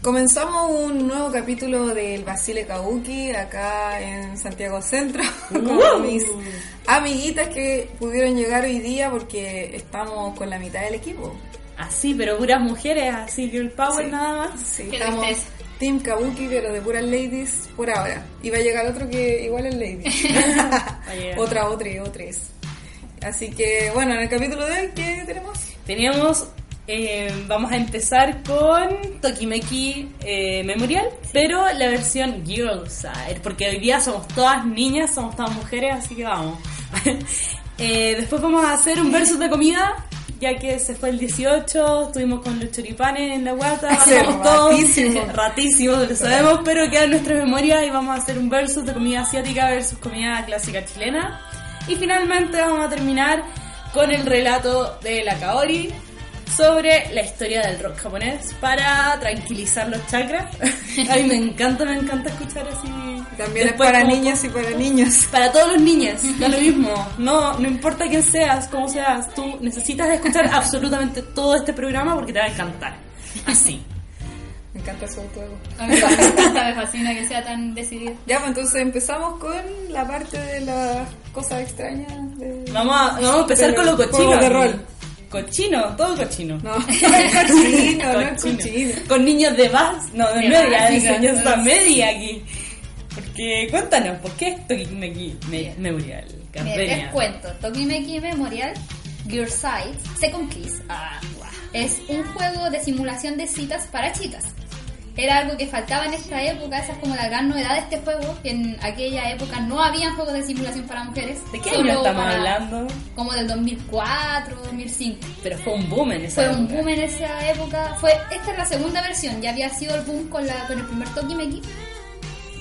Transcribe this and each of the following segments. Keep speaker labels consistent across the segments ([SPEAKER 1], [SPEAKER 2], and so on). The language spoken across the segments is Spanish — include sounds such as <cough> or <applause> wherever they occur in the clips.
[SPEAKER 1] Comenzamos un nuevo capítulo del Basile Kabuki acá en Santiago Centro <laughs>
[SPEAKER 2] Uh.
[SPEAKER 1] con mis amiguitas que pudieron llegar hoy día porque estamos con la mitad del equipo.
[SPEAKER 2] Así, pero puras mujeres, así girl power Ah, nada más.
[SPEAKER 1] Sí,
[SPEAKER 3] Qué
[SPEAKER 1] estamos
[SPEAKER 3] tristeza.
[SPEAKER 1] Team Kabuki, pero de puras ladies por ahora. Y va a llegar otro que igual es
[SPEAKER 2] <laughs>
[SPEAKER 1] lady. <laughs>
[SPEAKER 2] a llegar.
[SPEAKER 1] Otra, otra, otras. Así que, bueno, en el capítulo de hoy, ¿qué tenemos?
[SPEAKER 2] Teníamos, eh, vamos a empezar con Tokimeki eh, Memorial, pero la versión Girl Side, porque hoy día somos todas niñas, somos todas mujeres, así que vamos. <laughs> Eh, después vamos a hacer un versus de comida, ya que se fue el 18, estuvimos con los choripanes en la guata,
[SPEAKER 1] Hace
[SPEAKER 2] pasamos todos
[SPEAKER 1] ratísimo.
[SPEAKER 2] ratísimo, lo sabemos, pero queda en nuestra memoria y vamos a hacer un versus de comida asiática versus comida clásica chilena. Y finalmente vamos a terminar con el relato de la Kaori sobre la historia del rock japonés para tranquilizar los chakras.
[SPEAKER 1] <laughs>
[SPEAKER 2] Ay, me encanta, me encanta escuchar así.
[SPEAKER 1] También
[SPEAKER 2] Después
[SPEAKER 1] es para
[SPEAKER 2] como-
[SPEAKER 1] niñas y para niños. <laughs>
[SPEAKER 2] para todos los niños, da lo mismo. No, no importa quién seas, cómo seas, tú necesitas escuchar absolutamente todo este programa porque te va a encantar. Así.
[SPEAKER 1] Me encanta su juego.
[SPEAKER 3] A mí me fascina, me fascina que sea tan decidido.
[SPEAKER 1] Ya, pues entonces empezamos con la parte de las cosas extrañas. De...
[SPEAKER 2] Vamos a, vamos a empezar
[SPEAKER 1] Pero,
[SPEAKER 2] con lo cochino.
[SPEAKER 1] juegos de rol.
[SPEAKER 2] Cochino, todo cochino. <laughs>
[SPEAKER 1] No, no es cochino, no es cochino.
[SPEAKER 2] Con niños de bas, no, de,
[SPEAKER 3] De
[SPEAKER 2] media, de
[SPEAKER 3] básica,
[SPEAKER 2] enseñanza
[SPEAKER 3] ¿no?
[SPEAKER 2] media aquí. Porque cuéntanos, ¿por qué esto que me, me, memorial?
[SPEAKER 3] Mira, Eh, les
[SPEAKER 2] Carpenia.
[SPEAKER 3] cuento. Tokimeki Memorial, Your Side, Second Kiss,
[SPEAKER 2] Ah, guau.
[SPEAKER 3] es un juego de simulación de citas para chicas. Era algo que faltaba en esta época, esa es como la gran novedad de este juego, que en aquella época no había juegos de simulación para mujeres.
[SPEAKER 2] ¿De qué
[SPEAKER 3] solo
[SPEAKER 2] año estamos
[SPEAKER 3] para-
[SPEAKER 2] hablando?
[SPEAKER 3] Como del 2004, 2005.
[SPEAKER 2] Pero fue un boom en esa
[SPEAKER 3] Fue un
[SPEAKER 2] época.
[SPEAKER 3] boom en esa época. Fue, esta es la segunda versión, ya había sido el boom con, la, con el primer Tokimeki,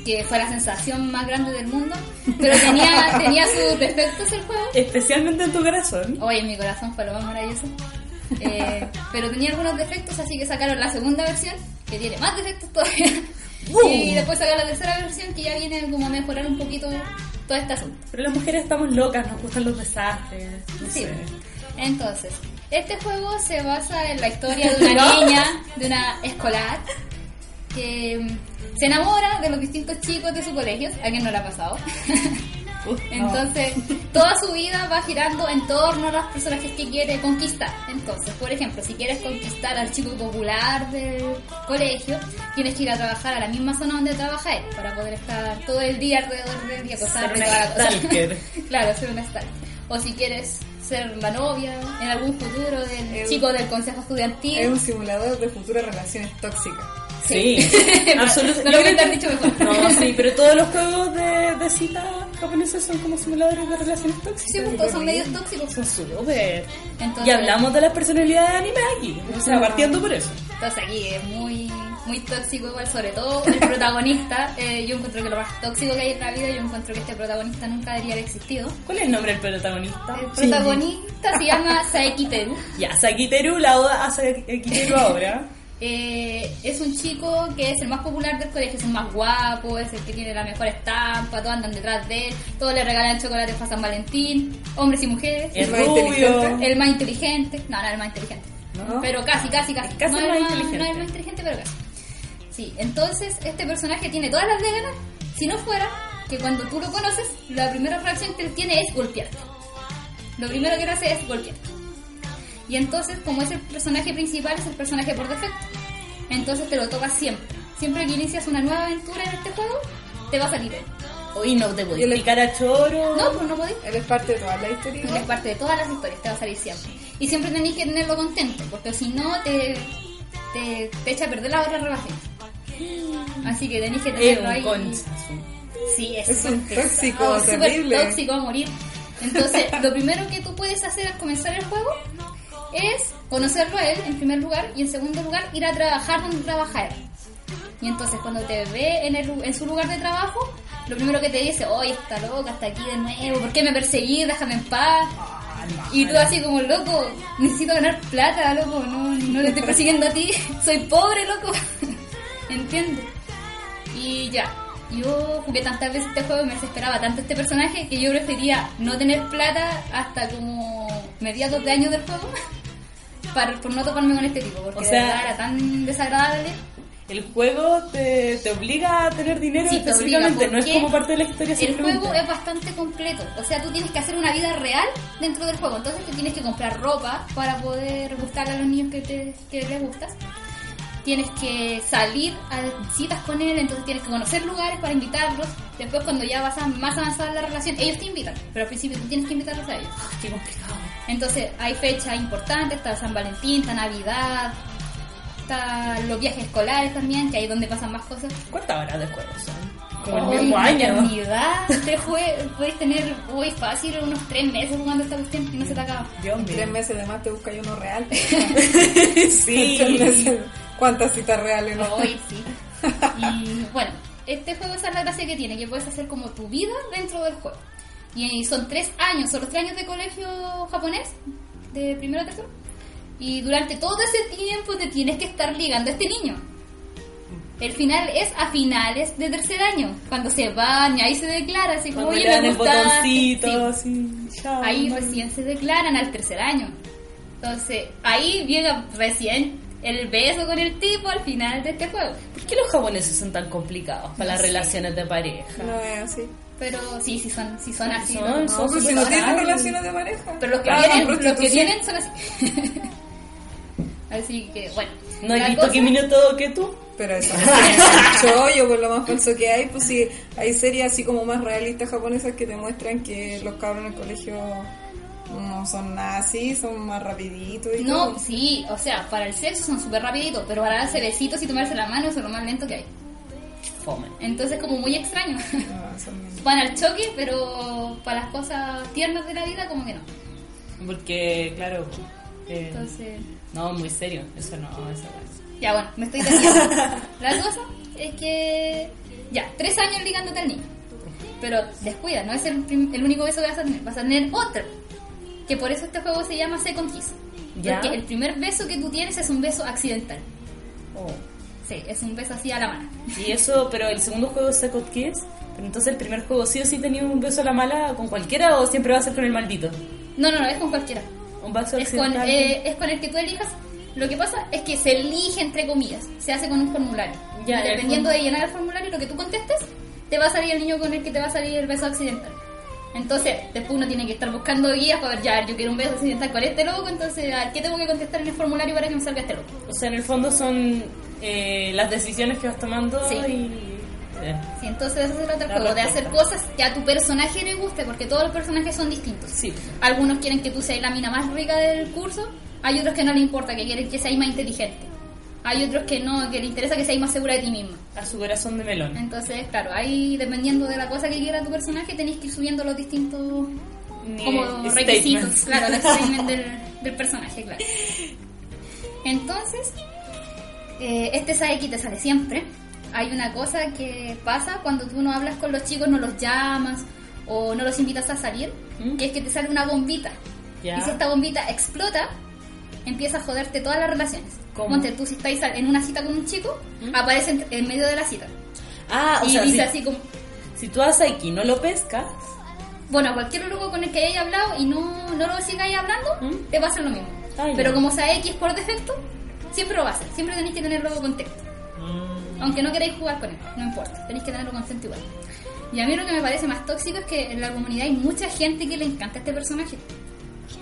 [SPEAKER 3] que fue la sensación más grande del mundo, pero tenía, tenía sus defectos el juego.
[SPEAKER 2] Especialmente en tu ¿eh? corazón.
[SPEAKER 3] Hoy en mi corazón fue lo más maravilloso. Eh, pero tenía algunos defectos, así que sacaron la segunda versión, que tiene más defectos todavía. Y después sacaron la tercera versión, que ya viene como a mejorar un poquito todo este asunto.
[SPEAKER 2] Pero las mujeres estamos locas, nos gustan los desastres. No
[SPEAKER 3] Sí.
[SPEAKER 2] sé.
[SPEAKER 3] Entonces, este juego se basa en la historia de una
[SPEAKER 2] ¿No?
[SPEAKER 3] niña, de una escolar, que mm, se enamora de los distintos chicos de su colegio. ¿A quién no le ha pasado?
[SPEAKER 2] Uf, no.
[SPEAKER 3] Entonces, toda su vida va girando en torno a las personajes que quiere conquistar. Entonces, por ejemplo, si quieres conquistar al chico popular del colegio, tienes que ir a trabajar a la misma zona donde trabaja él para poder estar todo el día alrededor del día, acostarlo y
[SPEAKER 2] Ser
[SPEAKER 3] toda la cosa.
[SPEAKER 2] una stalker.
[SPEAKER 3] <laughs> claro, ser una stalker. O si quieres ser la novia en algún futuro del
[SPEAKER 1] Eh,
[SPEAKER 3] chico del consejo estudiantil.
[SPEAKER 1] Es un simulador de futuras relaciones tóxicas.
[SPEAKER 2] Sí, <laughs> absolutamente.
[SPEAKER 3] No lo podría haber dicho mejor.
[SPEAKER 2] No, sí, pero todos los juegos de, de cita japoneses son como simuladores de relaciones tóxicas.
[SPEAKER 3] Sí, pues, todos son medios tóxicos. pues.
[SPEAKER 2] Son súper.
[SPEAKER 3] Entonces-
[SPEAKER 2] Y hablamos de la personalidad de anime aquí. O sea, partiendo por eso.
[SPEAKER 3] Entonces aquí es muy, muy tóxico igual, sobre todo el protagonista. Eh, yo encuentro que lo más tóxico que hay en la vida, yo encuentro que este protagonista nunca debería haber existido.
[SPEAKER 2] ¿Cuál es el nombre del protagonista?
[SPEAKER 3] El protagonista se llama Saeki Teru.
[SPEAKER 2] Ya, Sakiteru, la oda a Sakiteru ahora.
[SPEAKER 3] Eh, es un chico que es el más popular del colegio, es el más guapo, es el que tiene la mejor estampa, todos andan detrás de él, todos le regalan chocolate para San Valentín, hombres y mujeres.
[SPEAKER 2] Es
[SPEAKER 1] más
[SPEAKER 2] rubio.
[SPEAKER 1] inteligente.
[SPEAKER 3] El más inteligente, no, no el más inteligente,
[SPEAKER 2] ¿No?
[SPEAKER 3] pero casi, casi, casi.
[SPEAKER 2] Casi
[SPEAKER 3] no
[SPEAKER 2] el
[SPEAKER 3] es
[SPEAKER 2] más inteligente.
[SPEAKER 3] No es el más inteligente, pero casi. Sí, entonces este personaje tiene todas las de ganar. Si no fuera que cuando tú lo conoces, la primera reacción que él tiene es golpearte. Lo primero que él hace es golpearte. Y entonces, como es el personaje principal, es el personaje por defecto. Entonces te lo toca siempre. Siempre que inicias una nueva aventura en este juego, te va a salir él.
[SPEAKER 2] Hoy no te voy
[SPEAKER 1] Y
[SPEAKER 2] a
[SPEAKER 1] el-
[SPEAKER 2] picar a choro.
[SPEAKER 3] No, pues no podés.
[SPEAKER 1] Él es parte de toda la
[SPEAKER 3] Él es
[SPEAKER 1] historia.
[SPEAKER 3] parte de todas las historias, te va a salir siempre. Y siempre tenéis que tenerlo contento, porque si no te, te, te echa a perder la otra relación. Así que tenéis que
[SPEAKER 2] Es
[SPEAKER 3] tenerlo
[SPEAKER 2] un
[SPEAKER 3] ahí.
[SPEAKER 2] conchazo.
[SPEAKER 3] Sí, es,
[SPEAKER 1] Es un
[SPEAKER 3] súper
[SPEAKER 1] tóxico,
[SPEAKER 3] pesado, súper
[SPEAKER 1] terrible.
[SPEAKER 3] tóxico a morir. Entonces, lo primero que tú puedes hacer al comenzar el juego es conocerlo a él en primer lugar y en segundo lugar ir a trabajar donde trabaja él. Y entonces cuando te ve en, el lu- en su lugar de trabajo, lo primero que te dice, oye, está loca, está aquí de nuevo, ¿por qué me perseguís? Déjame en paz. Y tú así como, loco, necesito ganar plata, loco, no, no te estoy persiguiendo a ti, <laughs> soy pobre, loco. <laughs> ¿Entiendes? Y ya, yo jugué tantas veces este juego, me desesperaba tanto este personaje que yo prefería no tener plata hasta como mediados de años del juego <laughs> para, por no toparme con este tipo, porque
[SPEAKER 2] O
[SPEAKER 3] de
[SPEAKER 2] sea-
[SPEAKER 3] verdad era tan desagradable.
[SPEAKER 2] El juego te, te obliga a tener dinero
[SPEAKER 3] Sí, te obliga,
[SPEAKER 2] específicamente, no es
[SPEAKER 3] porque
[SPEAKER 2] como parte de la historia
[SPEAKER 3] El
[SPEAKER 2] simplemente.
[SPEAKER 3] juego es bastante completo, o sea, tú tienes que hacer una vida real dentro del juego, entonces tú tienes que comprar ropa para poder gustarle a los niños que, te, que les gustas. Tienes que salir a citas con él, entonces tienes que conocer lugares para invitarlos. Después, cuando ya vas a más avanzada la relación, ellos te invitan, pero al principio tú tienes que invitarlos a ellos.
[SPEAKER 2] Qué complicado.
[SPEAKER 3] Entonces hay fechas importantes, está San Valentín, está Navidad, están los viajes escolares también, que ahí es donde pasan más cosas.
[SPEAKER 2] ¿Cuántas horas de juego son? Como el
[SPEAKER 3] Ay,
[SPEAKER 2] mismo
[SPEAKER 3] una
[SPEAKER 2] año.
[SPEAKER 3] eternidad. Te jue- puedes tener muy fácil unos tres meses jugando esta cuestión y no se te acaba.
[SPEAKER 2] Dios
[SPEAKER 1] Tres
[SPEAKER 2] mío.
[SPEAKER 1] meses de más te busca uno real. <laughs> Tres
[SPEAKER 2] Sí.
[SPEAKER 1] meses. ¿Cuántas citas reales no?
[SPEAKER 3] Hoy
[SPEAKER 2] <laughs>
[SPEAKER 3] sí. Y bueno, este juego esa es la gracia que tiene, que puedes hacer como tu vida dentro del juego. Y son tres años, son los tres años de colegio japonés, de primero a tercero. Y durante todo ese tiempo te tienes que estar ligando a este niño. El final es a finales de tercer año, cuando se van y ahí se declara, así como,
[SPEAKER 2] Cuando
[SPEAKER 3] oye,
[SPEAKER 2] le dan
[SPEAKER 3] me
[SPEAKER 2] el
[SPEAKER 3] gustaste".
[SPEAKER 2] botoncito,
[SPEAKER 3] Sí.
[SPEAKER 2] así. chao,
[SPEAKER 3] ahí
[SPEAKER 2] bye.
[SPEAKER 3] recién se declaran al tercer año. Entonces, ahí llega recién el beso con el tipo al final de este juego.
[SPEAKER 2] ¿Por qué los japoneses son tan complicados para las relaciones de pareja?
[SPEAKER 1] No es así.
[SPEAKER 3] Pero sí, sí son, sí son así.
[SPEAKER 2] Son,
[SPEAKER 3] ¿no?
[SPEAKER 2] son.
[SPEAKER 1] No, pero si no
[SPEAKER 2] súper
[SPEAKER 1] tienen
[SPEAKER 2] barato.
[SPEAKER 1] relaciones de pareja.
[SPEAKER 3] Pero los que,
[SPEAKER 1] Ah, son
[SPEAKER 3] tienen, los que
[SPEAKER 1] prostitución.
[SPEAKER 3] tienen son así. <laughs> así que, bueno.
[SPEAKER 2] No
[SPEAKER 3] La
[SPEAKER 2] he visto
[SPEAKER 3] cosa-
[SPEAKER 2] que miro todo que tú.
[SPEAKER 1] Pero
[SPEAKER 3] <laughs>
[SPEAKER 1] eso es chollo, por lo más falso que hay. Pues sí, hay series así como más realistas japonesas que te muestran que los cabros en el colegio no son nada así, son más rapiditos y
[SPEAKER 3] No,
[SPEAKER 1] todo.
[SPEAKER 3] sí, o sea, para el sexo son súper rapiditos, pero para darse besitos y tomarse la mano son lo más lento que hay.
[SPEAKER 2] Fome.
[SPEAKER 3] Entonces, como muy extraño. <laughs>
[SPEAKER 1] No, son-
[SPEAKER 3] Van al choque, pero para las cosas tiernas de la vida, como que no.
[SPEAKER 2] Porque, claro. eh,
[SPEAKER 3] Entonces.
[SPEAKER 2] no, muy serio. Eso no, eso no.
[SPEAKER 3] Ya, bueno, me estoy desviando. La cosa es que. Ya, tres años ligándote al niño. Pero descuida, no es el, prim- el único beso que vas a tener. Vas a tener otro. Que por eso este juego se llama Second Kiss.
[SPEAKER 2] Ya.
[SPEAKER 3] Porque el primer beso que tú tienes es un beso accidental.
[SPEAKER 2] Oh.
[SPEAKER 3] Sí, es un beso así a la mano.
[SPEAKER 2] Y eso, pero el segundo juego es Second Kiss. Pero entonces el primer juego sí o sí tenía un beso a la mala con cualquiera o siempre va a ser con el maldito.
[SPEAKER 3] No, no, no, es con cualquiera.
[SPEAKER 2] Un beso
[SPEAKER 3] Es con,
[SPEAKER 2] accidental.
[SPEAKER 3] eh, es con el que tú elijas. Lo que pasa es que se elige entre comillas. Se hace con un formulario.
[SPEAKER 2] Ya,
[SPEAKER 3] Y
[SPEAKER 2] el
[SPEAKER 3] dependiendo
[SPEAKER 2] form-
[SPEAKER 3] de llenar el formulario, lo que tú contestes, te va a salir el niño con el que te va a salir el beso accidental. Entonces, después uno tiene que estar buscando guías para ver, ya, yo quiero un beso accidental con este loco, entonces, a ver, ¿qué tengo que contestar en el formulario para que me salga este loco?
[SPEAKER 2] O sea, en el fondo son eh, las decisiones que vas tomando
[SPEAKER 3] Sí.
[SPEAKER 2] y. eh,
[SPEAKER 3] Sí, entonces, de eso se trata el
[SPEAKER 2] La
[SPEAKER 3] juego, de hacer
[SPEAKER 2] respuesta.
[SPEAKER 3] cosas que a tu personaje le guste, porque todos los personajes son distintos.
[SPEAKER 2] sí.
[SPEAKER 3] Algunos quieren que tú seas la mina más rica del curso, hay otros que no le importa, que quieren que seas más inteligente. Hay otros que no, que le interesa que seas más segura de ti misma.
[SPEAKER 2] A su corazón de melón.
[SPEAKER 3] Entonces, claro, ahí dependiendo de la cosa que quiera tu personaje, tenés que ir subiendo los distintos
[SPEAKER 2] Ni
[SPEAKER 3] como
[SPEAKER 2] statements.
[SPEAKER 3] requisitos, claro, el statement del, del personaje, claro. Entonces, eh, este Saeki te sale siempre. Hay una cosa que pasa cuando tú no hablas con los chicos, no los llamas o no los invitas a salir,
[SPEAKER 2] ¿Mm?
[SPEAKER 3] que es que te sale una bombita.
[SPEAKER 2] <laughs> Ya.
[SPEAKER 3] Y si esta bombita explota, empieza a joderte todas las relaciones.
[SPEAKER 2] ¿Cómo?
[SPEAKER 3] Ponte tú si estáis en una cita con un chico,
[SPEAKER 2] ¿Mm?
[SPEAKER 3] aparece en, en medio de la cita.
[SPEAKER 2] Ah, o
[SPEAKER 3] y
[SPEAKER 2] sea,
[SPEAKER 3] dice
[SPEAKER 2] si,
[SPEAKER 3] así como,
[SPEAKER 2] si tú a Saiki no lo pescas,
[SPEAKER 3] bueno, a cualquier loco con el que hayáis hablado y no, no lo sigáis hablando,
[SPEAKER 2] ¿Mm?
[SPEAKER 3] te va a hacer lo mismo.
[SPEAKER 2] Ah, ya.
[SPEAKER 3] Pero como sea X por defecto, siempre lo va a hacer. Siempre tenéis que tenerlo contento. Aunque no queráis jugar con él, no importa. Tenéis que tenerlo contento igual. Y a mí lo que me parece más tóxico es que en la comunidad hay mucha gente que le encanta este personaje.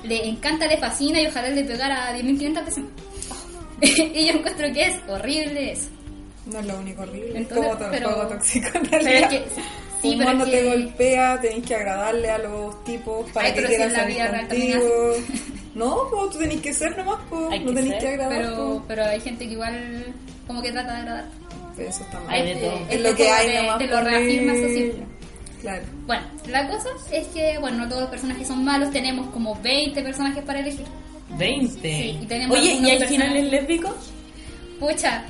[SPEAKER 3] Le encanta, le fascina y ojalá le pegara a 10.500 personas. <laughs> y yo encuentro que es horrible eso.
[SPEAKER 1] no es lo único horrible.
[SPEAKER 3] Entonces,
[SPEAKER 1] es como todo el
[SPEAKER 3] pero-
[SPEAKER 1] juego tóxico en
[SPEAKER 3] Pero es
[SPEAKER 1] realidad.
[SPEAKER 3] que, sí,
[SPEAKER 1] Un
[SPEAKER 3] pero
[SPEAKER 1] mono
[SPEAKER 3] es
[SPEAKER 1] te
[SPEAKER 3] que-
[SPEAKER 1] golpea, tenés que agradarle a los tipos para
[SPEAKER 3] Ay,
[SPEAKER 1] que
[SPEAKER 3] pero si
[SPEAKER 1] quieran
[SPEAKER 3] en la
[SPEAKER 1] salir
[SPEAKER 3] vida real también
[SPEAKER 1] contigo. <laughs> No, pues tú tenés que ser nomás, pues.
[SPEAKER 2] Hay
[SPEAKER 1] no
[SPEAKER 2] que
[SPEAKER 1] tenés
[SPEAKER 2] ser,
[SPEAKER 1] que agradar.
[SPEAKER 3] pero,
[SPEAKER 1] po.
[SPEAKER 3] pero hay gente que igual como que trata de agradar.
[SPEAKER 1] Pero eso está mal.
[SPEAKER 2] Hay de todo.
[SPEAKER 3] Este-
[SPEAKER 1] es lo que
[SPEAKER 3] juego
[SPEAKER 1] hay
[SPEAKER 3] te-
[SPEAKER 1] nomás.
[SPEAKER 3] te lo
[SPEAKER 1] por
[SPEAKER 3] reafirma eso
[SPEAKER 1] ahí.
[SPEAKER 3] siempre.
[SPEAKER 1] Claro.
[SPEAKER 3] Bueno, la cosa es que, bueno, no todos los personajes son malos, tenemos como 20 personajes para elegir.
[SPEAKER 2] 20.
[SPEAKER 3] Sí, y tenemos
[SPEAKER 2] Oye, ¿y
[SPEAKER 3] algunos
[SPEAKER 2] hay
[SPEAKER 3] personajes.
[SPEAKER 2] finales lésbicos?
[SPEAKER 3] Pucha,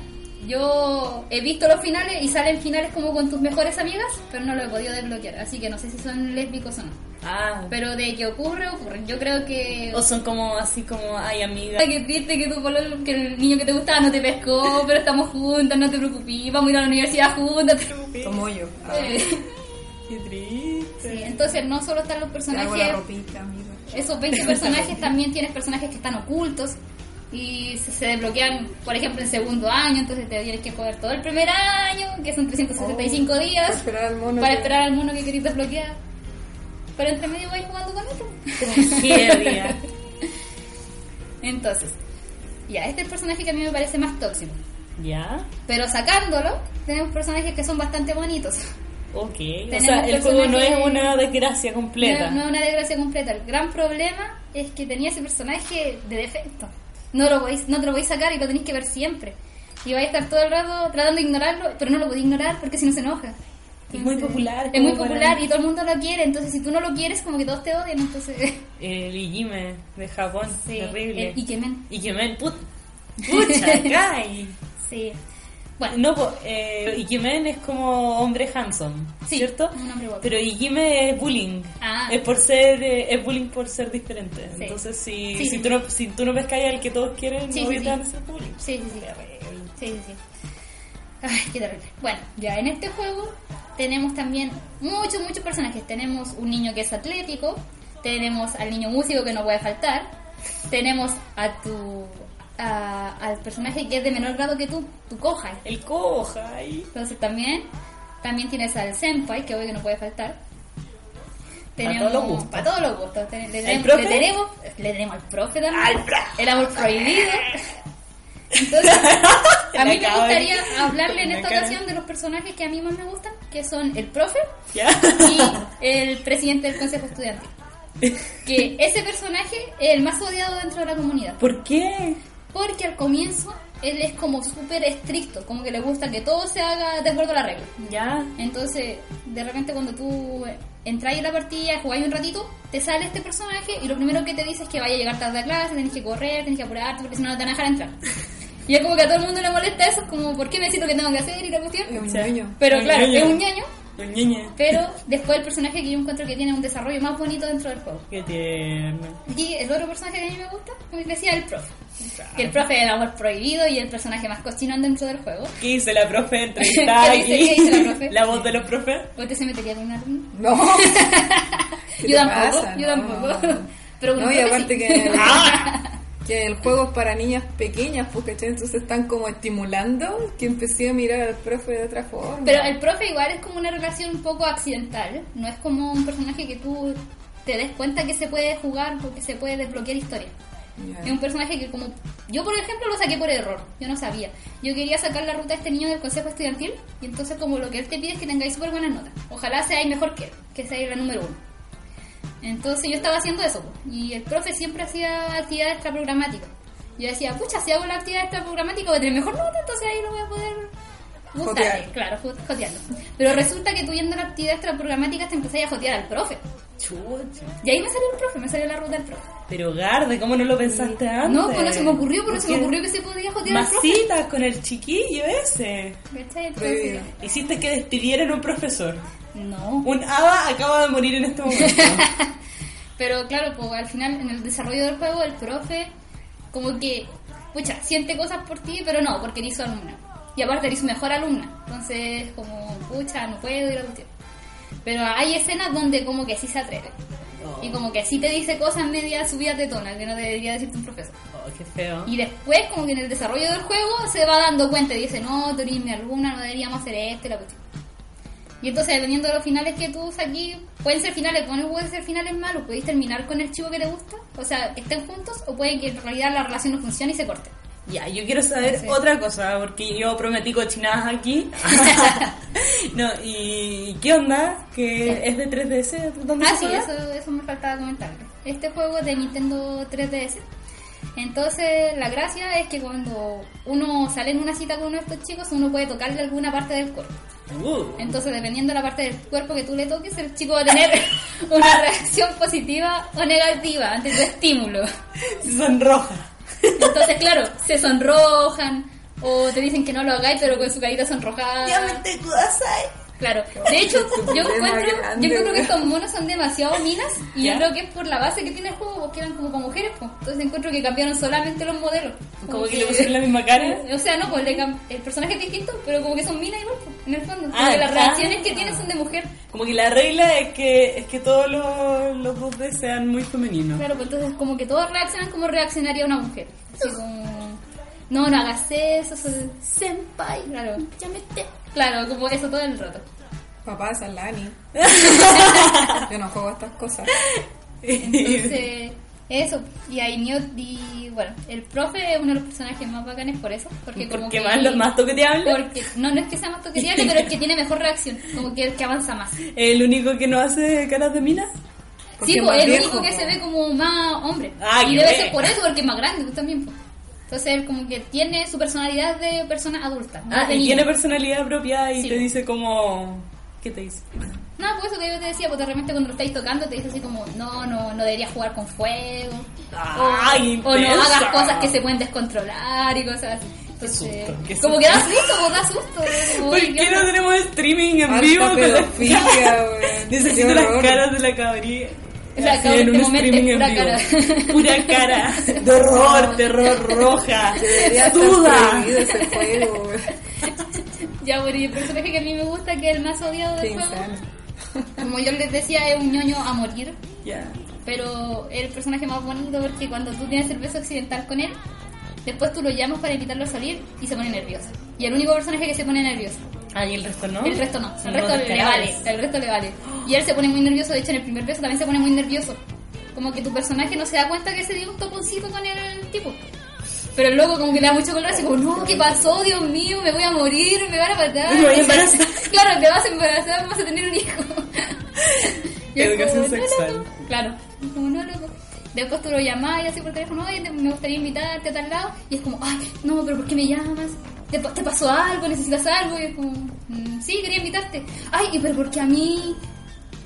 [SPEAKER 3] yo he visto los finales y salen finales como con tus mejores amigas, pero no lo he podido desbloquear, así que no sé si son lésbicos o no.
[SPEAKER 2] Ah,
[SPEAKER 3] Pero de que ocurre, ocurre. Yo creo que...
[SPEAKER 2] o son como así como, ay amiga.
[SPEAKER 3] que triste que, tu pololo- que el niño que te gustaba no te pescó, pero estamos juntas, no te preocupes, vamos a ir a la universidad juntas. te preocupes.
[SPEAKER 1] Como yo. Ah,
[SPEAKER 2] Qué triste.
[SPEAKER 3] Sí, entonces no solo están los
[SPEAKER 1] me hago la
[SPEAKER 3] personajes
[SPEAKER 1] ropita, mira.
[SPEAKER 3] esos 20 personajes también tienes personajes que están ocultos y se, se desbloquean, por ejemplo, el segundo año, entonces te tienes que jugar todo el primer año, que son 365
[SPEAKER 1] Para
[SPEAKER 3] días,
[SPEAKER 1] esperar al mono.
[SPEAKER 3] para
[SPEAKER 1] que-
[SPEAKER 3] esperar al mono que queréis desbloquear. Pero entre medio vais jugando con otro.
[SPEAKER 2] Tragedia.
[SPEAKER 3] <laughs> Entonces, ya, este es el personaje que a mí me parece más tóxico.
[SPEAKER 2] ¿Ya?
[SPEAKER 3] Pero sacándolo, tenemos personajes que son bastante bonitos.
[SPEAKER 2] Ok. O
[SPEAKER 3] Tenemos
[SPEAKER 2] sea, el juego no es
[SPEAKER 3] personajes-
[SPEAKER 2] una desgracia completa.
[SPEAKER 3] No, no es una desgracia completa. El gran problema es que tenía ese personaje de defecto. No lo podéis, no te lo podéis sacar y lo tenéis que ver siempre. Y vais a estar todo el rato tratando de ignorarlo, pero no lo podéis ignorar porque si no se enoja.
[SPEAKER 2] Es muy popular.
[SPEAKER 3] Es muy
[SPEAKER 2] como para-
[SPEAKER 3] popular y todo el mundo lo quiere, entonces si tú no lo quieres, como que todos te odian, entonces... <laughs> eh,
[SPEAKER 2] El Ijime de Japón. Terrible.
[SPEAKER 3] el Ikemen.
[SPEAKER 2] Ikemen, put,
[SPEAKER 3] <laughs>
[SPEAKER 2] pucha, cae.
[SPEAKER 3] Sí. Bueno,
[SPEAKER 2] No, po, eh, Ikimen es como hombre handsome,
[SPEAKER 3] Sí,
[SPEAKER 2] ¿cierto?
[SPEAKER 3] un hombre guapo.
[SPEAKER 2] Pero Ikime es bullying.
[SPEAKER 3] Ah.
[SPEAKER 2] Es por ser eh, es bullying por ser diferente.
[SPEAKER 3] Sí.
[SPEAKER 2] Entonces, si,
[SPEAKER 3] Sí,
[SPEAKER 2] si,
[SPEAKER 3] sí.
[SPEAKER 2] Tú no, si tú no ves que hay al que todos quieren,
[SPEAKER 3] Sí,
[SPEAKER 2] no
[SPEAKER 3] sí,
[SPEAKER 2] te van a
[SPEAKER 3] sí.
[SPEAKER 2] ser bullying.
[SPEAKER 3] sí, sí, sí.
[SPEAKER 2] Terrible.
[SPEAKER 3] Sí, sí, sí. Ay, qué terrible. Bueno, ya en este juego tenemos también muchos, muchos personajes. Tenemos un niño que es atlético, tenemos al niño músico que no puede faltar, tenemos a tu a- al personaje que es de menor grado que tú, tu coja.
[SPEAKER 2] El coja ahí.
[SPEAKER 3] Entonces también también tienes al senpai que hoy que no puede faltar.
[SPEAKER 2] todos los gustos.
[SPEAKER 3] Para todos los gustos. Ten- Le tenemos,
[SPEAKER 2] profe?
[SPEAKER 3] le tenemos, le tenemos al profe también.
[SPEAKER 2] Al profe. <laughs>
[SPEAKER 3] El amor prohibido. Entonces, a mí me
[SPEAKER 2] acabo de-
[SPEAKER 3] gustaría
[SPEAKER 2] <laughs>
[SPEAKER 3] hablarle en
[SPEAKER 2] Me
[SPEAKER 3] esta
[SPEAKER 2] acabo.
[SPEAKER 3] ocasión de los personajes que a mí más me gustan, que son el profe
[SPEAKER 2] ¿Ya?
[SPEAKER 3] y el presidente del consejo estudiantil.
[SPEAKER 2] <laughs>
[SPEAKER 3] Que ese personaje es el más odiado dentro de la comunidad.
[SPEAKER 2] ¿Por qué?
[SPEAKER 3] Porque al comienzo él es como súper estricto, como que le gusta que todo se haga de acuerdo a la regla.
[SPEAKER 2] ¿Ya?
[SPEAKER 3] Entonces, de repente cuando tú eh, entráis en la partida, jugáis un ratito, te sale este personaje y lo primero que te dice es que vaya a llegar tarde a clase, tenés que correr, tenés que apurarte porque si no no te van a dejar entrar. Y es como que a todo el mundo le molesta eso, es como, ¿por qué me decís lo que tengo que hacer y la
[SPEAKER 1] Es
[SPEAKER 3] cuestión?
[SPEAKER 1] un
[SPEAKER 2] sea,
[SPEAKER 1] niño.
[SPEAKER 3] Pero
[SPEAKER 2] Un
[SPEAKER 3] claro,
[SPEAKER 2] ñoño.
[SPEAKER 3] es un ñaño,
[SPEAKER 2] El ñeñe.
[SPEAKER 3] pero después el personaje que yo encuentro que tiene un desarrollo más bonito dentro del juego.
[SPEAKER 2] Qué tierno.
[SPEAKER 3] Y el otro personaje que a mí me gusta, como les decía, el profe. Que el profe es el amor prohibido y el personaje más cochinón dentro del juego.
[SPEAKER 2] ¿Qué dice la
[SPEAKER 3] <laughs>
[SPEAKER 2] profe entrevistada
[SPEAKER 3] ¿Qué
[SPEAKER 2] aquí?
[SPEAKER 3] dice- qué dice la
[SPEAKER 2] <laughs>
[SPEAKER 3] profe?
[SPEAKER 2] voz de los profes.
[SPEAKER 3] ¿Usted se metería con un alumno?
[SPEAKER 1] No.
[SPEAKER 3] <laughs>
[SPEAKER 1] ¿Qué te
[SPEAKER 3] Yo tampoco,
[SPEAKER 1] pasa?
[SPEAKER 3] yo
[SPEAKER 1] No,
[SPEAKER 3] tampoco. <laughs>
[SPEAKER 1] no, no.
[SPEAKER 3] Pero con
[SPEAKER 1] No, y
[SPEAKER 3] profe
[SPEAKER 1] aparte
[SPEAKER 3] sí.
[SPEAKER 1] que, que el juego es para niñas pequeñas, pues, ¿cachai? Entonces están como estimulando que empecé a mirar al profe de otra forma.
[SPEAKER 3] <laughs> Pero el profe igual es como una relación un poco accidental, no es como un personaje que tú te des cuenta que se puede jugar porque se puede desbloquear historia. Es
[SPEAKER 1] Ya.
[SPEAKER 3] un personaje que como yo por ejemplo lo saqué por error, yo no sabía. Yo quería sacar la ruta a este niño del consejo estudiantil y entonces como lo que él te pide es que tengáis súper buenas notas. Ojalá seáis mejor que él, que seáis la número uno. Entonces yo estaba haciendo eso po, y el profe siempre hacía actividad extraprogramática. Yo decía, pucha, si hago la actividad extraprogramática voy a tener mejor nota, entonces ahí lo voy a poder gustar.
[SPEAKER 1] Jotear.
[SPEAKER 3] Claro, jot- joteando. Pero resulta que tú yendo a la actividad extraprogramática te empezáis a jotear al profe.
[SPEAKER 2] Chucha.
[SPEAKER 3] Y ahí me salió el profe, me salió la ruta del profe.
[SPEAKER 2] Pero Garde, ¿cómo no lo pensaste antes?
[SPEAKER 3] No, pues no se me ocurrió, pero
[SPEAKER 2] ¿Por
[SPEAKER 3] se me
[SPEAKER 2] qué?
[SPEAKER 3] ocurrió que se podía jotear al profe.
[SPEAKER 2] Masitas con el chiquillo ese.
[SPEAKER 3] ¿Cachai?
[SPEAKER 1] Prohibido.
[SPEAKER 3] Entonces,
[SPEAKER 2] Hiciste que despidieran un profesor.
[SPEAKER 3] no.
[SPEAKER 2] Un ABA acaba de morir en este
[SPEAKER 3] <laughs>
[SPEAKER 2] momento.
[SPEAKER 3] Pero claro, pues al final en el desarrollo del juego el profe como que, pucha, siente cosas por ti, pero no, porque eres su alumna. Y aparte eres su mejor alumna. Entonces como, pucha, no puedo ir a cuestión. Pero hay escenas donde como que sí se atreve. Y como que sí te dice cosas media subida tetona que no debería decirte un profesor.
[SPEAKER 2] Oh, qué feo.
[SPEAKER 3] Y después, como que en el desarrollo del juego, se va dando cuenta y dice, no, tú eres mi alumna, no deberíamos hacer esto y la cuestión. Y entonces, dependiendo de los finales que tú usas aquí, pueden ser finales buenos, pueden ser finales malos, podéis terminar con el chico que te gusta, o sea, que estén juntos, o puede que en realidad la relación no funcione y se corte.
[SPEAKER 2] Ya, yo quiero saber
[SPEAKER 3] Sí.
[SPEAKER 2] otra cosa, porque yo prometí cochinadas
[SPEAKER 3] <laughs>
[SPEAKER 2] aquí. no, ¿y qué onda? ¿Que es de 3DS? ¿Dónde
[SPEAKER 3] Ah,
[SPEAKER 2] se
[SPEAKER 3] sí,
[SPEAKER 2] juega?
[SPEAKER 3] eso, eso me faltaba comentar. Este juego es de Nintendo 3DS Entonces, la gracia es que cuando uno sale en una cita con uno de estos chicos, uno puede tocarle alguna parte del cuerpo.
[SPEAKER 2] Uh.
[SPEAKER 3] Entonces, dependiendo de la parte del cuerpo que tú le toques, el chico va a tener <laughs> una reacción positiva o negativa ante tu estímulo.
[SPEAKER 2] Se sonroja.
[SPEAKER 3] Entonces, claro, se sonrojan o te dicen que no lo hagáis, pero con su carita sonrojada.
[SPEAKER 2] tengo asai.
[SPEAKER 3] Claro, de hecho, yo
[SPEAKER 1] problema
[SPEAKER 3] encuentro,
[SPEAKER 1] grande,
[SPEAKER 3] yo encuentro que
[SPEAKER 1] weón.
[SPEAKER 3] estos monos son demasiado minas y
[SPEAKER 2] ¿Ya?
[SPEAKER 3] yo creo que es por la base que tiene el juego, porque eran como para mujeres, pues. entonces encuentro que cambiaron solamente los modelos.
[SPEAKER 2] Como que le pusieron la misma cara.
[SPEAKER 3] <laughs> O sea, no, pues le cam- el personaje es distinto, pero como que son minas igual, pues, en el fondo.
[SPEAKER 2] Ah,
[SPEAKER 3] Porque las
[SPEAKER 2] claro.
[SPEAKER 3] reacciones que tienen son de mujer.
[SPEAKER 2] Como que la regla es que, es que todos los, los dos D sean muy femeninos. <laughs>
[SPEAKER 3] Claro, pues entonces como que todos reaccionan como reaccionaría una mujer. Así como, no, no hagas eso, eso senpai, claro. Claro, como eso todo el
[SPEAKER 2] <laughs>
[SPEAKER 3] rato.
[SPEAKER 1] Papá, esa es
[SPEAKER 3] <laughs>
[SPEAKER 1] Lani. Yo no juego a estas cosas.
[SPEAKER 3] Entonces, eso. Y ahí Neo, y bueno, el profe es uno de los personajes más bacanes por eso. Porque como
[SPEAKER 2] Porque
[SPEAKER 3] que-
[SPEAKER 2] más los más toqueteables.
[SPEAKER 3] Porque, no, no es que sea
[SPEAKER 2] <laughs>
[SPEAKER 3] más toqueteable, pero es que tiene mejor reacción. Como que el que avanza más.
[SPEAKER 2] El único que no hace caras de minas.
[SPEAKER 1] Porque
[SPEAKER 3] Sí,
[SPEAKER 1] es
[SPEAKER 3] pues,
[SPEAKER 1] más
[SPEAKER 3] el
[SPEAKER 1] viejo,
[SPEAKER 3] único que
[SPEAKER 1] po.
[SPEAKER 3] se ve como más hombre.
[SPEAKER 2] Ah,
[SPEAKER 3] y
[SPEAKER 2] que
[SPEAKER 3] debe
[SPEAKER 2] ve.
[SPEAKER 3] ser por eso, porque es más grande pues, también. pues. Entonces, él como que tiene su personalidad de persona adulta. no
[SPEAKER 2] Ah,
[SPEAKER 3] de
[SPEAKER 2] y
[SPEAKER 3] niño.
[SPEAKER 2] tiene personalidad propia y
[SPEAKER 3] Sí.
[SPEAKER 2] te dice como... ¿Qué te dice?
[SPEAKER 3] No, pues eso que yo te decía, porque de repente cuando lo estáis tocando te dice así como, no, no, no deberías jugar con fuego.
[SPEAKER 2] Ay,
[SPEAKER 3] o, o no
[SPEAKER 2] intensa.
[SPEAKER 3] hagas cosas que se pueden descontrolar y cosas así. Entonces,
[SPEAKER 2] susto, qué
[SPEAKER 3] como
[SPEAKER 2] susto.
[SPEAKER 3] que da susto, como da susto. como,
[SPEAKER 2] <laughs> ¿Por
[SPEAKER 3] uy,
[SPEAKER 2] qué no
[SPEAKER 3] onda?
[SPEAKER 2] tenemos streaming en
[SPEAKER 1] Harta
[SPEAKER 2] vivo? con la-
[SPEAKER 1] pedofilia, weón.
[SPEAKER 2] <laughs> Necesito
[SPEAKER 1] Qué
[SPEAKER 2] las
[SPEAKER 1] horror.
[SPEAKER 2] caras de la cabría.
[SPEAKER 3] La
[SPEAKER 2] Así, en
[SPEAKER 3] cabra en
[SPEAKER 2] un
[SPEAKER 3] este momento
[SPEAKER 2] streaming
[SPEAKER 3] es
[SPEAKER 2] en
[SPEAKER 3] pura
[SPEAKER 2] vivo.
[SPEAKER 3] cara.
[SPEAKER 2] <laughs>
[SPEAKER 1] <laughs>
[SPEAKER 2] Pura cara. De horror, terror, roja.
[SPEAKER 1] Debería estar
[SPEAKER 2] Suda.
[SPEAKER 1] prohibido ese juego,
[SPEAKER 3] <laughs>
[SPEAKER 1] weón.
[SPEAKER 3] Ya, bueno, y el personaje que a mí me gusta, que es el más odiado
[SPEAKER 1] Qué
[SPEAKER 3] del juego,
[SPEAKER 1] insano.
[SPEAKER 3] como yo les decía, es un ñoño a morir.
[SPEAKER 2] Ya.
[SPEAKER 3] Pero es el personaje más bonito porque cuando tú tienes el beso accidental con él, después tú lo llamas para invitarlo a salir y se pone nervioso. Y el único personaje que se pone nervioso.
[SPEAKER 2] Ah, y el resto no.
[SPEAKER 3] El resto no,
[SPEAKER 2] Son
[SPEAKER 3] el resto
[SPEAKER 2] los
[SPEAKER 3] le vale,
[SPEAKER 2] descarados.
[SPEAKER 3] el resto le vale. Y él se pone muy nervioso, de hecho en el primer beso también se pone muy nervioso. Como que tu personaje no se da cuenta que se dio un toponcito con el tipo. Pero el loco como que le da mucho color, así como, no, ¿qué pasó? Dios mío, me voy a morir, me van a matar.
[SPEAKER 2] Me voy a embarazar.
[SPEAKER 3] <laughs> claro, te vas a embarazar, vas a tener un hijo. <laughs> Y él
[SPEAKER 2] Educación
[SPEAKER 3] como, "No,
[SPEAKER 2] sexual.
[SPEAKER 3] loco". Claro, Y como, no, loco. Después tú lo llamás y así por teléfono, oye, te- me gustaría invitarte a tal lado. Y es como, ay, no, pero ¿por qué me llamas? ¿Te, pa- te pasó algo? ¿Necesitas algo? Y es como, "Mm, sí, quería invitarte. Ay, ¿y pero por qué a mí?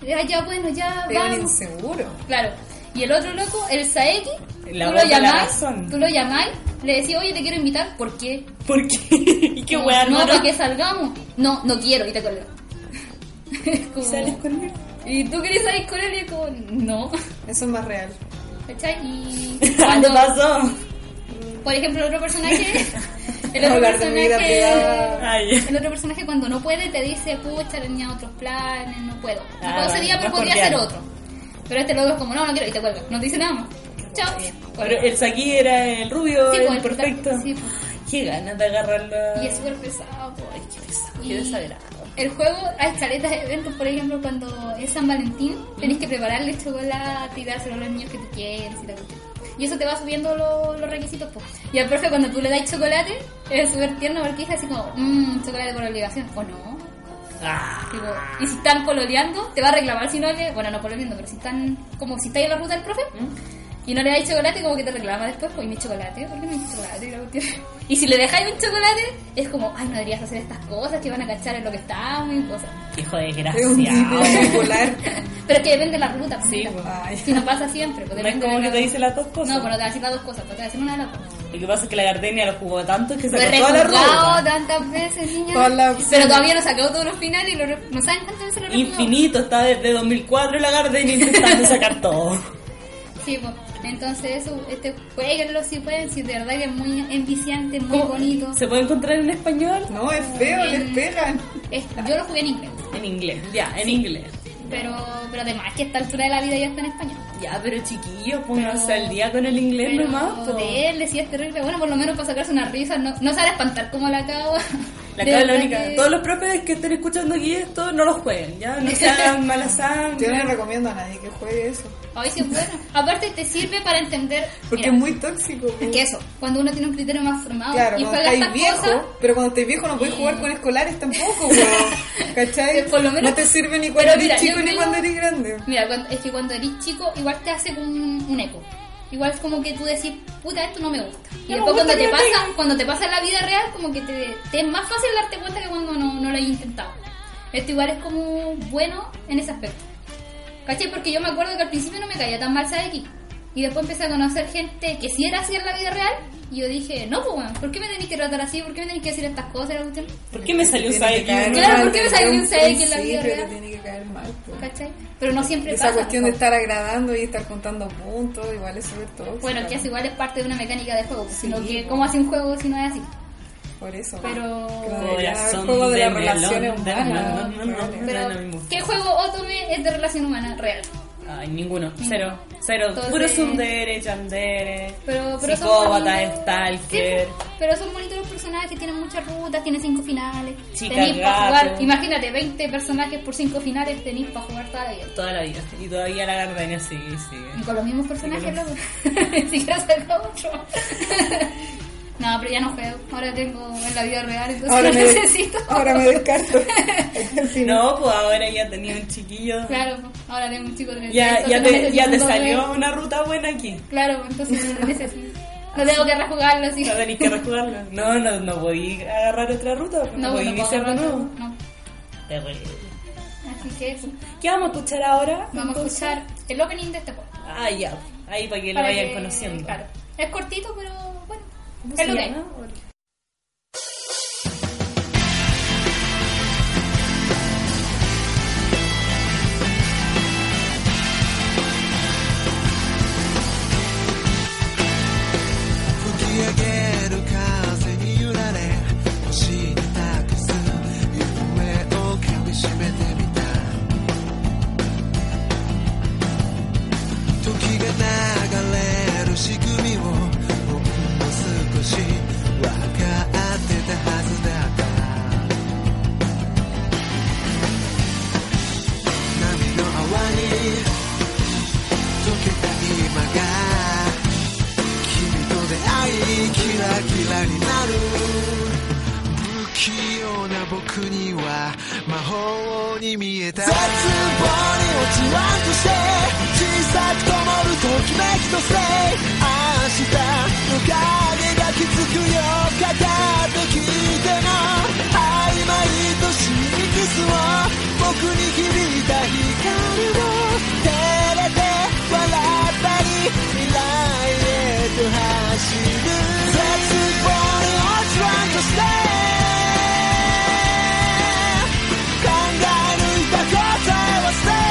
[SPEAKER 3] Ya, ya, bueno, ya,
[SPEAKER 1] Pero el
[SPEAKER 3] vamos.
[SPEAKER 1] inseguro.
[SPEAKER 3] Claro. Y el otro loco, el Saeki,
[SPEAKER 2] La
[SPEAKER 3] tú
[SPEAKER 2] voz
[SPEAKER 3] lo
[SPEAKER 2] de la
[SPEAKER 3] llamás,
[SPEAKER 2] razón.
[SPEAKER 3] tú lo llamás, le decís, oye, te quiero invitar, ¿por qué?
[SPEAKER 2] ¿Por qué? <laughs> ¿Y qué
[SPEAKER 3] No,
[SPEAKER 2] weá?
[SPEAKER 3] No,
[SPEAKER 2] No,
[SPEAKER 3] para que
[SPEAKER 2] <laughs>
[SPEAKER 3] salgamos. No, no quiero, y te colgas. <laughs> Es como-
[SPEAKER 2] ¿Sales con él?
[SPEAKER 3] Y tú querías salir con él y es como, no.
[SPEAKER 1] Eso es más real.
[SPEAKER 3] ¿Cachai? Y
[SPEAKER 2] ¿Qué
[SPEAKER 3] cuando,
[SPEAKER 2] pasó?
[SPEAKER 3] por ejemplo, el otro personaje, el otro
[SPEAKER 1] Hablar de mi vida
[SPEAKER 3] personaje,
[SPEAKER 1] privada.
[SPEAKER 2] Ay.
[SPEAKER 3] el otro personaje cuando no puede te dice, pucha, tenía otros planes, no puedo. No
[SPEAKER 2] Ah,
[SPEAKER 3] puedo ese
[SPEAKER 2] vale,
[SPEAKER 3] día, pero
[SPEAKER 2] vas
[SPEAKER 3] podría ser
[SPEAKER 2] porteando.
[SPEAKER 3] otro. Pero este loco es como, no, no quiero, y te cuelga. No te dice nada más. Chao.
[SPEAKER 2] Pero el Saki era el rubio,
[SPEAKER 3] Sí,
[SPEAKER 2] el
[SPEAKER 3] pues,
[SPEAKER 2] perfecto.
[SPEAKER 3] sí, pues.
[SPEAKER 2] Qué ganas de agarrarlo.
[SPEAKER 3] Y es súper pesado, pues. po.
[SPEAKER 2] Qué
[SPEAKER 3] Y
[SPEAKER 2] desagradable.
[SPEAKER 3] El juego, hay caletas de eventos, por ejemplo, cuando es San Valentín, tenés que prepararle chocolate y dárselo a los niños que tú quieres y tal. Y eso te va subiendo lo- los requisitos, pues. Y al profe, cuando tú le das chocolate, es súper tierno porque es así como, mmm, chocolate por obligación, o no.
[SPEAKER 2] Ah.
[SPEAKER 3] Tipo, y si están pololeando, te va a reclamar si no le. Bueno, no pololeando, pero si están. Como si estáis en la ruta del profe
[SPEAKER 2] ¿Mm?
[SPEAKER 3] y no le dais chocolate, como que te reclama después, pues, ¿y mi chocolate? ¿Por qué no mi chocolate? Y la cuestión- <laughs> Y si le dejáis un chocolate, es como, ay, no deberías hacer estas cosas que van a cachar en lo que estamos y cosas. <laughs>
[SPEAKER 2] Hijo de
[SPEAKER 1] Es un tipo
[SPEAKER 2] gracia.
[SPEAKER 1] bipolar.
[SPEAKER 3] Pero es que depende de la ruta, pues,
[SPEAKER 2] Sí,
[SPEAKER 3] mira.
[SPEAKER 2] pues.
[SPEAKER 1] Ay.
[SPEAKER 3] Si no pasa siempre, pues
[SPEAKER 2] No es
[SPEAKER 3] depende.
[SPEAKER 2] como
[SPEAKER 3] de
[SPEAKER 2] que
[SPEAKER 3] la-
[SPEAKER 2] te dice las dos cosas.
[SPEAKER 3] No, bueno, te va a decir las dos cosas, pero te va a decir una de las dos.
[SPEAKER 2] Lo que pasa es que la gardenia lo jugó tanto que
[SPEAKER 3] Lo he
[SPEAKER 2] sacó toda la
[SPEAKER 3] rejugado
[SPEAKER 2] ruta.
[SPEAKER 3] tantas veces, niña.
[SPEAKER 1] Todas las opciones.
[SPEAKER 3] Pero todavía no he sacado todos los finales y lo re- no saben cuántas veces lo he rejugado.
[SPEAKER 2] Infinito, está desde 2004 la gardenia
[SPEAKER 3] <laughs>
[SPEAKER 2] intentando sacar todo.
[SPEAKER 3] Sí, pues, entonces eso, este, jueguenlo si pueden, si de verdad que es muy enviciante, muy
[SPEAKER 2] ¿Cómo?
[SPEAKER 3] bonito.
[SPEAKER 2] ¿Se puede encontrar en español?
[SPEAKER 1] No, es feo, les pegan.
[SPEAKER 3] Es- yo lo jugué en inglés,
[SPEAKER 2] En inglés, ya, en inglés.
[SPEAKER 3] pero, pero además que a esta altura de la vida ya está en español.
[SPEAKER 2] Ya, pero chiquillos, pónganse
[SPEAKER 3] Pero-
[SPEAKER 2] al día con el inglés
[SPEAKER 3] Pero
[SPEAKER 2] nomás. po.
[SPEAKER 3] de él decía es terrible, bueno, por lo menos para sacarse una risa, no, no se van a espantar como la acabo.
[SPEAKER 2] La
[SPEAKER 3] De
[SPEAKER 2] cara es la
[SPEAKER 3] verdad
[SPEAKER 2] única.
[SPEAKER 3] que-
[SPEAKER 2] Todos los profes que estén escuchando aquí esto, no los jueguen, ya. No sean malas
[SPEAKER 1] Yo no le
[SPEAKER 2] sangre.
[SPEAKER 1] recomiendo a nadie que juegue eso.
[SPEAKER 3] Ay, sí, es bueno. Aparte te sirve para entender
[SPEAKER 1] Porque
[SPEAKER 3] mira,
[SPEAKER 1] es muy tóxico. weón.
[SPEAKER 3] que eso, cuando uno tiene un criterio más formado
[SPEAKER 1] Claro,
[SPEAKER 3] y
[SPEAKER 1] cuando
[SPEAKER 3] juega
[SPEAKER 1] estáis
[SPEAKER 3] estas
[SPEAKER 1] viejo,
[SPEAKER 3] cosas,
[SPEAKER 1] pero cuando estáis viejo no podéis jugar con escolares tampoco,
[SPEAKER 3] <laughs>
[SPEAKER 1] weón. ¿Cachai?
[SPEAKER 3] Por lo menos-
[SPEAKER 1] no te sirve ni cuando
[SPEAKER 3] Pero mira,
[SPEAKER 1] eres chico ni
[SPEAKER 3] yo creo-
[SPEAKER 1] cuando eres grande.
[SPEAKER 3] Mira, cuando- es que cuando eres chico igual te hace un, un eco. igual es como que tú decís, puta, esto no me gusta. Y
[SPEAKER 2] No me
[SPEAKER 3] después
[SPEAKER 2] gusta
[SPEAKER 3] cuando te
[SPEAKER 2] que me
[SPEAKER 3] pasa, cuando te pasa en la vida real, como que te, te es más fácil darte cuenta que cuando no, no lo hayas intentado. Esto igual es como bueno en ese aspecto. ¿Cachai? Porque yo me acuerdo que al principio no me caía tan mal Sadeki. Y después empecé a conocer gente que sí era así en la vida real. Y yo dije, no, pues, weón, ¿por qué me tenéis que tratar así? ¿Por qué me tenéis que decir estas cosas? y la cuestión?"
[SPEAKER 2] ¿Por qué me salió un
[SPEAKER 1] Tiene que caer
[SPEAKER 2] Saiyajin?
[SPEAKER 3] Claro,
[SPEAKER 1] mal
[SPEAKER 3] ¿por qué me
[SPEAKER 1] desde
[SPEAKER 3] salió un Saiyajin en la
[SPEAKER 1] principio,
[SPEAKER 3] vida real?
[SPEAKER 1] te tiene que caer mal. pues.
[SPEAKER 3] ¿Cachai? Pero no siempre
[SPEAKER 1] Esa
[SPEAKER 3] pasa.
[SPEAKER 1] cuestión de
[SPEAKER 3] po.
[SPEAKER 1] estar agradando y estar contando puntos, igual es súper todo.
[SPEAKER 3] Bueno, que es igual es parte de una mecánica de juego. pues, Sino
[SPEAKER 1] Sí,
[SPEAKER 3] que,
[SPEAKER 1] po.
[SPEAKER 3] ¿cómo hace un juego si no es así?
[SPEAKER 1] Por eso.
[SPEAKER 3] Pero-
[SPEAKER 1] Creo que debería haber
[SPEAKER 2] Corazón
[SPEAKER 1] juego de,
[SPEAKER 2] de
[SPEAKER 1] las relaciones
[SPEAKER 2] melón, de
[SPEAKER 1] humanas.
[SPEAKER 2] melón, no, no,
[SPEAKER 1] reales.
[SPEAKER 2] no.
[SPEAKER 3] Pero,
[SPEAKER 2] lo mismo.
[SPEAKER 3] ¿qué juego Otome es de relación humana real?
[SPEAKER 2] Ay, ninguno. Cero. Cero.
[SPEAKER 3] Entonces-
[SPEAKER 2] Puro tsundere, chandere.
[SPEAKER 3] Pero, pero son
[SPEAKER 2] psicópata,
[SPEAKER 3] bonitos.
[SPEAKER 2] stalker.
[SPEAKER 3] Sí, pero son bonitos los personajes que tienen muchas rutas, tienen cinco finales.
[SPEAKER 2] Chica
[SPEAKER 3] Tenís para
[SPEAKER 2] gato.
[SPEAKER 3] jugar, imagínate, 20 personajes por cinco finales tenís para jugar toda la vida.
[SPEAKER 2] Toda la vida. Y todavía la gardenia sigue,
[SPEAKER 3] Y
[SPEAKER 2] sigue.
[SPEAKER 3] con los mismos personajes, loco. <laughs> Ni siquiera saca otro. <laughs> no, pero ya no juego. Ahora tengo en la vida real, entonces
[SPEAKER 1] Ahora,
[SPEAKER 3] no
[SPEAKER 1] me,
[SPEAKER 3] necesito.
[SPEAKER 1] ahora
[SPEAKER 3] <laughs>
[SPEAKER 1] me descarto. <laughs> Al fin.
[SPEAKER 2] No, pues ahora ya tenía un chiquillo.
[SPEAKER 3] Claro, pues, ahora tengo un chico de
[SPEAKER 2] Ya,
[SPEAKER 3] 32,
[SPEAKER 2] ya,
[SPEAKER 3] no
[SPEAKER 2] te,
[SPEAKER 3] necesito
[SPEAKER 2] ya te
[SPEAKER 3] un doble.
[SPEAKER 2] salió una ruta buena aquí.
[SPEAKER 3] Claro,
[SPEAKER 2] <laughs>
[SPEAKER 3] pues, entonces no necesito. No tengo que rejugarlo así.
[SPEAKER 2] No tenéis que
[SPEAKER 3] <laughs>
[SPEAKER 2] rejugarla. No, no, no voy a agarrar otra ruta. No, voy a
[SPEAKER 3] puedo
[SPEAKER 2] iniciar de
[SPEAKER 3] agarrar
[SPEAKER 2] nuevo.
[SPEAKER 3] otro, no.
[SPEAKER 2] Terrible.
[SPEAKER 3] Así que eso.
[SPEAKER 2] ¿Qué vamos a escuchar ahora?
[SPEAKER 3] Vamos a
[SPEAKER 2] entonces?
[SPEAKER 3] escuchar el opening de este juego.
[SPEAKER 2] Ah, ya. Ahí para que lo
[SPEAKER 3] para
[SPEAKER 2] vayan
[SPEAKER 3] que-
[SPEAKER 2] conociendo.
[SPEAKER 3] Claro. Es cortito, pero bueno.
[SPEAKER 2] ¿Cómo
[SPEAKER 3] Es
[SPEAKER 2] se
[SPEAKER 3] lo que hay.
[SPEAKER 2] llama?
[SPEAKER 4] 吹き上げる風に揺られ星に託す夢をかみしめてみた時が流れる仕組みをほんの少し分かってたはずだった波の泡に溶けた今が君と出会いキラキラになる不器用な僕には魔法に見えた絶望に落ちわんとして小さく灯るときめきのせい明日の影が気づくよ語って聞いての曖昧としいキスを僕に響いた光を照れて笑ったり未来へ走る絶望に落ちはとして考え抜いた答えは捨て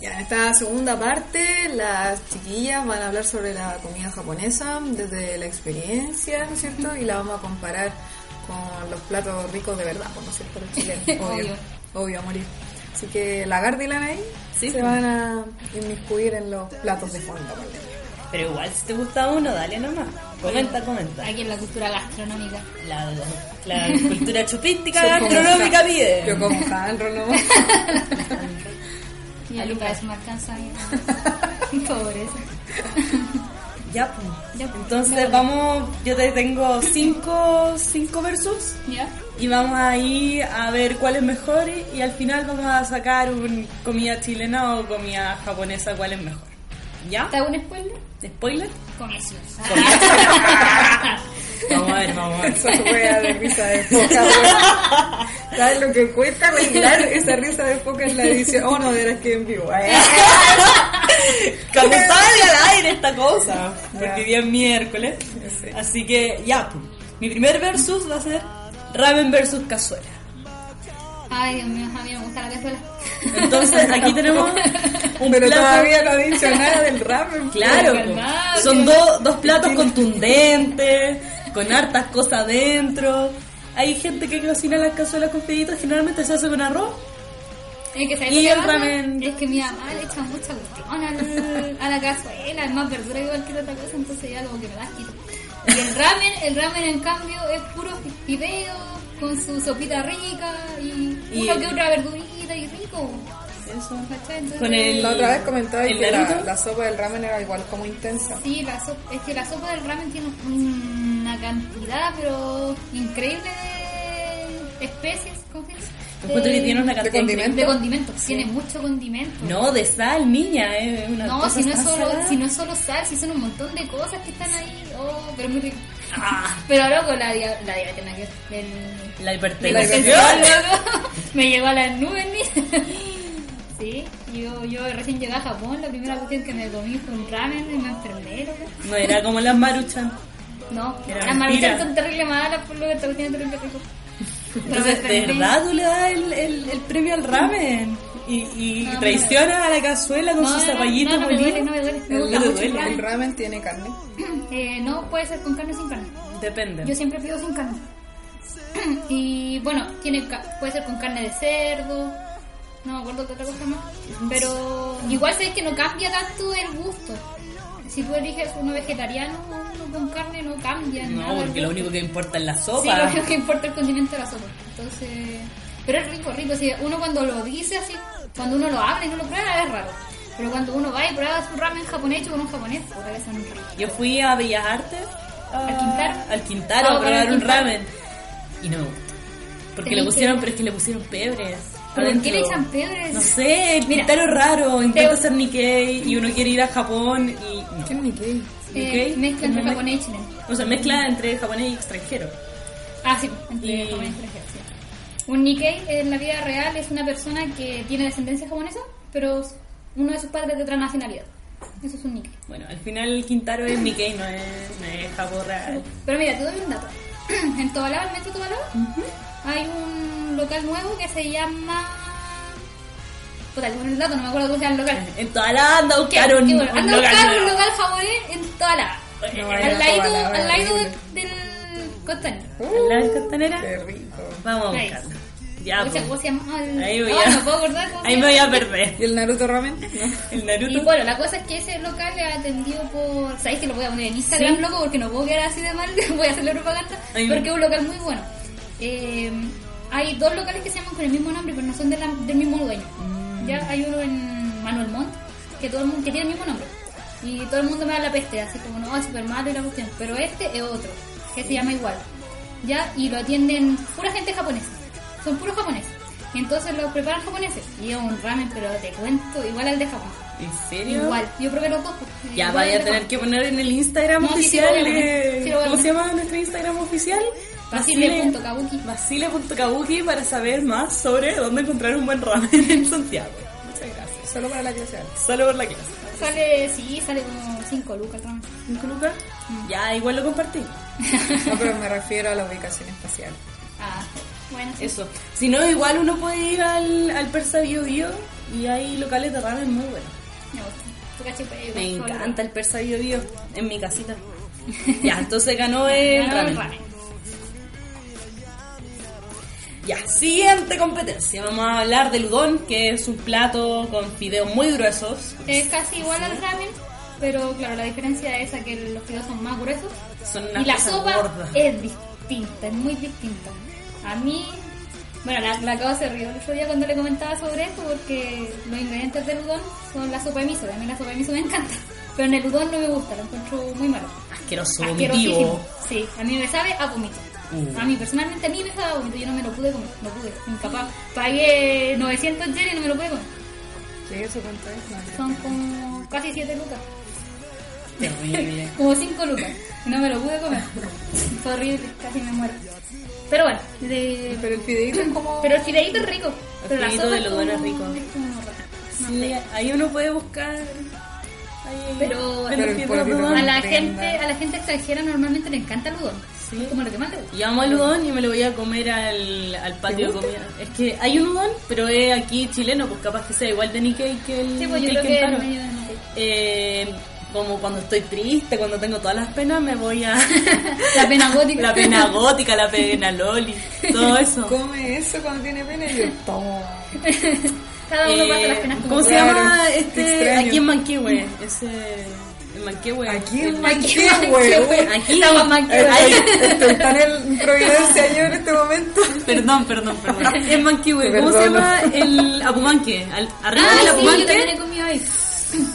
[SPEAKER 1] Ya, en esta segunda parte, las chiquillas van a hablar sobre la comida japonesa desde la experiencia, ¿no es cierto? Y la vamos a comparar con los platos ricos de verdad, pues, ¿no es cierto? Los
[SPEAKER 2] <laughs>
[SPEAKER 1] chilenos, obvio, obvio, a morir. Así que la Gardi y la Nay
[SPEAKER 2] Sí.
[SPEAKER 1] se van a inmiscuir en los platos de fondo. ¿vale?
[SPEAKER 2] Pero igual, si te gusta uno, dale nomás. Comenta, comenta.
[SPEAKER 3] Aquí en la cultura gastronómica.
[SPEAKER 2] La, la cultura
[SPEAKER 1] <laughs>
[SPEAKER 2] chupística
[SPEAKER 1] Yo como
[SPEAKER 2] gastronómica
[SPEAKER 1] cal-
[SPEAKER 2] pide.
[SPEAKER 1] Yo como calro, ¿no?
[SPEAKER 3] Y ahí para eso me alcanza. <laughs> ahí. Pobreza.
[SPEAKER 2] Ya, pues.
[SPEAKER 3] Ya, pues.
[SPEAKER 2] Entonces vamos, yo te tengo cinco, cinco versus
[SPEAKER 3] ¿Ya?
[SPEAKER 2] y vamos a ir a ver cuál es mejor y al final vamos a sacar un comida chilena o comida japonesa, cuál es mejor. ¿Ya?
[SPEAKER 3] ¿Te hago un spoiler? <laughs>
[SPEAKER 2] ¿Spoiler?
[SPEAKER 3] Con eso.
[SPEAKER 2] Vamos a ver, vamos a ver.
[SPEAKER 1] Esa wea de risa de foca, wea. ¿Sabes lo que cuesta arreglar esa risa de foca en la edición? Oh, no, verás que en vivo. ¿eh? Ay,
[SPEAKER 2] <laughs> Como sale al aire esta cosa, porque
[SPEAKER 1] Ya.
[SPEAKER 2] hoy día es miércoles.
[SPEAKER 1] Sí.
[SPEAKER 2] Así que ya, pues. mi primer versus va a ser ramen versus cazuela.
[SPEAKER 3] Ay, Dios mío, a mí me gusta la cazuela.
[SPEAKER 2] Entonces aquí tenemos
[SPEAKER 1] <laughs>
[SPEAKER 2] un
[SPEAKER 1] Pero
[SPEAKER 2] plato.
[SPEAKER 1] todavía no ha dicho nada del ramen.
[SPEAKER 2] <laughs> Claro,
[SPEAKER 3] Pero
[SPEAKER 2] po.
[SPEAKER 3] calmado.
[SPEAKER 2] son do- dos platos contundentes, con hartas cosas adentro. Hay gente que cocina las cazuelas con fideitos, generalmente se hace con arroz.
[SPEAKER 3] Es que ¿sabes
[SPEAKER 2] Y
[SPEAKER 3] lo que
[SPEAKER 2] el
[SPEAKER 3] pasa?
[SPEAKER 2] ramen.
[SPEAKER 3] Es que mi mamá le echa mucha cuestión al- a la cazuela, es más verdura que cualquier otra cosa, entonces ya como que me da asquito. Y el ramen, el ramen en cambio es puro pipeo, con su sopita rica y,
[SPEAKER 2] Y-
[SPEAKER 3] una que otra verdurita y rico.
[SPEAKER 2] Eso.
[SPEAKER 3] ¿cachai? Entonces-
[SPEAKER 2] Con el-
[SPEAKER 1] La otra vez comentaba
[SPEAKER 2] ¿El
[SPEAKER 1] que la,
[SPEAKER 2] Naruto?
[SPEAKER 1] la sopa del ramen era igual como intensa.
[SPEAKER 3] Sí, la sopa, es que la sopa del ramen tiene una cantidad, pero increíble de especies, ¿cómo se dice?
[SPEAKER 2] Encuentro que
[SPEAKER 3] De-
[SPEAKER 2] tiene una
[SPEAKER 1] ¿De
[SPEAKER 2] cantidad
[SPEAKER 1] condimento?
[SPEAKER 3] de condimentos, tiene mucho condimento.
[SPEAKER 2] No, de sal, niña, es una
[SPEAKER 3] No,
[SPEAKER 2] cosa
[SPEAKER 3] si no, es
[SPEAKER 2] tan
[SPEAKER 3] solo,
[SPEAKER 2] salada.
[SPEAKER 3] si no es solo sal, si son un montón de cosas que están ahí. Oh, pero muy rico. <laughs>
[SPEAKER 2] Ah,
[SPEAKER 3] Pero loco, la, dia- la diabetes nada que ver, del-
[SPEAKER 2] la
[SPEAKER 3] del
[SPEAKER 2] hipertensión.
[SPEAKER 3] <laughs> colesterol, loco, me llegó a las nubes. ni- <laughs> Sí, yo, yo recién llegué a Japón, la primera cuestión que me comí fue un ramen y me enfermé. loco.
[SPEAKER 2] No era como las maruchan.
[SPEAKER 3] No,
[SPEAKER 2] Era
[SPEAKER 3] las
[SPEAKER 2] mentira.
[SPEAKER 3] maruchas son terrible malas, por lo que esta cuestión es terrible
[SPEAKER 2] <laughs>
[SPEAKER 3] rico. Pero me
[SPEAKER 2] Entonces, de
[SPEAKER 3] enfermé.
[SPEAKER 2] verdad, tú le das el, el- el premio al ramen y, y
[SPEAKER 3] No, no.
[SPEAKER 2] traicionas a la cazuela con
[SPEAKER 3] No,
[SPEAKER 2] su
[SPEAKER 3] no,
[SPEAKER 2] zapallito
[SPEAKER 3] no, no me
[SPEAKER 2] molido.
[SPEAKER 3] duele, no me duele. Me
[SPEAKER 2] No
[SPEAKER 3] gusta
[SPEAKER 2] te
[SPEAKER 3] mucho el
[SPEAKER 2] duele.
[SPEAKER 3] ramen.
[SPEAKER 1] El ramen tiene carne.
[SPEAKER 3] Eh, no, puede ser con carne o sin carne.
[SPEAKER 2] Depende.
[SPEAKER 3] Yo siempre pido sin carne. <clears throat> Y bueno, tiene ca- puede ser con carne de cerdo, no me acuerdo qué otra cosa más. Pero igual sabes que no cambia tanto el gusto. Si tú eliges uno vegetariano o uno con carne, no cambia nada.
[SPEAKER 2] no,
[SPEAKER 3] el
[SPEAKER 2] porque lo
[SPEAKER 3] gusto.
[SPEAKER 2] único que importa es la
[SPEAKER 3] Sí,
[SPEAKER 2] sopa.
[SPEAKER 3] lo único que importa es el condimento de la sopa. Entonces. Pero es rico, rico. Si uno cuando lo dice así, cuando uno lo habla y no lo prueba, es raro. Pero cuando uno va y prueba su ramen japonés hecho con un japonés, por eso no es rico.
[SPEAKER 2] Yo fui a Bellas Artes. a-
[SPEAKER 3] ¿Al Quintaro?
[SPEAKER 2] Al Quintaro
[SPEAKER 3] Ah,
[SPEAKER 2] a probar
[SPEAKER 3] al
[SPEAKER 2] un
[SPEAKER 3] Quintaro.
[SPEAKER 2] ramen. Y no me gustó. Porque
[SPEAKER 3] Tenés
[SPEAKER 2] le pusieron,
[SPEAKER 3] que-
[SPEAKER 2] pero es que le pusieron pebres.
[SPEAKER 3] ¿Pero en
[SPEAKER 2] adentro.
[SPEAKER 3] qué le echan pedres?
[SPEAKER 2] No sé, el
[SPEAKER 3] Mira,
[SPEAKER 2] Quintaro es raro. Intenta
[SPEAKER 3] te-
[SPEAKER 2] ser Nikkei y uno quiere ir a Japón y. no.
[SPEAKER 1] ¿Qué es Nikkei?
[SPEAKER 3] Eh,
[SPEAKER 2] Nikkei,
[SPEAKER 3] mezcla entre
[SPEAKER 2] me-
[SPEAKER 3] japonés y chileno.
[SPEAKER 2] O sea, mezcla entre japonés y extranjero.
[SPEAKER 3] Ah, sí, entre
[SPEAKER 2] Y-
[SPEAKER 3] japonés y extranjero, sí. Un Nikkei en la vida real es una persona que tiene descendencia japonesa, pero uno de sus padres es de otra nacionalidad. Eso es un Nikkei.
[SPEAKER 2] Bueno, al final Quintaro es Nikkei, no es, no es Japón real.
[SPEAKER 3] Pero mira, te doy un dato. <clears throat> En Tobalaba, el metro Tobalaba, hay un local nuevo que se llama... Puta, le ponen el dato, no me acuerdo cómo se llama el
[SPEAKER 2] <laughs>
[SPEAKER 3] local.
[SPEAKER 2] En toda la banda
[SPEAKER 3] Qué-
[SPEAKER 2] buscaron
[SPEAKER 3] qué bueno.
[SPEAKER 2] un
[SPEAKER 3] Anda a
[SPEAKER 2] local
[SPEAKER 3] buscar un
[SPEAKER 2] nuevo.
[SPEAKER 3] local japonés en Tobalaba.
[SPEAKER 1] No, era
[SPEAKER 3] Al ladito,
[SPEAKER 1] Tobalaba,
[SPEAKER 3] al ladito
[SPEAKER 1] horrible.
[SPEAKER 3] de- del costanero.
[SPEAKER 2] ¿Al lado del Costanera?
[SPEAKER 1] Qué rico.
[SPEAKER 2] Vamos a
[SPEAKER 3] Ahí.
[SPEAKER 2] buscarlo. Ya,
[SPEAKER 3] Pucha,
[SPEAKER 2] pues.
[SPEAKER 3] ¿cómo se llama? El-
[SPEAKER 2] Ahí voy
[SPEAKER 3] Ah,
[SPEAKER 2] a-
[SPEAKER 3] no puedo acordar cómo se
[SPEAKER 2] Ahí me
[SPEAKER 3] llama.
[SPEAKER 2] voy a perder. <laughs>
[SPEAKER 1] ¿Y el Naruto ramen? No.
[SPEAKER 2] El
[SPEAKER 3] Y
[SPEAKER 2] Naruto.
[SPEAKER 3] bueno, la cosa es que ese local es atendido por. ¿Sabéis que lo voy a poner en Instagram,
[SPEAKER 2] Sí.
[SPEAKER 3] loco? Porque no puedo quedar así de mal, <laughs> voy a hacerle propaganda.
[SPEAKER 2] Ahí me-
[SPEAKER 3] Porque es un local muy bueno. Eh, hay dos locales que se llaman con el mismo nombre, pero no son de la- del mismo dueño.
[SPEAKER 2] Mm.
[SPEAKER 3] Ya hay uno en Manuel Montt, que, todo el mundo, que tiene el mismo nombre. Y todo el mundo me da la peste, así como, no, es super malo y la cuestión. Pero este es otro, que se llama igual. Ya, y lo atienden pura gente japonesa. Son puros japoneses. Y entonces los preparan japoneses. Y es un ramen, pero te cuento, igual al de Japón.
[SPEAKER 2] ¿En serio?
[SPEAKER 3] Igual, yo probé los dos.
[SPEAKER 2] Ya vaya a tener que poner en el Instagram
[SPEAKER 3] No, sí, sí,
[SPEAKER 2] oficial.
[SPEAKER 3] lo voy a poner.
[SPEAKER 2] eh,
[SPEAKER 3] Sí, lo voy a
[SPEAKER 2] ¿Cómo se
[SPEAKER 3] poner.
[SPEAKER 2] llama nuestro Instagram oficial?
[SPEAKER 3] Basile.kabuki.
[SPEAKER 2] Basile.kabuki para saber más sobre dónde encontrar un buen ramen <laughs> en Santiago. Muchas gracias.
[SPEAKER 1] Solo para la clase alta.
[SPEAKER 2] Solo por la clase.
[SPEAKER 3] Sale, sí, sale como 5 lucas. ¿no?
[SPEAKER 2] ¿Cinco lucas? Ya, igual lo compartí.
[SPEAKER 1] No, pero me refiero a la ubicación espacial.
[SPEAKER 3] Ah, bueno. sí.
[SPEAKER 2] Eso. Si no, igual uno puede ir al, al Persa Bio Bio y hay locales de ramen muy buenos.
[SPEAKER 3] Me gusta. Tu caché, pues, igual,
[SPEAKER 2] Me
[SPEAKER 3] solo.
[SPEAKER 2] encanta el Persa Bio Bio en mi
[SPEAKER 3] <laughs>
[SPEAKER 2] casita. ya, entonces ganó el
[SPEAKER 3] Ganó el
[SPEAKER 2] ramen.
[SPEAKER 3] ramen.
[SPEAKER 2] Ya, siguiente competencia. Vamos a hablar del udon, que es un plato con fideos muy gruesos.
[SPEAKER 3] Es casi igual al ramen, pero claro, la diferencia es a que los fideos son más gruesos.
[SPEAKER 2] Son
[SPEAKER 3] Y
[SPEAKER 2] unas
[SPEAKER 3] la
[SPEAKER 2] cosas
[SPEAKER 3] sopa
[SPEAKER 2] gordas.
[SPEAKER 3] es distinta, es muy distinta. A mí, bueno, la, la Cava se rió el otro día cuando le comentaba sobre esto porque los ingredientes del udon son la sopa de miso. y A mí la sopa de miso me encanta, <laughs> pero en el udon no me gusta, lo encuentro muy malo.
[SPEAKER 2] Asqueroso,
[SPEAKER 3] Asquerosísimo. <laughs>
[SPEAKER 2] vomitivo.
[SPEAKER 3] Sí, a mí me sabe a vómito.
[SPEAKER 2] Uh.
[SPEAKER 3] A mí personalmente a mí me sabe a vómito, yo no me lo pude comer, no pude, incapaz. Pagué 900 yenes y no me lo pude comer.
[SPEAKER 1] ¿Qué eso cuánto es? No,
[SPEAKER 3] Son como casi 7 lucas,
[SPEAKER 2] Ya, mira, mira.
[SPEAKER 3] como 5 lucas. Y no me lo pude comer. <laughs> Fue horrible, casi me muero. Pero bueno, de-
[SPEAKER 1] Pero el fideíto es como...
[SPEAKER 3] pero el fideíto es rico.
[SPEAKER 2] El
[SPEAKER 3] pero la
[SPEAKER 2] fideíto
[SPEAKER 3] sopa
[SPEAKER 2] del udon es rico.
[SPEAKER 3] es como rara.
[SPEAKER 2] Sí, ahí uno puede buscar. ahí-
[SPEAKER 3] Pero-
[SPEAKER 2] en los
[SPEAKER 1] Pero
[SPEAKER 2] fideos de
[SPEAKER 1] por-
[SPEAKER 2] udon.
[SPEAKER 3] A la
[SPEAKER 1] Comprenda.
[SPEAKER 3] gente, a la gente extranjera normalmente le encanta el udon.
[SPEAKER 2] Sí.
[SPEAKER 3] Es como lo que más le gusta.
[SPEAKER 2] Y amo el udon y me lo voy a comer al, al patio de comida. Es que hay un udon, pero es aquí chileno, pues capaz que sea igual de Nikkei que el,
[SPEAKER 3] Sí, pues
[SPEAKER 2] que
[SPEAKER 3] yo
[SPEAKER 2] el
[SPEAKER 3] creo que en
[SPEAKER 2] Kentaro.
[SPEAKER 3] medio de- no sé.
[SPEAKER 2] Eh, como cuando estoy triste, cuando tengo todas las penas, me voy a...
[SPEAKER 3] La pena
[SPEAKER 2] <laughs>
[SPEAKER 3] gótica.
[SPEAKER 2] la pena gótica, la pena loli, todo
[SPEAKER 3] <laughs>
[SPEAKER 2] eso.
[SPEAKER 1] Come eso cuando tiene pena y yo tomo.
[SPEAKER 3] Cada uno
[SPEAKER 2] Eh,
[SPEAKER 3] pasa las penas como
[SPEAKER 2] ¿Cómo se
[SPEAKER 1] Claro,
[SPEAKER 2] llama
[SPEAKER 1] qué
[SPEAKER 2] este?
[SPEAKER 1] extraño.
[SPEAKER 2] Aquí en Manquehue. Ese... En Manquehue.
[SPEAKER 1] Aquí en
[SPEAKER 2] En
[SPEAKER 1] Manquehue.
[SPEAKER 2] Aquí.
[SPEAKER 3] Estamos Manquehue.
[SPEAKER 1] Estoy, estoy tan en Providencia yo en este momento.
[SPEAKER 2] <laughs> Perdón, perdón,
[SPEAKER 3] <laughs>
[SPEAKER 2] perdón. En Manquehue.
[SPEAKER 1] Te
[SPEAKER 2] ¿Cómo se
[SPEAKER 1] perdono.
[SPEAKER 2] llama el Apumanque? Al- Arriba
[SPEAKER 3] Ah,
[SPEAKER 2] del
[SPEAKER 3] sí, yo también
[SPEAKER 2] Apumanque.
[SPEAKER 3] he comido ahí.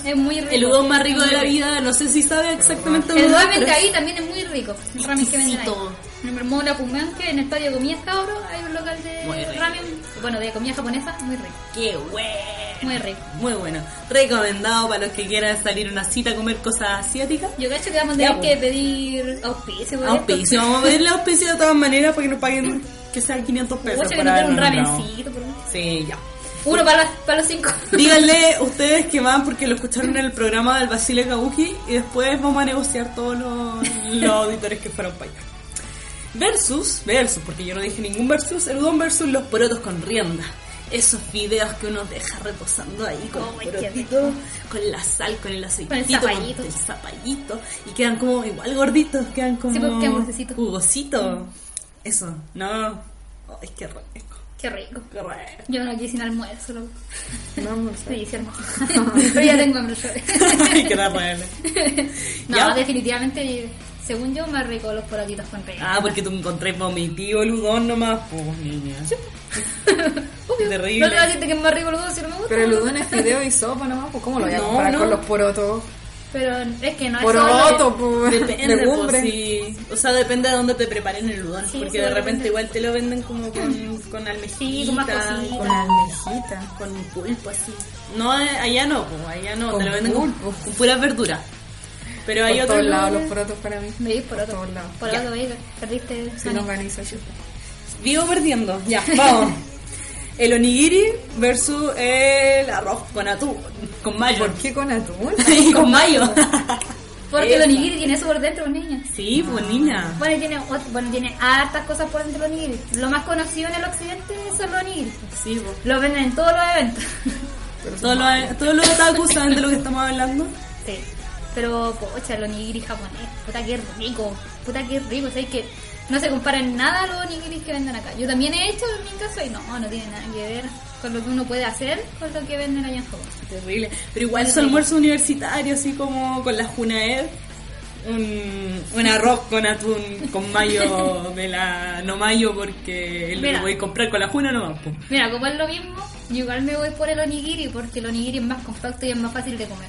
[SPEAKER 3] Es muy rico.
[SPEAKER 2] el udon más rico de la vida. No sé si sabe exactamente
[SPEAKER 3] El
[SPEAKER 2] udon,
[SPEAKER 3] ramen
[SPEAKER 2] pero
[SPEAKER 3] de
[SPEAKER 2] es
[SPEAKER 3] ahí también es muy rico. El ramen que venden ahí.
[SPEAKER 2] Exquisito.
[SPEAKER 3] En el Bermuda Pumanque, en el Estadio de Comida Cabro, hay un local
[SPEAKER 2] Muy rico.
[SPEAKER 3] de ramen, bueno, de comida japonesa, muy rico.
[SPEAKER 2] Qué bueno.
[SPEAKER 3] Muy rico.
[SPEAKER 2] Muy bueno. Recomendado para los que quieran salir a una cita a comer cosas asiáticas.
[SPEAKER 3] Yo cacho que vamos a
[SPEAKER 2] Ya,
[SPEAKER 3] tener
[SPEAKER 2] pues.
[SPEAKER 3] que pedir auspicio. por
[SPEAKER 2] Auspicio.
[SPEAKER 3] esto.
[SPEAKER 2] Vamos a pedirle auspicio de todas maneras para que nos
[SPEAKER 3] <laughs>
[SPEAKER 2] paguen que sean 500 pesos.
[SPEAKER 3] Pucha, que
[SPEAKER 2] por
[SPEAKER 3] nos den un
[SPEAKER 2] habernos nombrado.
[SPEAKER 3] ramencito. por favor.
[SPEAKER 2] Sí, ya.
[SPEAKER 3] Uno para, las- para los
[SPEAKER 2] <laughs>
[SPEAKER 3] cinco.
[SPEAKER 2] Díganle ustedes que van porque lo escucharon en el programa del Basile Kabuki y después vamos a negociar todos los, los auditores que fueron para allá. Versus, versus, porque yo no dije ningún versus, el don versus los porotos con rienda. Esos videos que uno deja reposando ahí con
[SPEAKER 3] Oh, Ay,
[SPEAKER 2] el
[SPEAKER 3] qué
[SPEAKER 2] porotito, con la sal, con el aceitito, con
[SPEAKER 3] zapallito.
[SPEAKER 2] el zapallito, y quedan como igual gorditos, quedan como
[SPEAKER 3] Sí, pues, quedan gruesecitos. Mm.
[SPEAKER 2] jugositos. Eso, no. Ay, qué rico,
[SPEAKER 3] Qué rico.
[SPEAKER 2] qué rico.
[SPEAKER 3] Yo no quise sin almuerzo, loco.
[SPEAKER 1] No, no sé.
[SPEAKER 3] Sí, sí, hermoso. <laughs> Pero ya tengo hambre. ¿sabes?
[SPEAKER 2] <laughs> Ay, qué rico.
[SPEAKER 3] no,
[SPEAKER 2] Ya.
[SPEAKER 3] definitivamente, según yo, más rico los poratitos con rey.
[SPEAKER 2] Ah, porque tú encontré vomitivo el udon nomás, pues niña. terrible.
[SPEAKER 3] No te vas a decirte que es más rico los dos, si no me gusta.
[SPEAKER 1] Pero el udon es fideo y sopa nomás, pues ¿cómo lo voy a
[SPEAKER 2] No,
[SPEAKER 1] comparar
[SPEAKER 2] no. Ah,
[SPEAKER 1] con los porotos?
[SPEAKER 3] Pero es que no es
[SPEAKER 1] Porotos,
[SPEAKER 3] solo...
[SPEAKER 1] pues,
[SPEAKER 2] Depende,
[SPEAKER 1] legumbres.
[SPEAKER 2] pues, sí. O sea, depende de dónde te preparen el udon.
[SPEAKER 3] Sí, sí,
[SPEAKER 2] porque de
[SPEAKER 3] depende.
[SPEAKER 2] repente igual te lo venden como con, con almejita,
[SPEAKER 3] Sí, con más cositas.
[SPEAKER 1] Con almejita.
[SPEAKER 2] con un pulpo
[SPEAKER 3] Pues
[SPEAKER 2] así. No, eh, allá no, pues, allá no.
[SPEAKER 1] Con
[SPEAKER 2] te lo venden con,
[SPEAKER 1] pulpo.
[SPEAKER 2] con puras verduras. Pero hay
[SPEAKER 1] Por
[SPEAKER 2] otros
[SPEAKER 1] todos lados los
[SPEAKER 2] lugares-
[SPEAKER 1] porotos para mí.
[SPEAKER 3] Me di por otro.
[SPEAKER 1] todos lados.
[SPEAKER 3] Por
[SPEAKER 2] Ya.
[SPEAKER 3] otro, veis, perdiste el
[SPEAKER 1] Si no organizo yo.
[SPEAKER 2] Vivo perdiendo. Ya, vamos. el onigiri versus el arroz con atún, con mayo. <laughs>
[SPEAKER 1] ¿Por qué con atún?
[SPEAKER 2] Y con mayo.
[SPEAKER 3] Porque el
[SPEAKER 2] Eso.
[SPEAKER 3] onigiri tiene eso por dentro, niña.
[SPEAKER 2] Sí, pues niña.
[SPEAKER 3] Bueno, y tiene, ot- bueno, tiene hartas cosas por dentro el onigiri. Lo más conocido en el occidente son los onigiri.
[SPEAKER 2] Sí, pues.
[SPEAKER 3] Lo venden en todos los eventos. <laughs>
[SPEAKER 2] Todos los, todos los otakus saben de lo que estamos hablando.
[SPEAKER 3] Sí. Pero, pocha, el onigiri japonés. Puta que rico. Puta que rico. O sea, es que no se comparan nada a los onigiris que venden acá. Yo también he hecho en mi caso y no, no tiene nada que ver con lo que uno puede hacer con lo que venden allá en Japón.
[SPEAKER 2] Terrible. Pero igual su almuerzo universitario, así como con la Junaed. Un, un arroz con atún, con mayo de la. No mayo, porque lo que
[SPEAKER 3] Mira.
[SPEAKER 2] voy a comprar con la Juna no más.
[SPEAKER 3] Mira, como es lo mismo, yo igual me voy por el onigiri porque el onigiri es más compacto y es más fácil de comer.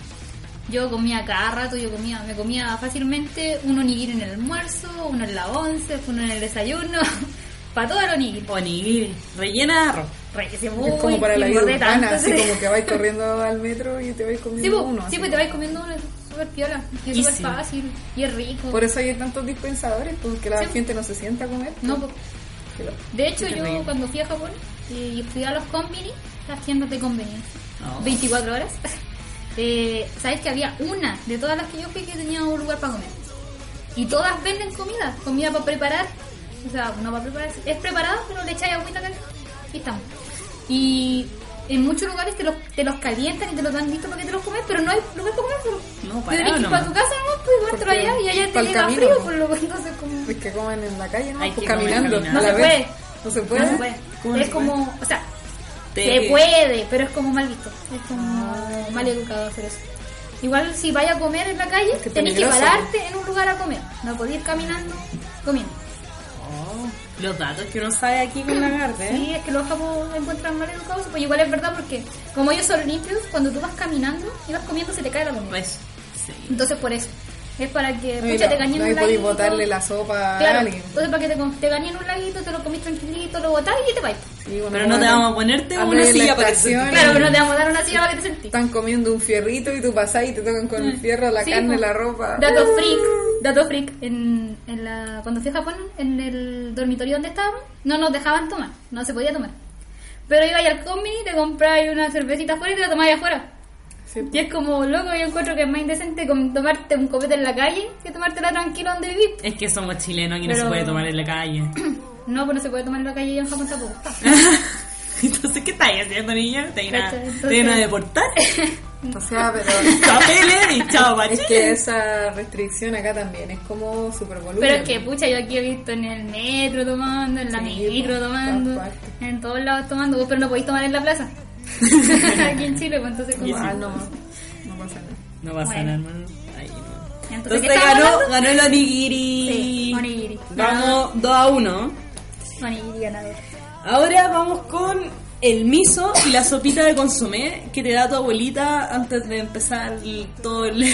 [SPEAKER 3] Yo comía cada rato, yo comía, me comía fácilmente un onigiri en el almuerzo, uno en la once, uno en el desayuno, <laughs> para todo el onigiri.
[SPEAKER 2] Onigiri, rellena de arroz.
[SPEAKER 3] Re que se
[SPEAKER 1] Es como
[SPEAKER 3] voy,
[SPEAKER 1] para la
[SPEAKER 3] me
[SPEAKER 1] vida
[SPEAKER 3] engordé
[SPEAKER 1] urbana,
[SPEAKER 3] tanto,
[SPEAKER 1] así
[SPEAKER 3] <laughs> sí.
[SPEAKER 1] como que vais corriendo al metro y te vais comiendo
[SPEAKER 3] Sí, pues,
[SPEAKER 1] uno.
[SPEAKER 3] sí,
[SPEAKER 1] así
[SPEAKER 3] pues te
[SPEAKER 1] como-
[SPEAKER 3] vas comiendo uno, es súper piola, y es
[SPEAKER 2] Y
[SPEAKER 3] súper
[SPEAKER 2] sí.
[SPEAKER 3] fácil, y es rico.
[SPEAKER 1] Por eso hay tantos dispensadores, porque la
[SPEAKER 3] Sí.
[SPEAKER 1] gente no se sienta a comer.
[SPEAKER 3] No, pues,
[SPEAKER 1] Que lo-
[SPEAKER 3] de hecho,
[SPEAKER 2] Qué
[SPEAKER 3] yo
[SPEAKER 2] rico.
[SPEAKER 3] cuando fui a Japón y fui a los conveni, las tiendas de conveniencia,
[SPEAKER 2] Oh.
[SPEAKER 3] 24 horas, <laughs> eh, sabes que había una de todas las que yo fui que tenía un lugar para comer. Y todas venden comida, comida para preparar, o sea, no para preparar, es preparado, pero le echáis agüita caliente y estamos. Y en muchos lugares te los, te los calientan y te los dan listo para que te los comes, pero no hay lugar para comértelo.
[SPEAKER 2] No,
[SPEAKER 3] Te tenés
[SPEAKER 2] parado
[SPEAKER 3] que ir para
[SPEAKER 2] nomás.
[SPEAKER 3] tu casa, no, pues
[SPEAKER 1] Porque
[SPEAKER 3] igual allá y allá te
[SPEAKER 1] pa'l
[SPEAKER 3] llega
[SPEAKER 1] camino,
[SPEAKER 3] frío,
[SPEAKER 1] po.
[SPEAKER 3] por lo que <laughs> entonces como...
[SPEAKER 1] Es que comen en la calle, ¿no?
[SPEAKER 2] Hay
[SPEAKER 1] Pues
[SPEAKER 2] que comer
[SPEAKER 1] caminando.
[SPEAKER 2] caminando.
[SPEAKER 1] a
[SPEAKER 3] No
[SPEAKER 1] la
[SPEAKER 3] se
[SPEAKER 1] vez.
[SPEAKER 3] puede.
[SPEAKER 1] No se puede.
[SPEAKER 3] No se puede.
[SPEAKER 1] ¿Cómo
[SPEAKER 3] Es
[SPEAKER 1] no
[SPEAKER 3] como, o sea,
[SPEAKER 2] Te-
[SPEAKER 3] se puede, pero es como mal visto. Es como mal educado hacer eso. Igual si vaya a comer en la calle,
[SPEAKER 1] Qué
[SPEAKER 3] tenés que
[SPEAKER 1] peligroso.
[SPEAKER 3] pararte en un lugar a comer. No podés ir caminando comiendo.
[SPEAKER 2] Oh, los datos que uno sabe aquí con la carta, ¿eh?
[SPEAKER 3] Sí, es que los japoneses encuentran mal educados, pues igual es verdad porque como ellos son limpios, cuando tú vas caminando y vas comiendo se te cae la comida.
[SPEAKER 2] Pues, sí.
[SPEAKER 3] Entonces por eso. Es para que
[SPEAKER 1] No, y
[SPEAKER 3] pucha,
[SPEAKER 1] no-
[SPEAKER 3] te cañen
[SPEAKER 1] no,
[SPEAKER 3] un
[SPEAKER 1] y podéis
[SPEAKER 3] laguito.
[SPEAKER 1] botarle la sopa a
[SPEAKER 3] Claro,
[SPEAKER 1] alguien.
[SPEAKER 3] entonces para que te, con- te ganen un laguito, te lo comís tranquilito, lo botás y te vais.
[SPEAKER 1] Sí, bueno,
[SPEAKER 2] Pero no te
[SPEAKER 1] bueno,
[SPEAKER 2] vamos a ponerte
[SPEAKER 1] a
[SPEAKER 2] una
[SPEAKER 1] ver la
[SPEAKER 2] silla para que
[SPEAKER 1] estación.
[SPEAKER 2] se-
[SPEAKER 3] Claro, pero no te vamos a dar una silla para que te sentís.
[SPEAKER 1] Están comiendo un fierrito y tú pasás y te tocan con el fierro la
[SPEAKER 3] Mm. Sí,
[SPEAKER 1] carne,
[SPEAKER 3] po.
[SPEAKER 1] la ropa. Uh.
[SPEAKER 3] Dato freak, dato freak. En, en la, cuando fui a Japón, en el dormitorio donde estábamos, no nos dejaban tomar, no se podía tomar. Pero iba ahí al combini, te comprabas una cervecita afuera y te la tomabas afuera.
[SPEAKER 1] Sí, po.
[SPEAKER 3] Y es como loco, yo encuentro que es más indecente con tomarte un copete en la calle que tomártela tranquilo donde vivís.
[SPEAKER 2] Es que somos chilenos, aquí no
[SPEAKER 3] Pero-
[SPEAKER 2] se puede tomar en la calle. <laughs>
[SPEAKER 3] No, pues no se puede tomar en la calle y en Japón tampoco.
[SPEAKER 2] Entonces, ¿qué estáis haciendo, niña? ¿Te iban a-
[SPEAKER 3] Cacha,
[SPEAKER 2] te
[SPEAKER 3] entonces-
[SPEAKER 2] iban a deportar?
[SPEAKER 1] O sea, pero...
[SPEAKER 3] <laughs>
[SPEAKER 2] Papeles y chao, pa'
[SPEAKER 1] Es
[SPEAKER 2] Chile.
[SPEAKER 1] que esa restricción acá también es como súper volumen.
[SPEAKER 3] Pero es que, pucha, yo aquí he visto en el metro tomando, en la
[SPEAKER 1] Sí,
[SPEAKER 3] micro
[SPEAKER 1] por
[SPEAKER 3] tomando,
[SPEAKER 1] todas partes.
[SPEAKER 3] en todos lados tomando, vos, pero no podéis tomar en
[SPEAKER 2] <laughs>
[SPEAKER 3] la plaza. aquí en Chile, pues entonces como...
[SPEAKER 1] Ah, no, no pasa nada.
[SPEAKER 2] No pasa
[SPEAKER 3] Bueno.
[SPEAKER 2] nada, hermano. Ay,
[SPEAKER 3] Entonces, ¿qué
[SPEAKER 2] Entonces
[SPEAKER 3] estamos
[SPEAKER 2] ganó,
[SPEAKER 3] hablando?
[SPEAKER 2] ganó el onigiri.
[SPEAKER 3] Sí, onigiri.
[SPEAKER 2] Vamos 2 a 1.
[SPEAKER 3] Onigiri ganador.
[SPEAKER 2] Ahora vamos con el miso y la sopita de consomé que te da tu abuelita antes de empezar el- todo el,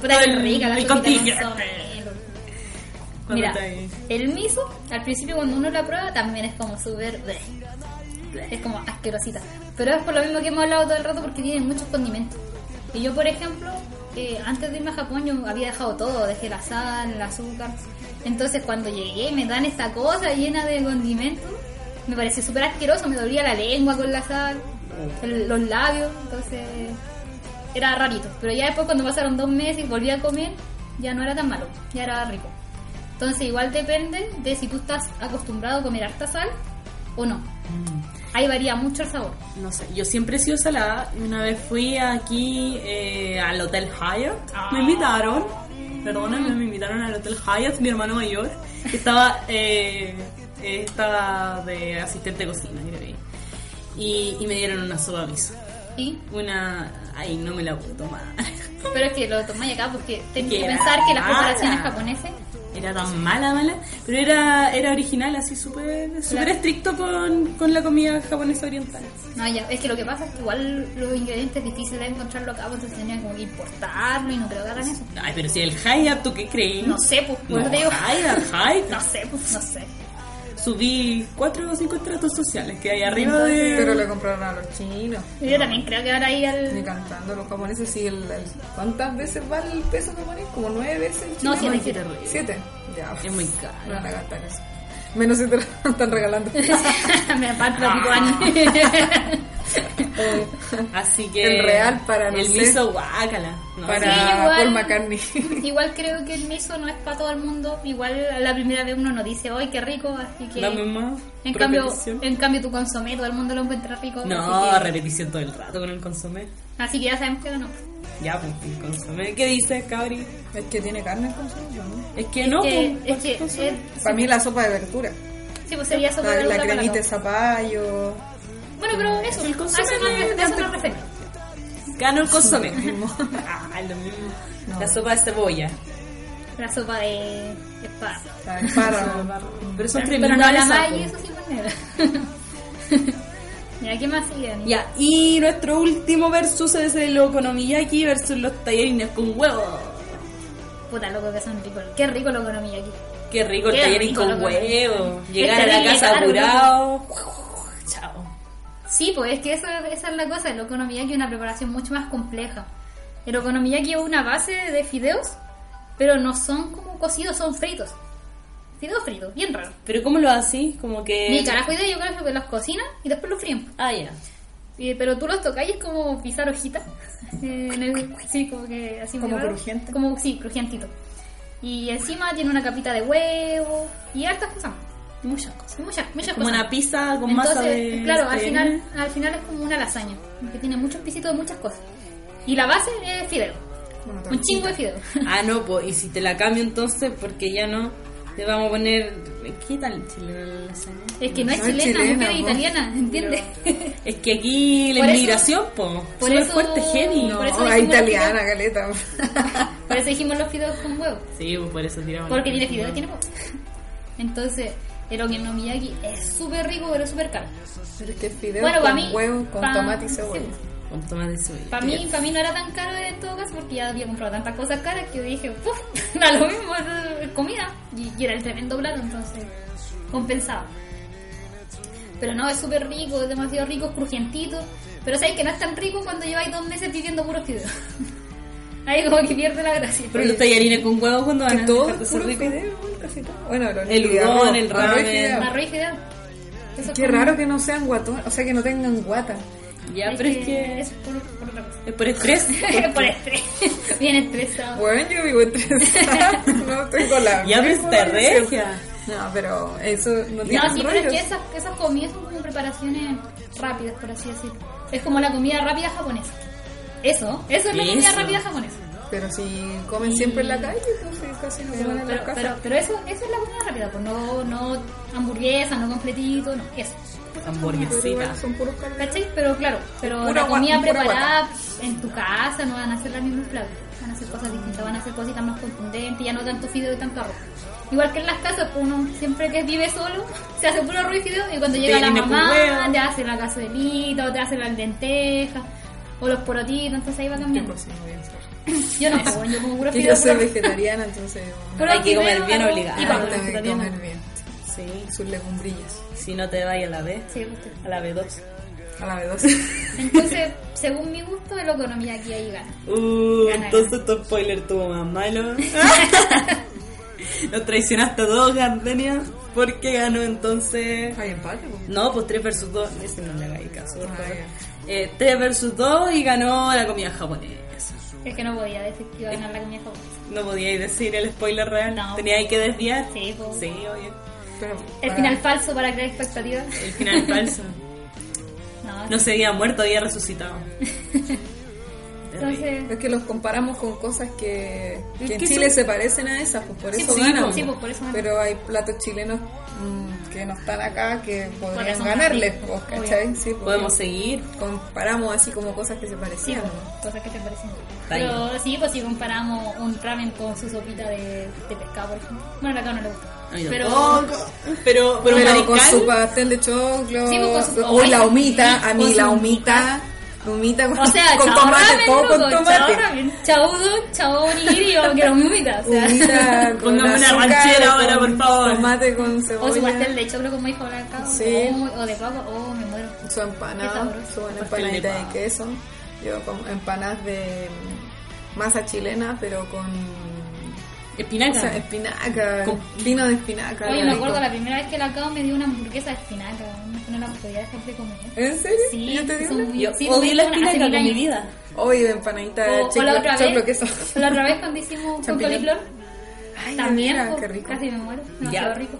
[SPEAKER 3] Puta
[SPEAKER 2] todo
[SPEAKER 3] que rica la
[SPEAKER 2] el
[SPEAKER 3] sopita con
[SPEAKER 2] contingente.
[SPEAKER 3] consomé.
[SPEAKER 2] Cuando
[SPEAKER 3] Mira,
[SPEAKER 2] está ahí.
[SPEAKER 3] el miso, al principio cuando uno la prueba, también es como súper... bleh. Es como asquerosita. Pero es por lo mismo que hemos hablado todo el rato porque tiene muchos condimentos. Y yo, por ejemplo, eh, antes de irme a Japón yo había dejado todo. Dejé la sal, el azúcar. Entonces cuando llegué y me dan esta cosa llena de condimentos, me pareció súper asqueroso. Me dolía la lengua con la sal, el- los labios. Entonces era rarito. Pero ya después cuando pasaron dos meses y volví a comer, ya no era tan malo. Ya era rico. Entonces igual depende de si tú estás acostumbrado a comer harta sal o no. Ahí varía mucho el sabor.
[SPEAKER 2] No sé, yo siempre he sido salada. y Una vez fui aquí eh, al Hotel Hyatt.
[SPEAKER 3] Ah.
[SPEAKER 2] Me invitaron. Perdóname,
[SPEAKER 3] Mm.
[SPEAKER 2] me invitaron al Hotel Hyatt, mi hermano mayor. que Estaba, eh, eh, estaba de asistente de cocina, creo. Y, y me dieron una sopa miso.
[SPEAKER 3] ¿sí?
[SPEAKER 2] Una... Ay, no me la puedo tomar. <laughs>
[SPEAKER 3] Pero es que lo tomáis acá porque tenéis
[SPEAKER 2] Qué
[SPEAKER 3] que pensar que las
[SPEAKER 2] rara.
[SPEAKER 3] preparaciones japonesas
[SPEAKER 2] Era tan mala, mala. Pero era, era original, así súper súper
[SPEAKER 3] Claro.
[SPEAKER 2] estricto con, con la comida japonesa oriental.
[SPEAKER 3] No, ya, es que lo que pasa es que igual los ingredientes difíciles de encontrarlo acá, pues entonces tenían como que importarlo y no creo que hagan eso.
[SPEAKER 2] Ay, pero si el Hyatt, ¿tú qué crees?
[SPEAKER 3] No sé, pues, por
[SPEAKER 2] No,
[SPEAKER 3] eso te digo.
[SPEAKER 2] Hyatt, Hyatt.
[SPEAKER 3] No sé, pues, no sé.
[SPEAKER 2] subí cuatro o cinco estratos sociales que hay arriba de...
[SPEAKER 1] Pero le compraron a los chinos.
[SPEAKER 3] Yo también creo que ahora ir <laughs>
[SPEAKER 1] Ni
[SPEAKER 3] al.
[SPEAKER 1] cantando los japoneses, sí, el, el- ¿cuántas veces vale el peso japonés? Como nueve veces. el
[SPEAKER 3] No,
[SPEAKER 1] chileno.
[SPEAKER 3] siete,
[SPEAKER 2] siete.
[SPEAKER 1] ¿Siete? Ya.
[SPEAKER 2] Es
[SPEAKER 1] <laughs>
[SPEAKER 2] muy
[SPEAKER 1] No
[SPEAKER 2] caro.
[SPEAKER 1] van a gastar eso. Menos si te lo <laughs> están
[SPEAKER 3] <laughs>
[SPEAKER 1] regalando.
[SPEAKER 3] Me aparto
[SPEAKER 2] Ah.
[SPEAKER 3] a Tijuana. <laughs>
[SPEAKER 2] Así que...
[SPEAKER 1] El real para, no
[SPEAKER 2] El
[SPEAKER 1] sé.
[SPEAKER 2] miso guácala. No,
[SPEAKER 1] Para
[SPEAKER 3] Sí, igual.
[SPEAKER 1] Paul McCartney. <laughs>
[SPEAKER 3] Igual creo que el miso no es para todo el mundo. Igual a la primera vez uno no dice, ¡ay, qué rico! Así que.
[SPEAKER 2] Dame más.
[SPEAKER 3] En cambio,
[SPEAKER 2] Repetición.
[SPEAKER 3] en cambio tu consomé, todo el mundo lo encuentra rico.
[SPEAKER 2] No,
[SPEAKER 3] así que,
[SPEAKER 2] repetición todo el rato con el consomé.
[SPEAKER 3] así que ya sabemos que no.
[SPEAKER 2] Ya, pues, el consomé. ¿Qué dices, Cabri?
[SPEAKER 1] Es que tiene carne el consumo, ¿no?
[SPEAKER 2] Es que no,
[SPEAKER 3] que,
[SPEAKER 2] pues,
[SPEAKER 3] es que,
[SPEAKER 2] consomé.
[SPEAKER 3] eh,
[SPEAKER 1] Para mí la sopa de verdura.
[SPEAKER 3] sí, pues sería sopa
[SPEAKER 1] La,
[SPEAKER 3] de
[SPEAKER 1] la
[SPEAKER 3] verdura para
[SPEAKER 1] cremita de
[SPEAKER 3] todo.
[SPEAKER 1] zapallo.
[SPEAKER 3] Bueno, pero eso,
[SPEAKER 2] El
[SPEAKER 3] a
[SPEAKER 2] consomé
[SPEAKER 3] eso no
[SPEAKER 2] de-
[SPEAKER 3] es eso no es receta.
[SPEAKER 2] Ganó pues, el
[SPEAKER 3] <laughs>
[SPEAKER 2] consomé. ah, lo mismo. La sopa de cebolla.
[SPEAKER 3] La sopa de espada.
[SPEAKER 1] La de
[SPEAKER 3] <laughs>
[SPEAKER 1] páramo.
[SPEAKER 2] Pero son
[SPEAKER 3] Pero
[SPEAKER 2] tremendas.
[SPEAKER 3] no la
[SPEAKER 2] esas,
[SPEAKER 3] maíz,
[SPEAKER 2] pues.
[SPEAKER 3] eso sí pues nada. <laughs> Mira, ¿qué más sigue? Dani?
[SPEAKER 2] Ya, y nuestro último versus es el Okonomiyaki versus los tallarines con huevo.
[SPEAKER 3] Puta, loco, que son ricos. Qué rico lo economía aquí.
[SPEAKER 2] Qué rico el
[SPEAKER 3] Qué
[SPEAKER 2] tallarín
[SPEAKER 3] rico,
[SPEAKER 2] con
[SPEAKER 3] loco.
[SPEAKER 2] huevo.
[SPEAKER 3] Es
[SPEAKER 2] Llegar a la
[SPEAKER 3] terrible
[SPEAKER 2] casa
[SPEAKER 3] caro,
[SPEAKER 2] apurado. Chao.
[SPEAKER 3] Sí, pues es que esa, esa es la cosa. El okonomiyaki es una preparación mucho más compleja. El okonomiyaki es una base de fideos, pero no son como cocidos, son fritos. Fideos fritos, bien raro.
[SPEAKER 2] Pero ¿cómo lo haces? Como que...
[SPEAKER 3] Ni carajo idea, yo creo que los cocinan y después los fríen.
[SPEAKER 2] Ah, ya.
[SPEAKER 3] Y- pero tú los tocáis y es como pisar hojitas. <laughs> Eh, en el- sí, como que así
[SPEAKER 1] Como
[SPEAKER 3] muy raro.
[SPEAKER 1] crujiente.
[SPEAKER 3] Como, sí, crujientito. Y encima tiene una capita de huevo y hartas cosas.
[SPEAKER 2] Muchas cosas.
[SPEAKER 3] Muchas, muchas
[SPEAKER 2] Como
[SPEAKER 3] cosas.
[SPEAKER 2] una pizza con masa
[SPEAKER 3] Entonces,
[SPEAKER 2] de...
[SPEAKER 3] claro, al
[SPEAKER 2] de-
[SPEAKER 3] final, al final es como una lasaña, que tiene muchos pisitos de muchas cosas. Y la base es fideo,
[SPEAKER 1] Bueno,
[SPEAKER 3] un
[SPEAKER 1] también.
[SPEAKER 3] chingo de fideo. <laughs>
[SPEAKER 2] Ah, no, pues, y si te la cambio entonces, porque ya no... Le vamos a poner... ¿Qué tal chilena la lasaña?
[SPEAKER 3] Es que no es
[SPEAKER 1] No es
[SPEAKER 3] chilena,
[SPEAKER 1] chilena,
[SPEAKER 3] mujer
[SPEAKER 1] po.
[SPEAKER 3] italiana, ¿entiendes?
[SPEAKER 2] Es que aquí la
[SPEAKER 3] Por eso-
[SPEAKER 2] inmigración, po.
[SPEAKER 3] por
[SPEAKER 2] Súper
[SPEAKER 3] eso-
[SPEAKER 2] fuerte, heavy.
[SPEAKER 3] por eso
[SPEAKER 1] No, la
[SPEAKER 3] dijimos la
[SPEAKER 1] italiana, caleta.
[SPEAKER 3] Por eso dijimos los fideos con huevo,
[SPEAKER 2] Sí, pues, por eso tiramos.
[SPEAKER 3] porque tiene fideo y tiene huevo. <laughs> Entonces, el okonomiyaki es súper rico, pero es súper caro.
[SPEAKER 1] Pero es que fideo
[SPEAKER 3] Bueno, para
[SPEAKER 1] con
[SPEAKER 3] mí...
[SPEAKER 1] huevo, con
[SPEAKER 3] pa-
[SPEAKER 1] tomate y cebolla.
[SPEAKER 3] sí.
[SPEAKER 2] Con tomate de cebolla.
[SPEAKER 3] Para mí, para mí no era tan caro en todo caso porque ya había comprado tantas cosas caras que yo dije, uff, <laughs> da lo mismo, es eh, comida. Y, y era el tremendo plato, entonces compensaba. Pero no, es súper rico, es demasiado rico, es crujientito. Pero sabéis que no es tan rico cuando lleváis dos meses viviendo puros fideos. <laughs> Ahí como que pierde la gracia.
[SPEAKER 2] Pero los tallarines con huevo, cuando van
[SPEAKER 1] Que
[SPEAKER 2] a
[SPEAKER 1] todo
[SPEAKER 2] dejar de
[SPEAKER 1] es
[SPEAKER 2] ser
[SPEAKER 1] puro
[SPEAKER 2] rico?
[SPEAKER 1] fideo, casi todo. Bueno, los
[SPEAKER 2] El
[SPEAKER 1] nidos,
[SPEAKER 2] udon,
[SPEAKER 1] arroz,
[SPEAKER 2] el
[SPEAKER 1] arroz y
[SPEAKER 2] ramen.
[SPEAKER 1] fideo.
[SPEAKER 3] Arroz y fideo. Eso es
[SPEAKER 1] Qué
[SPEAKER 3] como-
[SPEAKER 1] raro que no sean guatones, o sea, que no tengan guata.
[SPEAKER 2] Ya, pero es que...
[SPEAKER 3] Es por, por otra cosa.
[SPEAKER 2] Es por
[SPEAKER 3] <laughs>
[SPEAKER 2] estrés.
[SPEAKER 3] por estrés. <laughs> Bien estresado.
[SPEAKER 1] Bueno, yo vivo
[SPEAKER 3] <laughs>
[SPEAKER 1] estresada, no tengo la...
[SPEAKER 2] Ya ves,
[SPEAKER 1] misma
[SPEAKER 2] te
[SPEAKER 1] relación.
[SPEAKER 2] regia.
[SPEAKER 1] No, pero eso no tiene
[SPEAKER 3] No, sí, pero es
[SPEAKER 1] rollos.
[SPEAKER 3] que esas, esas comidas son como preparaciones rápidas, por así decirlo. Es como la comida rápida japonesa. Eso, eso es la comida
[SPEAKER 2] Eso.
[SPEAKER 3] rápida japonesa.
[SPEAKER 1] Pero si comen siempre en la calle, entonces casi no
[SPEAKER 3] Pero,
[SPEAKER 1] comen en
[SPEAKER 3] pero-
[SPEAKER 1] la casa.
[SPEAKER 3] pero- pero eso, eso es la comida rápida, pues no, no hamburguesa, no completito, no, eso.
[SPEAKER 1] Pero igual
[SPEAKER 2] hamburguesitas.
[SPEAKER 1] son puros carbohidratos.
[SPEAKER 3] ¿Cachai? Pero claro, pero
[SPEAKER 1] Pura
[SPEAKER 3] la comida
[SPEAKER 1] gua- pura
[SPEAKER 3] preparada en tu casa no van a ser las mismas platos. Van a ser cosas distintas, van a ser cositas más contundentes, ya no tanto fideo y tanto arroz. Igual que en las casas, pues, uno siempre que vive solo se hace puro arroz y fideo y cuando llega la
[SPEAKER 2] Peine con
[SPEAKER 3] mamá
[SPEAKER 2] huevo.
[SPEAKER 3] te hace la cazuelita o te hace las lentejas o los porotitos, entonces ahí va
[SPEAKER 1] Qué <laughs>
[SPEAKER 3] cambiando.
[SPEAKER 1] cosa, no voy a hacer.
[SPEAKER 3] Yo no como, yo como puro
[SPEAKER 1] Que
[SPEAKER 3] fideo.
[SPEAKER 1] yo soy
[SPEAKER 3] puro-
[SPEAKER 1] vegetariana, entonces.
[SPEAKER 3] puro
[SPEAKER 2] Hay que
[SPEAKER 3] fideo,
[SPEAKER 2] comer bien
[SPEAKER 3] arroz
[SPEAKER 2] obligado. Ah,
[SPEAKER 3] Y
[SPEAKER 1] Y
[SPEAKER 2] para
[SPEAKER 3] papas
[SPEAKER 2] los
[SPEAKER 1] que
[SPEAKER 3] vegetarianas.
[SPEAKER 1] comer bien.
[SPEAKER 2] Sí,
[SPEAKER 1] Sus legumbrillas.
[SPEAKER 2] si no te vayas a la B,
[SPEAKER 3] Sí, pues, sí.
[SPEAKER 2] a la B2.
[SPEAKER 1] A la
[SPEAKER 3] <laughs>
[SPEAKER 1] vez
[SPEAKER 3] Entonces, según mi gusto, la economía aquí ahí gana.
[SPEAKER 2] Uh,
[SPEAKER 3] Gana,
[SPEAKER 2] entonces tu spoiler tuvo más <laughs> malo. Nos traicionaste a dos, Gardenia. ¿Por qué ganó entonces?
[SPEAKER 1] Hay empate, pues.
[SPEAKER 2] No, pues 3 versus 2. Ese no le hagáis caso, por
[SPEAKER 1] Ah,
[SPEAKER 2] favor.
[SPEAKER 1] ya.
[SPEAKER 2] Eh, 3 versus 2 y ganó la comida japonesa.
[SPEAKER 3] Es que no podía decir que iba a ganar la comida japonesa.
[SPEAKER 2] No podíais decir el spoiler real.
[SPEAKER 3] No.
[SPEAKER 2] Teníais que desviar.
[SPEAKER 3] Sí, pues.
[SPEAKER 2] Sí, oye.
[SPEAKER 1] Pero,
[SPEAKER 3] El
[SPEAKER 1] para-
[SPEAKER 3] final falso para crear expectativas.
[SPEAKER 2] El final falso. <laughs>
[SPEAKER 3] No,
[SPEAKER 2] No se había muerto, había resucitado.
[SPEAKER 3] Entonces,
[SPEAKER 1] Es que los comparamos con cosas que, que en
[SPEAKER 2] que
[SPEAKER 1] Chile
[SPEAKER 2] son-
[SPEAKER 1] se parecen a esas, pues por
[SPEAKER 3] Sí,
[SPEAKER 1] eso
[SPEAKER 3] pues,
[SPEAKER 1] ganan.
[SPEAKER 3] sí, pues, por eso ganan.
[SPEAKER 1] Pero hay platos chilenos mm, que no están acá que podrían
[SPEAKER 3] eso
[SPEAKER 1] ganarles,
[SPEAKER 3] ganan.
[SPEAKER 1] pues, ¿cachai? Sí, pues,
[SPEAKER 2] Podemos seguir.
[SPEAKER 1] Comparamos así como cosas que se
[SPEAKER 3] sí,
[SPEAKER 1] parecían.
[SPEAKER 3] pues,
[SPEAKER 1] ¿no?
[SPEAKER 3] cosas que te parecen.
[SPEAKER 2] Está bien.
[SPEAKER 3] Pero sí, pues si comparamos un ramen con su sopita de, de pescado, por ejemplo. Bueno, acá no le gusta.
[SPEAKER 2] Ay,
[SPEAKER 3] Pero
[SPEAKER 1] Oh,
[SPEAKER 2] tampoco. pero,
[SPEAKER 1] Pero
[SPEAKER 2] pero, mariscal,
[SPEAKER 1] con su pastel de choclo,
[SPEAKER 3] Sí, pues, con su-
[SPEAKER 1] uy, la humita,
[SPEAKER 3] Sí,
[SPEAKER 1] a
[SPEAKER 3] con
[SPEAKER 1] mí
[SPEAKER 3] su
[SPEAKER 1] la humita, humita con,
[SPEAKER 3] o sea,
[SPEAKER 1] <laughs> con
[SPEAKER 3] chao
[SPEAKER 1] tomate,
[SPEAKER 3] ramen,
[SPEAKER 1] todo con
[SPEAKER 3] loco,
[SPEAKER 1] tomate.
[SPEAKER 3] Chao ramen. Chao udon, chao onigiri, yo quiero mi humita. O sea,
[SPEAKER 1] Humita
[SPEAKER 2] <laughs>
[SPEAKER 1] con
[SPEAKER 2] Pongamos una
[SPEAKER 1] azúcar,
[SPEAKER 2] ranchera ahora,
[SPEAKER 1] con
[SPEAKER 2] por favor.
[SPEAKER 1] Tomate con
[SPEAKER 3] o su pastel
[SPEAKER 1] cebolla,
[SPEAKER 3] de choclo como dijo la acá.
[SPEAKER 1] Sí.
[SPEAKER 3] O, o de papa, oh, me muero.
[SPEAKER 1] su
[SPEAKER 3] Qué
[SPEAKER 1] empanada,
[SPEAKER 3] sabroso.
[SPEAKER 1] su buena
[SPEAKER 2] Pastel de
[SPEAKER 1] empanadita de
[SPEAKER 2] papa.
[SPEAKER 1] queso. Yo como empanadas de mm, masa chilena, pero con o
[SPEAKER 2] espinaca.
[SPEAKER 1] sea, espinaca,
[SPEAKER 2] Con-
[SPEAKER 1] vino de espinaca.
[SPEAKER 3] Oye,
[SPEAKER 1] qué
[SPEAKER 3] me
[SPEAKER 1] rico.
[SPEAKER 3] acuerdo la primera vez que la acabo me dio una hamburguesa de espinaca. No la podía dejar de comer.
[SPEAKER 1] ¿En serio?
[SPEAKER 3] Sí,
[SPEAKER 1] Yo te digo.
[SPEAKER 3] son
[SPEAKER 1] una.
[SPEAKER 3] muy-
[SPEAKER 2] Yo
[SPEAKER 3] sí,
[SPEAKER 2] odio la
[SPEAKER 3] hace mil
[SPEAKER 2] espinaca con mi
[SPEAKER 3] años.
[SPEAKER 2] vida.
[SPEAKER 1] Oye, empanadita de
[SPEAKER 3] O, o la
[SPEAKER 1] chiclo-
[SPEAKER 3] otra
[SPEAKER 1] choclo
[SPEAKER 3] vez,
[SPEAKER 1] queso.
[SPEAKER 3] la otra vez cuando hicimos con
[SPEAKER 1] Champiñón.
[SPEAKER 3] coliflor,
[SPEAKER 1] <laughs> Ay,
[SPEAKER 3] también
[SPEAKER 1] mira,
[SPEAKER 3] pues,
[SPEAKER 1] qué rico.
[SPEAKER 3] casi me muero, me
[SPEAKER 2] Ya.
[SPEAKER 3] quedó rico.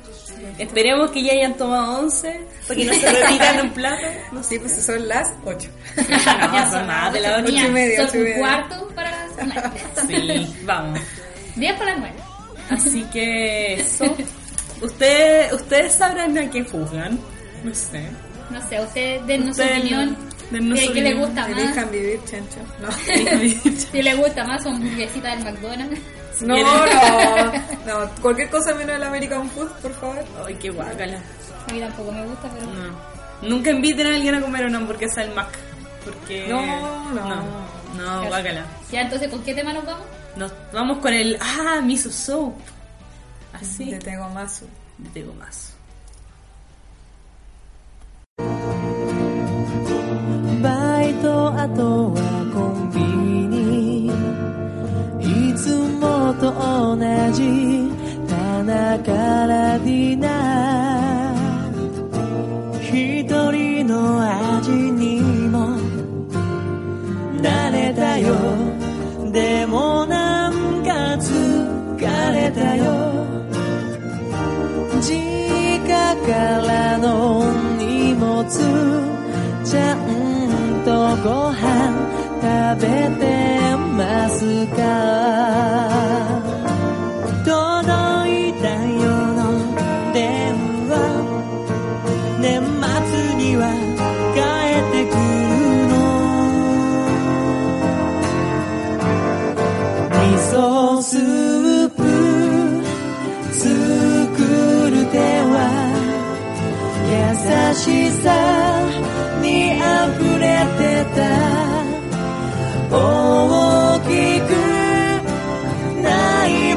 [SPEAKER 2] Esperemos que ya hayan tomado 11 para que no se repitan un plato.
[SPEAKER 1] No sé, pues son las 8.
[SPEAKER 2] Ya son más de la hora.
[SPEAKER 1] Ocho y media, ocho y
[SPEAKER 3] son un
[SPEAKER 1] media.
[SPEAKER 3] cuarto para las nueve.
[SPEAKER 2] Sí, vamos.
[SPEAKER 3] Diez para las nueve.
[SPEAKER 2] Así que eso. Usted, ustedes sabrán a qué juzgan. No sé. <laughs>
[SPEAKER 3] No sé, ustedes dennos su
[SPEAKER 2] Ustedes
[SPEAKER 3] opinión
[SPEAKER 2] dennos
[SPEAKER 3] de
[SPEAKER 2] su
[SPEAKER 3] qué le
[SPEAKER 2] opinión.
[SPEAKER 3] gusta más.
[SPEAKER 1] Elijan vivir, chancho.
[SPEAKER 2] <laughs>
[SPEAKER 1] No.
[SPEAKER 3] Si le gusta más su hamburguesita del McDonald's.
[SPEAKER 1] No, no, no, cualquier cosa menos el American Food, por favor.
[SPEAKER 2] Ay, qué guacala.
[SPEAKER 3] A mí tampoco me gusta, pero...
[SPEAKER 2] No. Nunca inviten a alguien a comer una hamburguesa del Mac. Porque.
[SPEAKER 1] No, no.
[SPEAKER 2] No, no guácala.
[SPEAKER 3] Ya, entonces, ¿con qué tema nos vamos?
[SPEAKER 2] Nos vamos con el. Ah, miso soup. Así.
[SPEAKER 1] Te tengo más.
[SPEAKER 2] de gomazo.
[SPEAKER 5] バイトあとはコンビニいつもと同じ棚からディナー一人の味にも慣れたよでもなんか疲れたよ実家からの荷物ちゃんとご飯食べてますか届いたよの電話年末には帰ってくるの味噌スープ作る手は優しさに溢れてた大きく泣い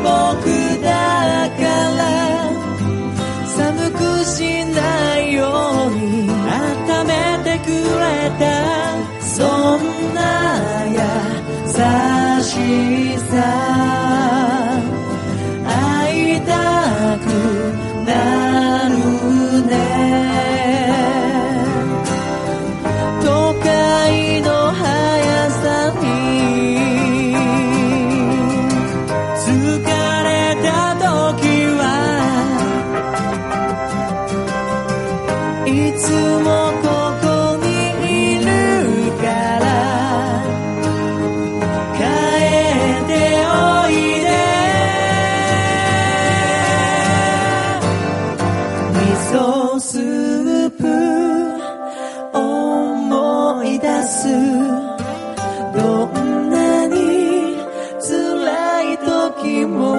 [SPEAKER 5] い出すどんなに辛い時も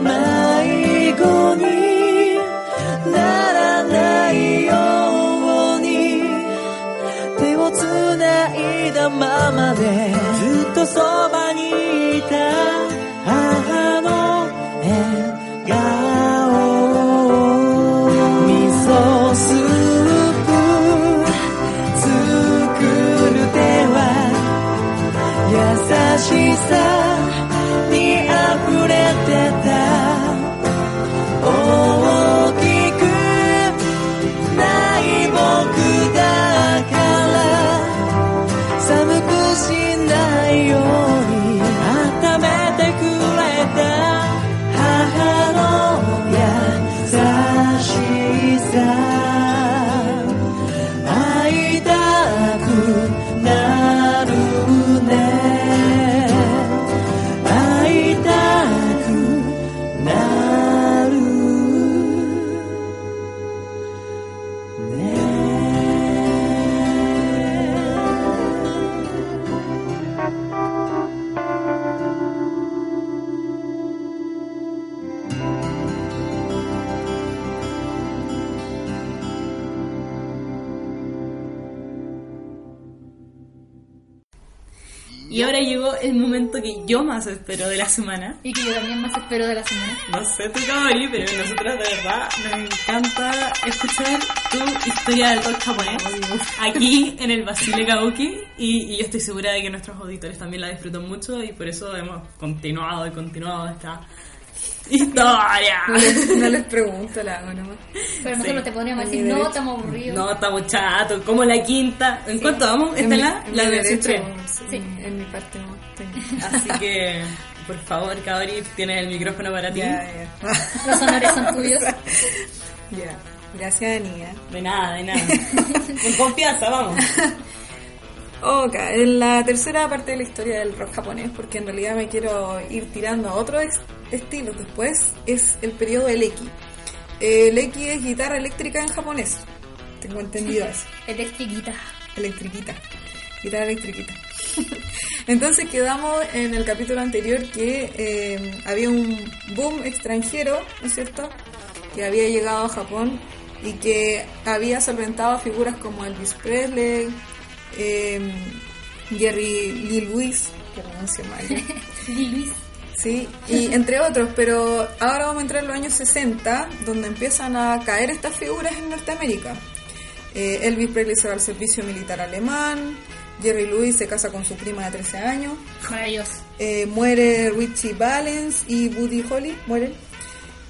[SPEAKER 5] 迷子にならないように手をつないだままでずっとそばにいた母の笑顔味噌スープ作る手は優しさに溢れてた大きくない僕だから寒くしないように温めてくれた母の優しさ会いたくなるね会いたくなるね
[SPEAKER 2] Y ahora llegó el momento que yo más espero de la semana.
[SPEAKER 3] Y que yo también más espero de la semana.
[SPEAKER 2] No sé tú, Kaori, pero a nosotros de verdad nos encanta escuchar tu historia del rock japonés aquí en el Basile Kabuki y, y yo estoy segura de que nuestros auditores también la disfrutan mucho y por eso hemos continuado y continuado esta historia.
[SPEAKER 1] No les, no les pregunto, la hago nomás.
[SPEAKER 3] Pero nosotros
[SPEAKER 2] Sí.
[SPEAKER 3] te podríamos
[SPEAKER 1] Mi
[SPEAKER 3] decir, no,
[SPEAKER 1] derecho.
[SPEAKER 3] estamos aburridos.
[SPEAKER 2] No, estamos chatos, como la quinta. ¿En cuánto vamos? Esta
[SPEAKER 1] En
[SPEAKER 2] es
[SPEAKER 1] mi-
[SPEAKER 2] la,
[SPEAKER 1] en
[SPEAKER 2] la
[SPEAKER 1] mi
[SPEAKER 2] versión
[SPEAKER 1] derecho,
[SPEAKER 2] 3.
[SPEAKER 1] sí, En mi parte no tengo.
[SPEAKER 2] Así que, por favor, Kaori, tienes el micrófono para
[SPEAKER 1] <laughs>
[SPEAKER 2] ti.
[SPEAKER 1] Ya, ya.
[SPEAKER 3] Los honores
[SPEAKER 1] <laughs>
[SPEAKER 3] son tuyos.
[SPEAKER 1] Ya. Gracias, Anía.
[SPEAKER 2] De nada, de nada. Con confianza, vamos.
[SPEAKER 1] Oka, es la tercera parte de la historia del rock japonés, porque en realidad me quiero ir tirando a otro ex- estilo después, es el periodo del Eki. El Eki es guitarra eléctrica en japonés, tengo <laughs> entendido eso,
[SPEAKER 3] Electriquita.
[SPEAKER 1] electriquita, guitarra electriquita. <laughs> Entonces quedamos en el capítulo anterior que eh, había un boom extranjero, ¿no es cierto?, que había llegado a Japón y que había solventado a figuras como Elvis Presley, eh, Jerry Lee Lewis, que pronuncio mal,
[SPEAKER 3] Y Luis.
[SPEAKER 1] sí, y entre otros, pero ahora vamos a entrar en los años 60, donde empiezan a caer estas figuras en Norteamérica. Eh, Elvis Presley se va al servicio militar alemán, Jerry Lewis se casa con su prima de 13 años,
[SPEAKER 3] Maravilloso.
[SPEAKER 1] eh, muere Richie Valens y Buddy Holly mueren.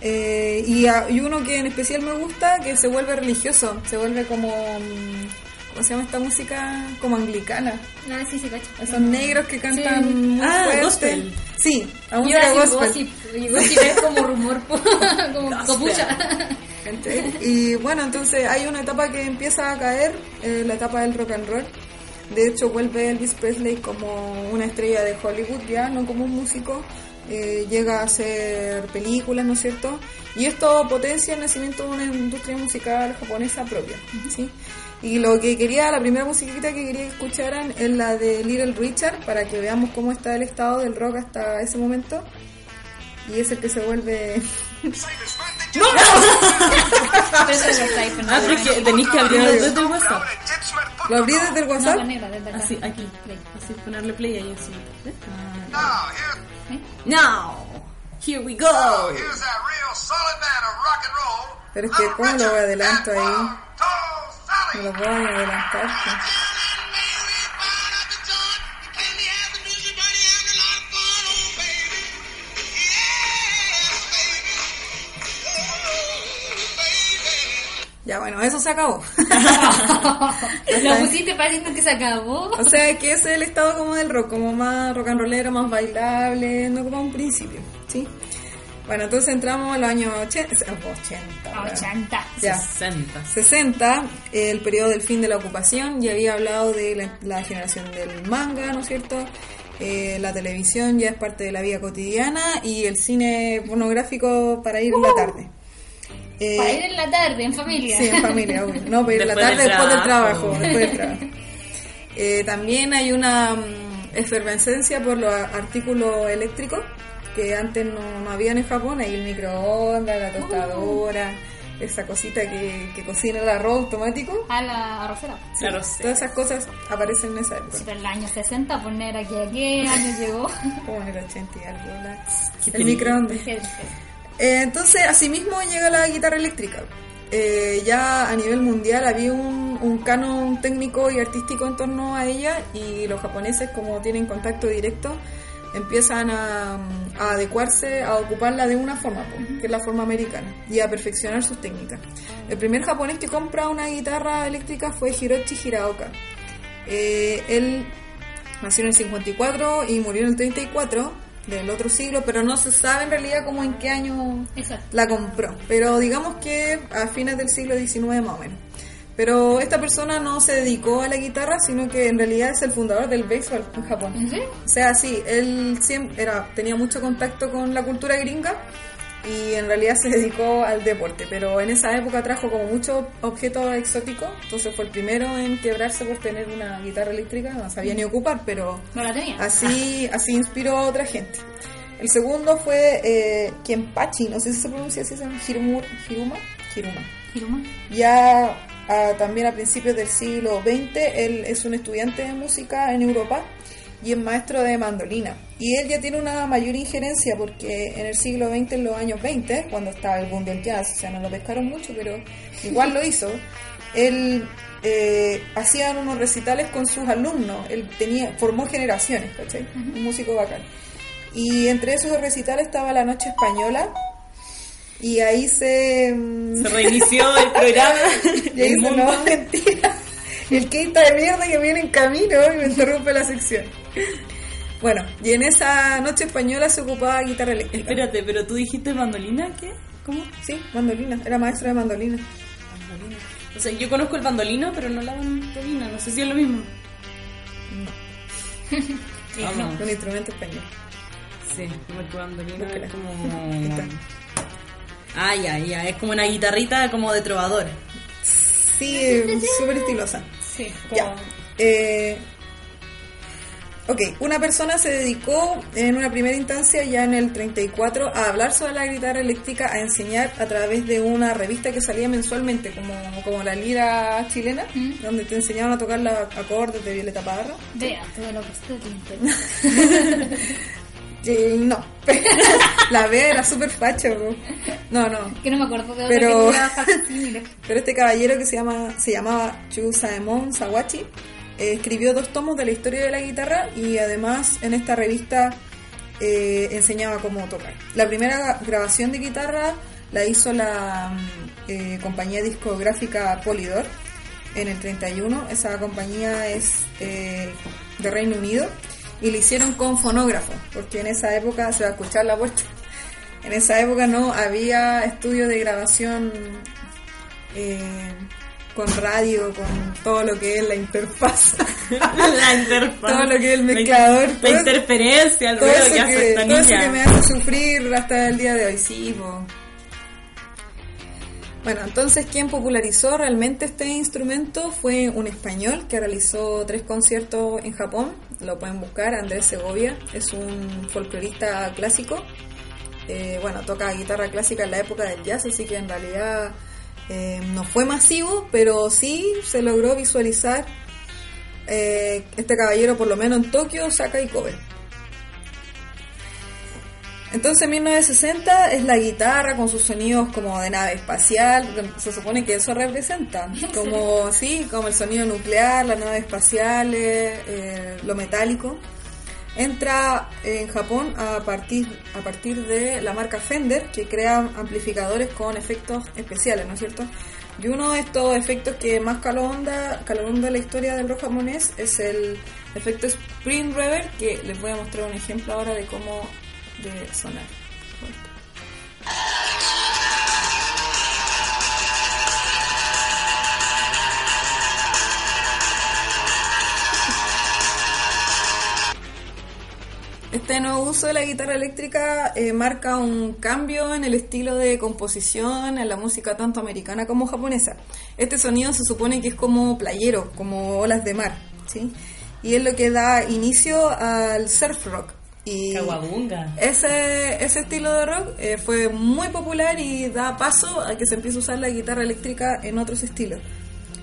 [SPEAKER 1] Eh, y, a- y uno que en especial me gusta, que se vuelve religioso, se vuelve como... mm, ¿Cómo se llama esta música? Como anglicana.
[SPEAKER 3] Ah, sí, sí, cacho.
[SPEAKER 1] Esos negros que cantan
[SPEAKER 3] Sí.
[SPEAKER 1] muy
[SPEAKER 2] Ah,
[SPEAKER 1] fuerte.
[SPEAKER 2] gospel.
[SPEAKER 1] Sí, a
[SPEAKER 3] Y
[SPEAKER 1] un
[SPEAKER 3] iba a
[SPEAKER 1] era
[SPEAKER 3] decir
[SPEAKER 1] gospel.
[SPEAKER 3] gossip. Y gossip es como rumor, po, <laughs> como copucha.
[SPEAKER 1] ¿cachai? Y bueno, entonces hay una etapa que empieza a caer, eh, la etapa del rock and roll. De hecho, vuelve Elvis Presley como una estrella de Hollywood, ya no como un músico. Eh, llega a hacer películas, ¿no es cierto? Y esto potencia el nacimiento de una industria musical japonesa propia, ¿sí? Y lo que quería, la primera musiquita que quería que escucharan es la de Little Richard, para que veamos cómo está el estado del rock hasta ese momento. Y es el que se vuelve <laughs>
[SPEAKER 3] Pero eso es el iPhone.
[SPEAKER 2] Ah, pero es que tenéis que abrir el dedo del WhatsApp.
[SPEAKER 1] ¿Lo abrí desde el
[SPEAKER 3] No,
[SPEAKER 1] WhatsApp?
[SPEAKER 3] la negra, desde acá.
[SPEAKER 1] Ah,
[SPEAKER 2] Así,
[SPEAKER 3] <laughs>
[SPEAKER 2] aquí, play. Así, ponerle play ahí así. ¿Ves?
[SPEAKER 6] Now, here,
[SPEAKER 2] Now, here we go.
[SPEAKER 6] here's that real solid man of rock and roll.
[SPEAKER 1] Pero es que,
[SPEAKER 6] Little
[SPEAKER 1] ¿cómo lo
[SPEAKER 6] Richard
[SPEAKER 1] adelanto
[SPEAKER 6] and
[SPEAKER 1] ahí?
[SPEAKER 6] Bob Tall Sally.
[SPEAKER 1] Me lo voy a adelantar. sí. Ya bueno, eso se acabó. <laughs>
[SPEAKER 3] Lo pusiste pareciendo que se acabó.
[SPEAKER 1] o sea, que ese es el estado como del rock, como más rock and rollero, más bailable, no como un principio, ¿sí? Bueno, entonces entramos a los años 80, 80,
[SPEAKER 3] Ah,
[SPEAKER 1] bueno,
[SPEAKER 3] 80.
[SPEAKER 1] ya.
[SPEAKER 2] 60.
[SPEAKER 1] 60, el periodo del fin de la ocupación, ya había hablado de la, la generación del manga, ¿no es cierto? Eh, la televisión ya es parte de la vida cotidiana y el cine pornográfico para ir en la tarde. Eh,
[SPEAKER 3] Para ir en la tarde, en familia.
[SPEAKER 1] Sí, en familia, obvio. No, pero en la
[SPEAKER 2] Después
[SPEAKER 1] tarde
[SPEAKER 2] del
[SPEAKER 1] después del
[SPEAKER 2] trabajo.
[SPEAKER 1] trabajo, después del trabajo. Eh, también hay una mm, efervescencia por los artículos eléctricos que antes no, no habían en Japón, hay el microondas, la tostadora, esa cosita que, que cocina el arroz automático.
[SPEAKER 3] <laughs> A la arrocera.
[SPEAKER 1] Sí,
[SPEAKER 2] Claro, sí.
[SPEAKER 1] Todas esas cosas aparecen en esa época.
[SPEAKER 3] Sí, pero el año 60, poner aquí a qué
[SPEAKER 1] <laughs>
[SPEAKER 3] año llegó.
[SPEAKER 1] Como en el 80 y algo, la-
[SPEAKER 2] Qué
[SPEAKER 1] el
[SPEAKER 2] terrible.
[SPEAKER 1] microondas.
[SPEAKER 3] Dije, dije,
[SPEAKER 1] Eh, entonces, asimismo llega la guitarra eléctrica. Eh, ya a nivel mundial había un, un canon técnico y artístico en torno a ella y los japoneses, como tienen contacto directo, empiezan a, a adecuarse, a ocuparla de una forma, po, que es la forma americana, y a perfeccionar sus técnicas. El primer japonés que compra una guitarra eléctrica fue Hiroshi Hiraoka. Eh, él nació en el 54 y murió en el 34 del otro siglo, pero no se sabe en realidad como en qué año
[SPEAKER 3] Exacto.
[SPEAKER 1] la compró. Pero digamos que a fines del siglo XIX más o menos. Pero esta persona no se dedicó a la guitarra, sino que en realidad es el fundador del béisbol en Japón.
[SPEAKER 3] ¿En serio?
[SPEAKER 1] O sea, sí, él siempre era, tenía mucho contacto con la cultura gringa y en realidad se dedicó al deporte, pero en esa época trajo como muchos objetos exóticos, entonces fue el primero en quebrarse por tener una guitarra eléctrica, no sabía ni ocupar, pero
[SPEAKER 3] No la
[SPEAKER 1] Ah.
[SPEAKER 3] tenía.
[SPEAKER 1] así, así inspiró a otra gente. El segundo fue eh, Kenpachi, no sé si se pronuncia así, se llama Hirumu- Hiruma, Hiruma.
[SPEAKER 3] Hiruma.
[SPEAKER 1] Ya ah, también a principios del siglo XX, él es un estudiante de música en Europa y es maestro de mandolina. Y él ya tiene una mayor injerencia porque en el siglo XX, en los años 20, cuando estaba el boom del jazz, o sea, no lo pescaron mucho, pero igual lo hizo, él eh, hacía unos recitales con sus alumnos, él tenía, formó generaciones, ¿cachai? Un músico bacán. Y entre esos recitales estaba La Noche Española y ahí se... mm,
[SPEAKER 2] Se reinició el <laughs> programa.
[SPEAKER 1] <laughs> y ahí
[SPEAKER 2] el
[SPEAKER 1] dice,
[SPEAKER 2] mundo.
[SPEAKER 1] no, mentira. Y el quinta de mierda que viene en camino y me interrumpe la sección. Bueno, y en esa noche española se ocupaba guitarra eléctrica.
[SPEAKER 2] Espérate, pero tú dijiste mandolina, ¿qué? ¿Cómo?
[SPEAKER 1] Sí, mandolina. Era maestra de mandolina.
[SPEAKER 2] O sea, yo conozco el bandolino, pero no la mandolina. No sé si es lo mismo.
[SPEAKER 3] Sí,
[SPEAKER 2] Vamos.
[SPEAKER 3] no.
[SPEAKER 1] Un instrumento español.
[SPEAKER 2] Sí, porque bandolina
[SPEAKER 1] Búscala.
[SPEAKER 2] es como...
[SPEAKER 1] <laughs> Está.
[SPEAKER 2] Ah, ya, ya. Es como una guitarrita como de trovador. <laughs>
[SPEAKER 1] Sí, eh, súper estilosa.
[SPEAKER 3] Sí.
[SPEAKER 1] Ya. Eh, ok, una persona se dedicó en una primera instancia, ya en el 34, a hablar sobre la guitarra eléctrica, a enseñar a través de una revista que salía mensualmente, como, como la lira chilena,
[SPEAKER 3] Mm.
[SPEAKER 1] donde te enseñaban a tocar los acordes de Violeta Parra.
[SPEAKER 3] Vea todo lo que usted
[SPEAKER 1] <laughs>
[SPEAKER 3] tiene.
[SPEAKER 1] Eh, no, <laughs> la B era súper facho. po. No, no.
[SPEAKER 3] Que no me acuerdo de otra
[SPEAKER 1] Pero-
[SPEAKER 3] que tenía facsímiles.
[SPEAKER 1] Pero este caballero que se, llama, se llamaba Chu Saemon Sawachi eh, escribió dos tomos de la historia de la guitarra y además en esta revista eh, enseñaba cómo tocar. La primera gra- grabación de guitarra la hizo la mm, eh, compañía discográfica Polydor en el 31. Esa compañía es eh, de Reino Unido y la hicieron con fonógrafo porque en esa época se va a escuchar la vuelta. <laughs> En esa época no había estudio de grabación eh, con radio, con todo lo que es la interfaz, <laughs>
[SPEAKER 2] la interfaz.
[SPEAKER 1] Todo lo que es el
[SPEAKER 2] La inter-
[SPEAKER 1] mezclador,
[SPEAKER 2] La,
[SPEAKER 1] todo-
[SPEAKER 2] interferencia, el
[SPEAKER 1] todo,
[SPEAKER 2] ruido
[SPEAKER 1] eso
[SPEAKER 2] que hace
[SPEAKER 1] que,
[SPEAKER 2] esta
[SPEAKER 1] todo eso
[SPEAKER 2] niña.
[SPEAKER 1] que me hace sufrir hasta el día de hoy. Sí, po. Bueno, entonces quien popularizó realmente este instrumento fue un español que realizó tres conciertos en Japón, lo pueden buscar, Andrés Segovia, es un folclorista clásico, Eh, bueno, toca guitarra clásica en la época del jazz, así que en realidad eh, no fue masivo, pero sí se logró visualizar eh, este caballero por lo menos en Tokio, Osaka y Kobe. Entonces 1960 es la guitarra con sus sonidos como de nave espacial, se supone que eso representa, como sí, como el sonido nuclear, las naves espaciales, eh, lo metálico. Entra eh, en Japón a partir, a partir de la marca Fender, que crea amplificadores con efectos especiales, ¿no es cierto? Y uno de estos efectos que más calonda, calonda la historia del rock japonés es el efecto Spring Reverb, que les voy a mostrar un ejemplo ahora de cómo debe sonar. Este nuevo uso de la guitarra eléctrica eh, marca un cambio en el estilo de composición en la música tanto americana como japonesa. Este sonido se supone que es como playero, como olas de mar. ¿sí? Y es lo que da inicio al surf rock. Y
[SPEAKER 2] Caguabunga.
[SPEAKER 1] ese, ese estilo de rock eh, fue muy popular y da paso a que se empiece a usar la guitarra eléctrica en otros estilos.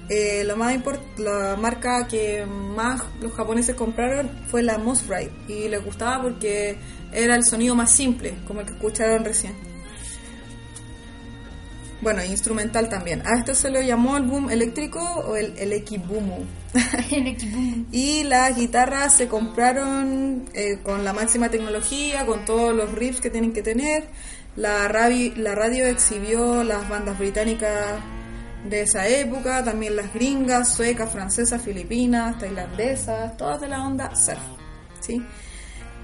[SPEAKER 1] Eh, lo más import- la marca que más los japoneses compraron fue la Musride y les gustaba porque era el sonido más simple, como el que escucharon recién. Bueno, instrumental también. A esto se lo llamó el boom eléctrico o el, el <laughs> ekibumu.
[SPEAKER 3] <laughs> El equipo.
[SPEAKER 1] Y las guitarras se compraron eh, con la máxima tecnología, con todos los riffs que tienen que tener. La, rabi- la radio exhibió las bandas británicas de esa época, también las gringas, suecas, francesas, filipinas, tailandesas, todas de la onda surf. ¿sí?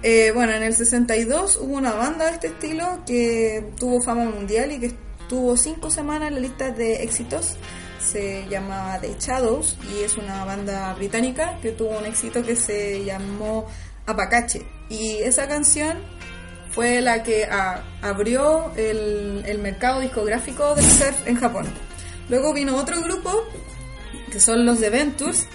[SPEAKER 1] Eh, bueno, en el 62 hubo una banda de este estilo que tuvo fama mundial y que estuvo cinco semanas en la lista de éxitos. Se llamaba The Shadows y es una banda británica que tuvo un éxito que se llamó Apacache. Y esa canción fue la que a- abrió el, el mercado discográfico del surf en Japón. Luego vino otro grupo que son los de Ventures,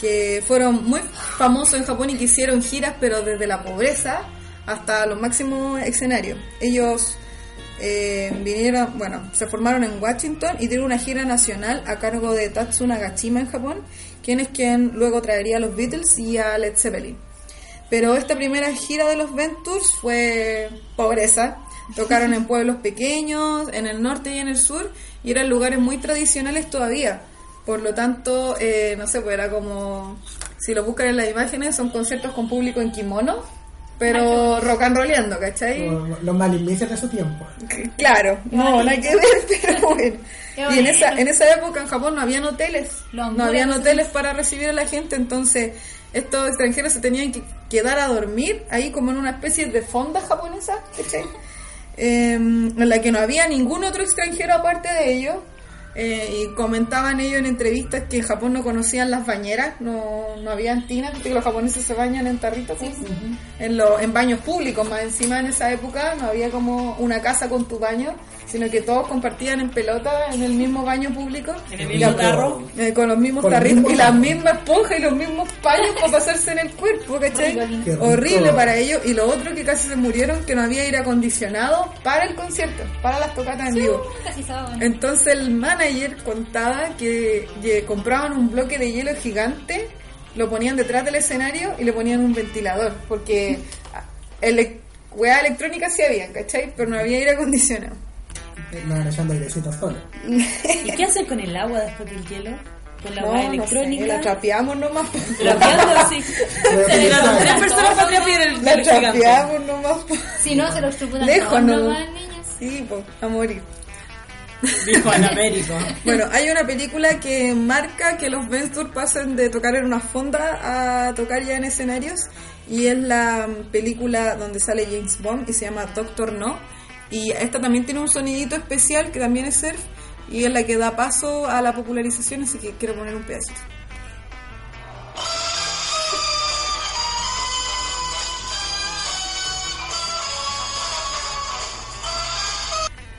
[SPEAKER 1] que fueron muy famosos en Japón y que hicieron giras, pero desde la pobreza hasta los máximos escenarios. Ellos eh, vinieron, bueno, se formaron en Washington y dieron una gira nacional a cargo de Tatsu Nagashima en Japón, quien es quien luego traería a los Beatles y a Led Zeppelin. Pero esta primera gira de los Ventures fue pobreza. Tocaron en pueblos pequeños, en el norte y en el sur, y eran lugares muy tradicionales todavía. Por lo tanto, eh, no sé, pues era como, si lo buscan en las imágenes, son conciertos con público en kimono, pero rock and rolleando, ¿cachai?
[SPEAKER 5] Oh,
[SPEAKER 7] Los- Los malinicios de su tiempo.
[SPEAKER 1] C- Claro, no, nada que ver, <laughs> pero bueno. Y
[SPEAKER 3] Qué
[SPEAKER 1] en
[SPEAKER 3] bonito.
[SPEAKER 1] esa, en esa época en Japón no habían hoteles,
[SPEAKER 3] Los
[SPEAKER 1] no habían
[SPEAKER 3] hamburguesas.
[SPEAKER 1] hoteles para recibir a la gente, entonces estos extranjeros se tenían que quedar a dormir ahí como en una especie de fonda japonesa, ¿cachai? Eh, en la que no había ningún otro extranjero aparte de ellos. eh, y comentaban ellos en entrevistas que en Japón no conocían las bañeras, no, no habían tinas, porque los japoneses se bañan en tarritos, pues, en, lo- en baños públicos, más encima en esa época no había como una casa con tu baño, sino que todos compartían en pelota en el mismo baño público.
[SPEAKER 2] En el mismo tarro.
[SPEAKER 1] Eh, con los mismos
[SPEAKER 7] Con el
[SPEAKER 1] tarritos
[SPEAKER 7] mismo
[SPEAKER 1] y la
[SPEAKER 7] tarro.
[SPEAKER 1] misma esponja y los mismos paños para pasarse en el cuerpo, ¿cachai?
[SPEAKER 7] Qué rico.
[SPEAKER 1] Horrible para ellos. Y lo otro que casi se murieron, que no había aire acondicionado para el concierto, para las tocatas en vivo.
[SPEAKER 3] Casi
[SPEAKER 1] Eh,
[SPEAKER 3] sábado.
[SPEAKER 1] Entonces el manager contaba que ye- compraban un bloque de hielo gigante, lo ponían detrás del escenario y le ponían un ventilador, porque ele weá electrónica sí había, ¿cachai? Pero no había aire acondicionado.
[SPEAKER 7] Nos agregando airecitos solo.
[SPEAKER 2] ¿Y qué hacen con el agua después del hielo? Con la
[SPEAKER 1] No, no
[SPEAKER 2] agua
[SPEAKER 1] sé, la
[SPEAKER 2] electrónica.
[SPEAKER 1] trapeamos nomás.
[SPEAKER 2] Trapeando así.
[SPEAKER 7] Reutilizar.
[SPEAKER 2] Tres personas para trapear el
[SPEAKER 1] La
[SPEAKER 2] hielo gigante.
[SPEAKER 1] trapeamos nomás. po.
[SPEAKER 3] Si no, se los chupan
[SPEAKER 1] Lejos,
[SPEAKER 3] todos
[SPEAKER 1] no.
[SPEAKER 3] nomás, niñas.
[SPEAKER 1] Sí, po, a morir.
[SPEAKER 2] Dijo Anamérico.
[SPEAKER 1] Bueno, hay una película que marca que los Venture pasen de tocar en una fonda a tocar ya en escenarios y es la mm, película donde sale James Bond y se llama Doctor No y esta también tiene un sonidito especial que también es surf y es la que da paso a la popularización así que quiero poner un pedacito.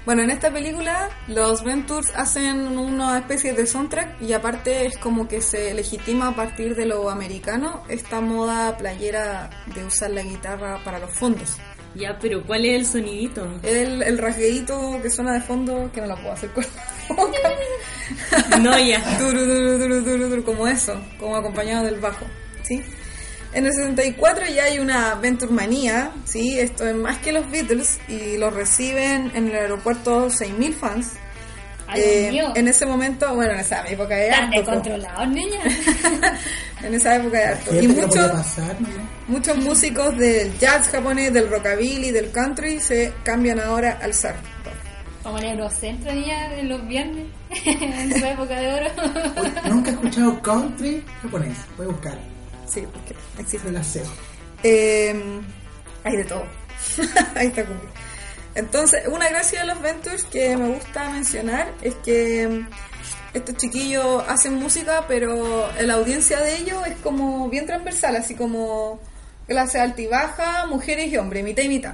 [SPEAKER 1] Bueno, en esta película los Ventures hacen una especie de soundtrack y aparte es como que se legitima a partir de lo americano esta moda playera de usar la guitarra para los fondos.
[SPEAKER 2] Ya, pero ¿cuál es el sonidito?
[SPEAKER 1] El, el rasgueíto que suena de fondo, que no lo puedo hacer con la boca.
[SPEAKER 3] <laughs>
[SPEAKER 1] <laughs>
[SPEAKER 2] No, ya.
[SPEAKER 1] Turu, turu, turu, turu, turu, como eso, como acompañado del bajo, ¿sí? En el 64 ya hay una Venture Manía, ¿sí? Esto es más que los Beatles y los reciben en el aeropuerto 6.000 fans.
[SPEAKER 3] Ay,
[SPEAKER 1] Eh,
[SPEAKER 3] Dios mío.
[SPEAKER 1] en ese momento, bueno, en esa época era
[SPEAKER 3] Están
[SPEAKER 1] harto, po.
[SPEAKER 3] descontrolados, niñas.
[SPEAKER 1] <laughs> En esa época era harto. Y
[SPEAKER 7] Gente que lo podía
[SPEAKER 1] muchos
[SPEAKER 7] pasar, ¿no?
[SPEAKER 1] muchos músicos del jazz japonés, del rockabilly, del country se cambian ahora al surf.
[SPEAKER 3] Como el Eurocentro, niñas, de los viernes. <laughs> en
[SPEAKER 7] <laughs>
[SPEAKER 3] su época de oro.
[SPEAKER 7] Nunca he escuchado country japonés. Voy a buscar.
[SPEAKER 1] Sí, porque existe
[SPEAKER 7] Me la sé.
[SPEAKER 1] Eh, hay de todo. <laughs> Ahí está Cumbia. Entonces, una gracia de los Ventures que me gusta mencionar es que mm, estos chiquillos hacen música, pero la audiencia de ellos es como bien transversal, así como clase alta y baja, mujeres y hombres, mitad y mitad.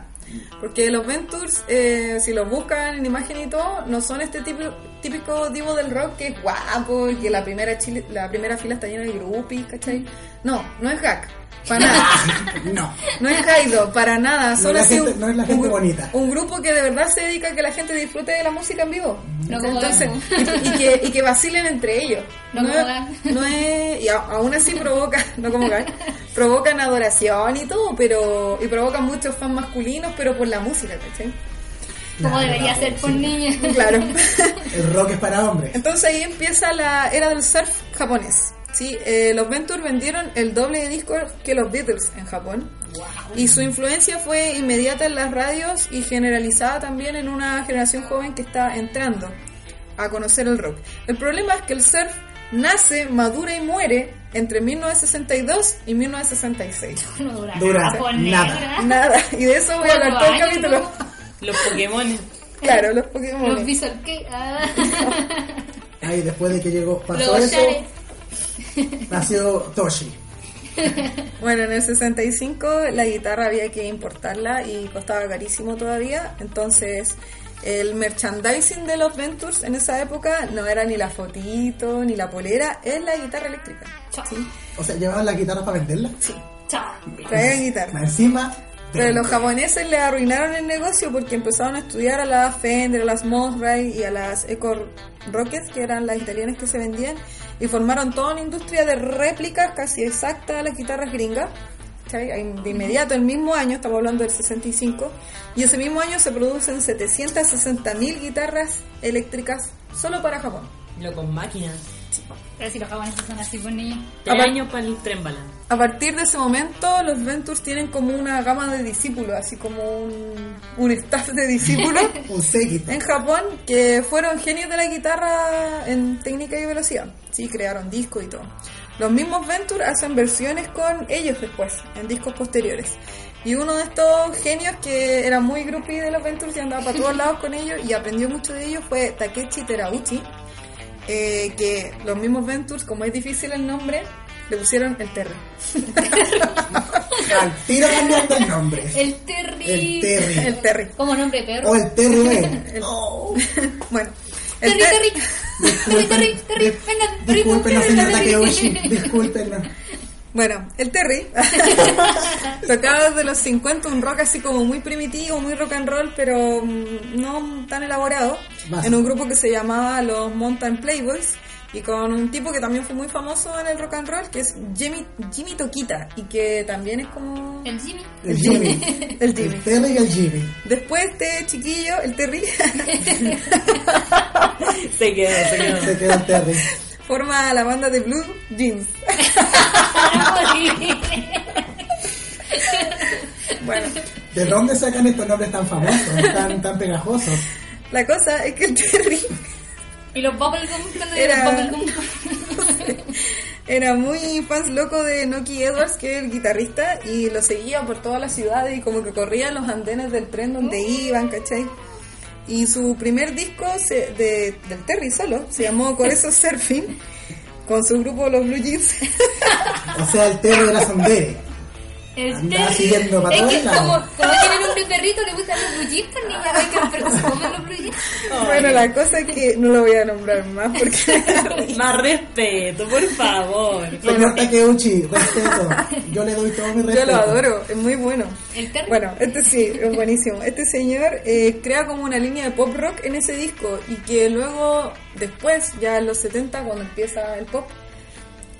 [SPEAKER 1] Porque los Ventures, eh, si los buscan en imagen y todo, no son este tipo, típico divo del rock que es guapo y que la primera, chile- la primera fila está llena de groupies, ¿cachai? No, no es hack. Para nada.
[SPEAKER 7] <laughs> No.
[SPEAKER 1] No es Kaido, para nada. Solo
[SPEAKER 7] es la
[SPEAKER 1] así
[SPEAKER 7] gente-
[SPEAKER 1] un,
[SPEAKER 7] no es la gente
[SPEAKER 1] un-
[SPEAKER 7] bonita.
[SPEAKER 1] un grupo que de verdad se dedica a que la gente disfrute de la música en vivo.
[SPEAKER 3] No como
[SPEAKER 1] Entonces,
[SPEAKER 3] Dango.
[SPEAKER 1] y, y que, y que vacilen entre ellos.
[SPEAKER 3] No como Dango.
[SPEAKER 1] es, no es- y a- aún así provoca, <laughs> no como Gang, provocan adoración y todo, pero y provocan muchos fans masculinos, pero por la música, ¿cachai?
[SPEAKER 3] Como debería ser por niños.
[SPEAKER 1] Claro.
[SPEAKER 7] El rock es para hombres.
[SPEAKER 1] Entonces ahí empieza la era del surf japonés. ¿sí? Eh, los Venture vendieron el doble de discos que los Beatles en Japón. Y su influencia fue inmediata en las radios y generalizada también en una generación joven que está entrando a conocer el rock. El problema es que el surf nace, madura y muere entre 1962 y 1966.
[SPEAKER 3] <laughs> No dura,
[SPEAKER 7] <laughs> Dura
[SPEAKER 3] nada, por
[SPEAKER 7] nada.
[SPEAKER 3] negra.
[SPEAKER 1] Nada, y de eso voy a hablar todo el
[SPEAKER 3] Cuatro
[SPEAKER 1] capítulo.
[SPEAKER 2] Los Pokémon.
[SPEAKER 1] Claro, los Pokémon.
[SPEAKER 3] Los visual que.
[SPEAKER 7] <laughs>
[SPEAKER 3] ah.
[SPEAKER 7] Ahí después de que llegó, pasó
[SPEAKER 3] Los
[SPEAKER 7] eso,
[SPEAKER 3] shares.
[SPEAKER 7] nació Toshi.
[SPEAKER 1] Bueno, en el 65 la guitarra había que importarla y costaba carísimo todavía, entonces el merchandising de los Ventures en esa época no era ni la fotito ni la polera, es la guitarra eléctrica.
[SPEAKER 3] Chao.
[SPEAKER 7] O sea, llevaban la guitarra para venderla.
[SPEAKER 3] Chao.
[SPEAKER 1] Traían guitarra.
[SPEAKER 7] Encima,
[SPEAKER 1] Pero los japoneses le arruinaron el negocio porque empezaron a estudiar a las Fender, a las Mosray y a las Eco Rockets, que eran las italianas que se vendían, y formaron toda una industria de réplicas casi exactas a las guitarras gringas. ¿cachai? Ahí De inmediato, el mismo año, estamos hablando del 65, y ese mismo año se producen 760.000 guitarras eléctricas solo para Japón.
[SPEAKER 2] Lo con máquinas.
[SPEAKER 3] Pero si los japoneses son así por niños.
[SPEAKER 2] Tres
[SPEAKER 1] Apar-
[SPEAKER 2] años para el tren bala.
[SPEAKER 1] A partir de ese momento, los Ventures tienen como una gama de discípulos, así como un, un staff de
[SPEAKER 4] <laughs>
[SPEAKER 1] discípulos.
[SPEAKER 7] un seguit.
[SPEAKER 1] en Japón que fueron genios de la guitarra en técnica y velocidad. Sí, crearon discos y todo. Los mismos Venture hacen versiones con ellos después, en discos posteriores. Y uno de estos genios que era muy groupie de los Ventures y andaba para todos lados con ellos y aprendió mucho de ellos fue Takechi Terauchi, eh, que los mismos Ventures, como es difícil el nombre, le pusieron el Terry.
[SPEAKER 7] Al tiro cambiando el nombre.
[SPEAKER 3] El Terry.
[SPEAKER 7] El Terry.
[SPEAKER 3] <laughs>
[SPEAKER 1] El Terry.
[SPEAKER 3] Como nombre de perro.
[SPEAKER 7] O el TRB.
[SPEAKER 1] El- <laughs> bueno, el
[SPEAKER 3] Terry,
[SPEAKER 1] Ter-
[SPEAKER 3] Terry. Terry, Terry, Terry. Vengan, primo,
[SPEAKER 7] Disculpen, la
[SPEAKER 3] Terry,
[SPEAKER 7] señora
[SPEAKER 3] Terry.
[SPEAKER 7] Takeoshi.
[SPEAKER 3] <laughs>
[SPEAKER 7] Disculpen.
[SPEAKER 1] Bueno, el Terry <laughs> tocaba desde los 50 un rock así como muy primitivo, muy rock and roll, pero mm, no tan elaborado,
[SPEAKER 7] Básico.
[SPEAKER 1] en un grupo que se llamaba los Mountain Playboys y con un tipo que también fue muy famoso en el rock and roll, que es Jimmy, Jimmy Toquita, y que también es
[SPEAKER 3] <laughs>
[SPEAKER 1] como
[SPEAKER 3] El Jimmy.
[SPEAKER 7] El Jimmy.
[SPEAKER 1] el Jimmy.
[SPEAKER 7] El Terry y el Jimmy.
[SPEAKER 1] Después este chiquillo, el Terry, <laughs>
[SPEAKER 2] Se quedó, se <laughs> quedó.
[SPEAKER 7] Se quedó el Terry.
[SPEAKER 1] forma la banda de Blue Jeans. Bueno,
[SPEAKER 7] ¿De dónde sacan estos nombres tan famosos, tan, tan pegajosos?
[SPEAKER 1] la cosa es que el Terry...
[SPEAKER 3] <laughs> Y los bubblegum. cuando
[SPEAKER 1] Era-
[SPEAKER 3] eran bubblegum.
[SPEAKER 1] Era muy fans loco de Noki Edwards, que era el guitarrista, y lo seguía por todas las ciudades y como que corría en los andenes del tren donde iban, ¿cachai? Y su primer disco se- de, del Terry solo se llamó Coreso Surfing, con su grupo Los Blue Jeans. <laughs>
[SPEAKER 7] O sea, el Terry era Sandere.
[SPEAKER 3] El
[SPEAKER 7] Anda
[SPEAKER 3] Terry.
[SPEAKER 7] siguiendo para
[SPEAKER 3] Es
[SPEAKER 7] todos
[SPEAKER 3] que
[SPEAKER 7] lados.
[SPEAKER 3] como, como tiene nombre de perrito, le gustan los blue jeans, pues niña, hay que pero se comen los blue jeans.
[SPEAKER 1] bueno, la cosa es que no lo voy a nombrar más porque...
[SPEAKER 2] Más respeto, por favor.
[SPEAKER 7] Señor Takeuchi, respeto. Yo le doy todo mi
[SPEAKER 1] Yo
[SPEAKER 7] respeto.
[SPEAKER 1] lo adoro, es muy bueno.
[SPEAKER 3] El Terry.
[SPEAKER 1] Bueno, este sí, es buenísimo. Este señor eh, crea como una línea de pop rock en ese disco y que luego, después, ya en los 70, cuando empieza el pop,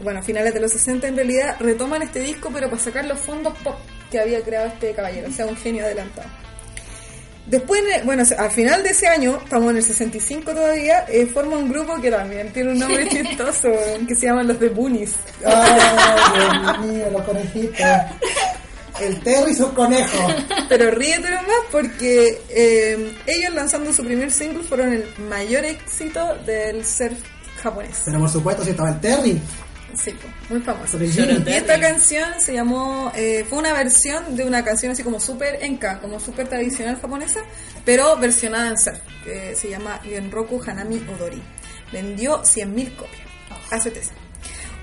[SPEAKER 1] bueno, a finales de los 60 en realidad, retoman este disco pero para sacar los fondos pop que había creado este caballero, o sea, un genio adelantado. Después, eh, bueno, al final de ese año, estamos en el 65 todavía, eh, forma un grupo que también tiene un
[SPEAKER 3] <laughs>
[SPEAKER 1] nombre chistoso, que se llaman los The Boonies.
[SPEAKER 7] Ay, Dios mío, los conejitos. El Terry y sus conejos.
[SPEAKER 1] Pero ríete nomás porque eh, ellos lanzando su primer single fueron el mayor éxito del surf japonés.
[SPEAKER 7] Pero por supuesto, si estaba el Terry,
[SPEAKER 1] Sí, po, muy famoso.
[SPEAKER 7] Pero
[SPEAKER 1] Y
[SPEAKER 7] el Jimmy.
[SPEAKER 1] esta canción se llamó, eh, fue una versión de una canción así como super enka, como super tradicional japonesa, pero versionada en surf, que se llama Genroku Hanami Odori. Vendió 100.000 copias. ACTC.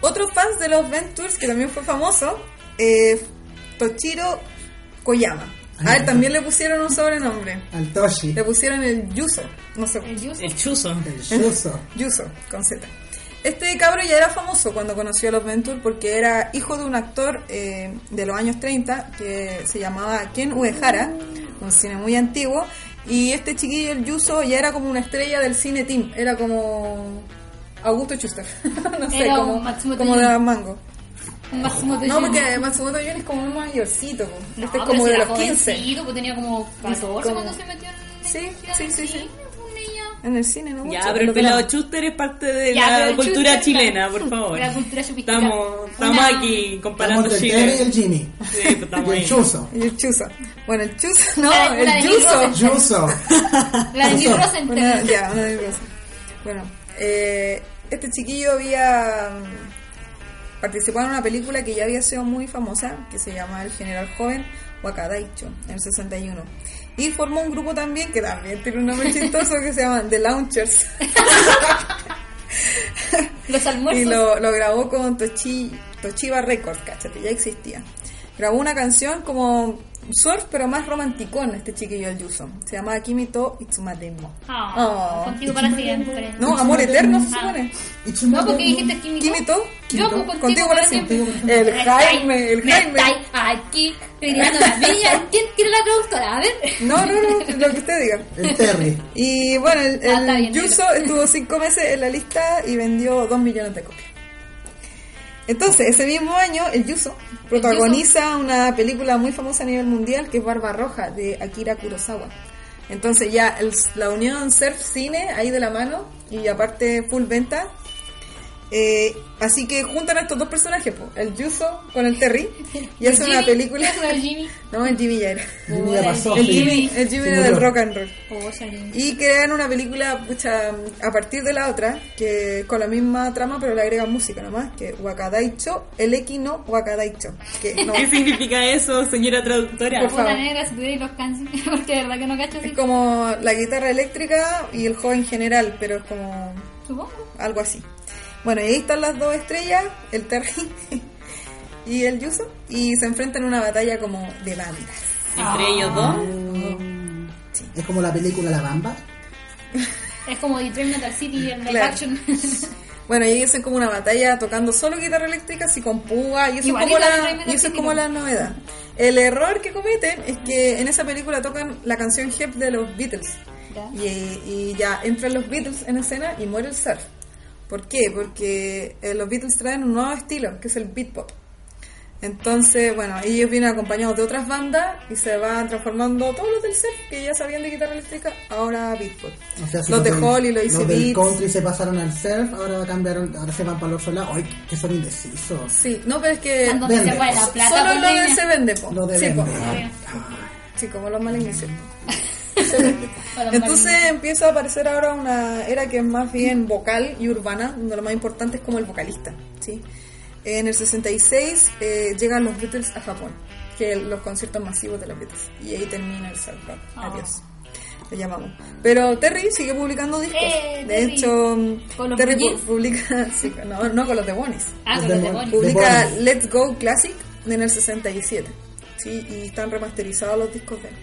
[SPEAKER 1] Otro fan de los Ventures que también fue famoso, eh, Tochiro Koyama. A él también le pusieron un sobrenombre.
[SPEAKER 7] Al Toshi.
[SPEAKER 1] Le pusieron el Yuso. No sé.
[SPEAKER 3] El Yuzu.
[SPEAKER 2] El chuzo.
[SPEAKER 7] El Shuso.
[SPEAKER 1] Yuso, con Z. Este cabro ya era famoso cuando conoció a Los Venture porque era hijo de un actor eh, de los años 30 que se llamaba Ken Uehara, un cine muy antiguo. Y este chiquillo, el Yuso, ya era como una estrella del cine team. Era como Augusto Schuster. <laughs> no sé,
[SPEAKER 3] Era un
[SPEAKER 1] como,
[SPEAKER 3] Matsumoto
[SPEAKER 1] como
[SPEAKER 3] Yun.
[SPEAKER 1] de
[SPEAKER 3] <laughs>
[SPEAKER 1] Mango.
[SPEAKER 3] Máximo de
[SPEAKER 1] No, porque Matsumoto Yun es como un mayorcito. po. este
[SPEAKER 3] No,
[SPEAKER 1] es
[SPEAKER 3] pero
[SPEAKER 1] como
[SPEAKER 3] si
[SPEAKER 1] de
[SPEAKER 3] era
[SPEAKER 1] los 15.
[SPEAKER 3] jovencito, pues tenía como 14
[SPEAKER 1] Como-
[SPEAKER 3] cuando se metió en el
[SPEAKER 1] Sí,
[SPEAKER 3] cine,
[SPEAKER 1] sí, sí, sí.
[SPEAKER 3] pues,
[SPEAKER 1] <laughs>
[SPEAKER 3] niña.
[SPEAKER 1] En el cine, ¿no? Mucho,
[SPEAKER 2] Ya, pero el
[SPEAKER 1] lo que
[SPEAKER 2] pelado
[SPEAKER 1] no.
[SPEAKER 2] chuster es parte de
[SPEAKER 3] Ya, pero
[SPEAKER 2] la
[SPEAKER 3] el
[SPEAKER 2] cultura
[SPEAKER 3] Schuster,
[SPEAKER 2] chilena,
[SPEAKER 3] claro.
[SPEAKER 2] por favor.
[SPEAKER 3] La cultura chupistica.
[SPEAKER 2] Estamos, estamos
[SPEAKER 3] Una-
[SPEAKER 2] aquí
[SPEAKER 7] Estamos
[SPEAKER 2] comparando
[SPEAKER 7] entre el Terry y
[SPEAKER 2] Chile.
[SPEAKER 7] el Jimmy.
[SPEAKER 2] Sí, pues
[SPEAKER 7] Y
[SPEAKER 2] estamos
[SPEAKER 7] el
[SPEAKER 2] ahí.
[SPEAKER 7] Chuso.
[SPEAKER 1] Y <laughs> el Chuso. Bueno, el Chuso, no,
[SPEAKER 3] Una de- una de
[SPEAKER 1] el
[SPEAKER 3] Nick
[SPEAKER 1] Yuso.
[SPEAKER 3] Rosenthal.
[SPEAKER 7] Yuso.
[SPEAKER 3] La de Nick
[SPEAKER 7] Eso.
[SPEAKER 1] Una-
[SPEAKER 3] <laughs> Rosenthal.
[SPEAKER 1] ya, una desgracia. Bueno, eh, este chiquillo había mm, participado en una película que ya había sido muy famosa, que se llama El General Joven, Wakadaicho, en el 61. Y formó un grupo también, que también tiene un
[SPEAKER 3] <laughs>
[SPEAKER 1] nombre chistoso, que se llama The Launchers.
[SPEAKER 3] Los almuerzos.
[SPEAKER 1] Y lo, lo grabó con Tochi, Toshiba Records, cachate, ya existía. Grabó una canción como surf, pero más romanticón este chiquillo el Yuso. Se llamaba Kimito Itsumademo.
[SPEAKER 3] Ah,
[SPEAKER 1] Oh.
[SPEAKER 3] Contigo para siempre. Ah.
[SPEAKER 1] No, amor eterno se supone.
[SPEAKER 3] No, porque dijiste Kimito.
[SPEAKER 1] Kimito,
[SPEAKER 3] Yo pues,
[SPEAKER 1] contigo,
[SPEAKER 3] contigo,
[SPEAKER 1] para
[SPEAKER 3] para
[SPEAKER 1] siempre.
[SPEAKER 3] siempre.
[SPEAKER 1] El
[SPEAKER 3] Me
[SPEAKER 1] Jaime, el
[SPEAKER 3] estáis- me
[SPEAKER 1] Jaime.
[SPEAKER 3] estáis aquí gritando la villa. ¿Quién quiere la traductora? A ver.
[SPEAKER 1] No, no, no, lo que usted diga.
[SPEAKER 7] El Terry.
[SPEAKER 1] Y bueno, el,
[SPEAKER 3] Ah, está
[SPEAKER 1] el
[SPEAKER 3] bien,
[SPEAKER 1] Yuso estuvo cinco meses en la lista y vendió dos millones de copias. Entonces, ese mismo año, el Yuso protagoniza una película muy famosa a nivel mundial que es Barba Roja de Akira Kurosawa. Entonces ya el- la unión surf-cine ahí de la mano y aparte full venta. Eh, así que juntan a estos dos personajes, po, el Yuso con el Terry, y hacen una
[SPEAKER 3] Jimmy,
[SPEAKER 1] película...
[SPEAKER 3] <laughs> Es una Jimmy.
[SPEAKER 1] No, <laughs> el Jimmy ya era.
[SPEAKER 7] Jimmy ya pasó.
[SPEAKER 3] El
[SPEAKER 7] sí.
[SPEAKER 3] Jimmy.
[SPEAKER 1] El Jimmy
[SPEAKER 7] Se
[SPEAKER 1] era del
[SPEAKER 7] murió.
[SPEAKER 1] rock and roll.
[SPEAKER 3] Oh, Jimmy.
[SPEAKER 1] Y crean una película pucha, a partir de la otra, que con la misma trama, pero le agregan música nomás, que Wakadaicho, el equino Wakadaicho. Que no,
[SPEAKER 2] ¿Qué
[SPEAKER 1] es
[SPEAKER 2] significa eso, señora traductora?
[SPEAKER 1] Por
[SPEAKER 3] Puta
[SPEAKER 1] favor.
[SPEAKER 3] negra, si pudierais los canciones. <laughs> Porque de verdad que no cacho así.
[SPEAKER 1] como la guitarra eléctrica y el joven general, pero es como
[SPEAKER 3] Supongo.
[SPEAKER 1] algo así. Bueno, y ahí están las dos estrellas, el Terry <laughs> y el Yuso, y se enfrentan en una batalla como de bandas.
[SPEAKER 2] Entre ellos dos.
[SPEAKER 7] Es como la película La Bamba.
[SPEAKER 3] Es como The Dream Metal City y el live
[SPEAKER 1] Claro.
[SPEAKER 3] action. <laughs>
[SPEAKER 1] <laughs> Bueno, y hacen como una batalla tocando solo guitarra eléctrica, así con púa, y eso, es
[SPEAKER 3] Igualito
[SPEAKER 1] como
[SPEAKER 3] a la
[SPEAKER 1] la,
[SPEAKER 3] Dream
[SPEAKER 1] y eso es
[SPEAKER 3] Theater.
[SPEAKER 1] como la novedad. El error que cometen es que en esa película tocan la canción Help de los Beatles.
[SPEAKER 3] Ya.
[SPEAKER 1] Y, y ya entran los Beatles en escena y muere el surf. ¿Por qué? Porque eh, los Beatles traen un nuevo estilo, que es el beat pop. Entonces, bueno, ellos vienen acompañados de otras bandas y se van transformando todos los del surf que ya sabían de guitarra eléctrica, ahora a beat pop.
[SPEAKER 7] O sea, si
[SPEAKER 1] los de
[SPEAKER 7] del-
[SPEAKER 1] Holly, los
[SPEAKER 7] Los
[SPEAKER 1] Easy
[SPEAKER 7] del
[SPEAKER 1] Beats.
[SPEAKER 7] country se pasaron al surf, ahora cambiaron, ahora se van para el otro lado. Ay, que son indecisos.
[SPEAKER 1] Sí, no, pero es que
[SPEAKER 3] Donde se
[SPEAKER 7] Vende.
[SPEAKER 3] fue la plata. pues,
[SPEAKER 1] Solo
[SPEAKER 3] por
[SPEAKER 1] lo de
[SPEAKER 3] leña.
[SPEAKER 1] se vende, po.
[SPEAKER 7] Lo de
[SPEAKER 1] sí, po.
[SPEAKER 7] vender.
[SPEAKER 1] Sí, como los malinicios.
[SPEAKER 3] <laughs> Para los
[SPEAKER 1] Entonces empieza a aparecer ahora una era que es más bien vocal y urbana, donde lo más importante es como el vocalista, ¿sí? En el 66 eh, llegan los Beatles a Japón, que el- los conciertos masivos de los Beatles. Y ahí termina el soundtrack.
[SPEAKER 3] Ah.
[SPEAKER 1] Adiós. Le llamamos. Pero Terry sigue publicando discos.
[SPEAKER 3] Eh,
[SPEAKER 1] de
[SPEAKER 3] Terry.
[SPEAKER 1] hecho,
[SPEAKER 3] ¿Con los
[SPEAKER 1] Terry pu-
[SPEAKER 3] Beatles?
[SPEAKER 1] publica... <laughs> sí, no, no con los de Bonis.
[SPEAKER 3] Ah, con los demonios.
[SPEAKER 7] Los
[SPEAKER 1] Publica
[SPEAKER 7] Bonis.
[SPEAKER 1] Let's Go Classic en el 67. Sí, y están remasterizados los discos de él.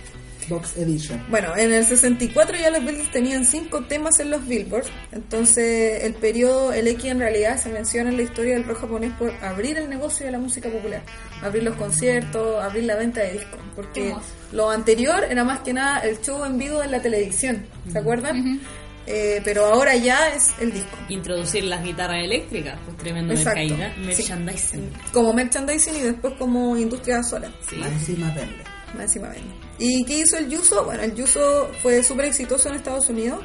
[SPEAKER 7] Box Edition.
[SPEAKER 1] Bueno, en el 64 ya los Beatles tenían cinco temas en los Billboards, entonces el periodo el X en realidad se menciona en la historia del rock japonés por abrir el negocio de la música popular, abrir los conciertos, abrir la venta de discos,
[SPEAKER 3] Qué
[SPEAKER 1] porque
[SPEAKER 3] hermoso.
[SPEAKER 1] lo anterior era más que nada el show en vivo en la televisión, ¿se acuerdan? Eh, pero ahora ya es el disco.
[SPEAKER 2] Introducir las guitarras eléctricas. Pues tremendo
[SPEAKER 1] Exacto.
[SPEAKER 2] mercaída.
[SPEAKER 1] Sí.
[SPEAKER 2] Merchandising.
[SPEAKER 1] Como merchandising y después como industria sola.
[SPEAKER 2] Sí.
[SPEAKER 7] Más encima verde.
[SPEAKER 1] Más encima vende. ¿Y qué hizo el Yuso? Bueno, el Yuso fue súper exitoso en Estados Unidos.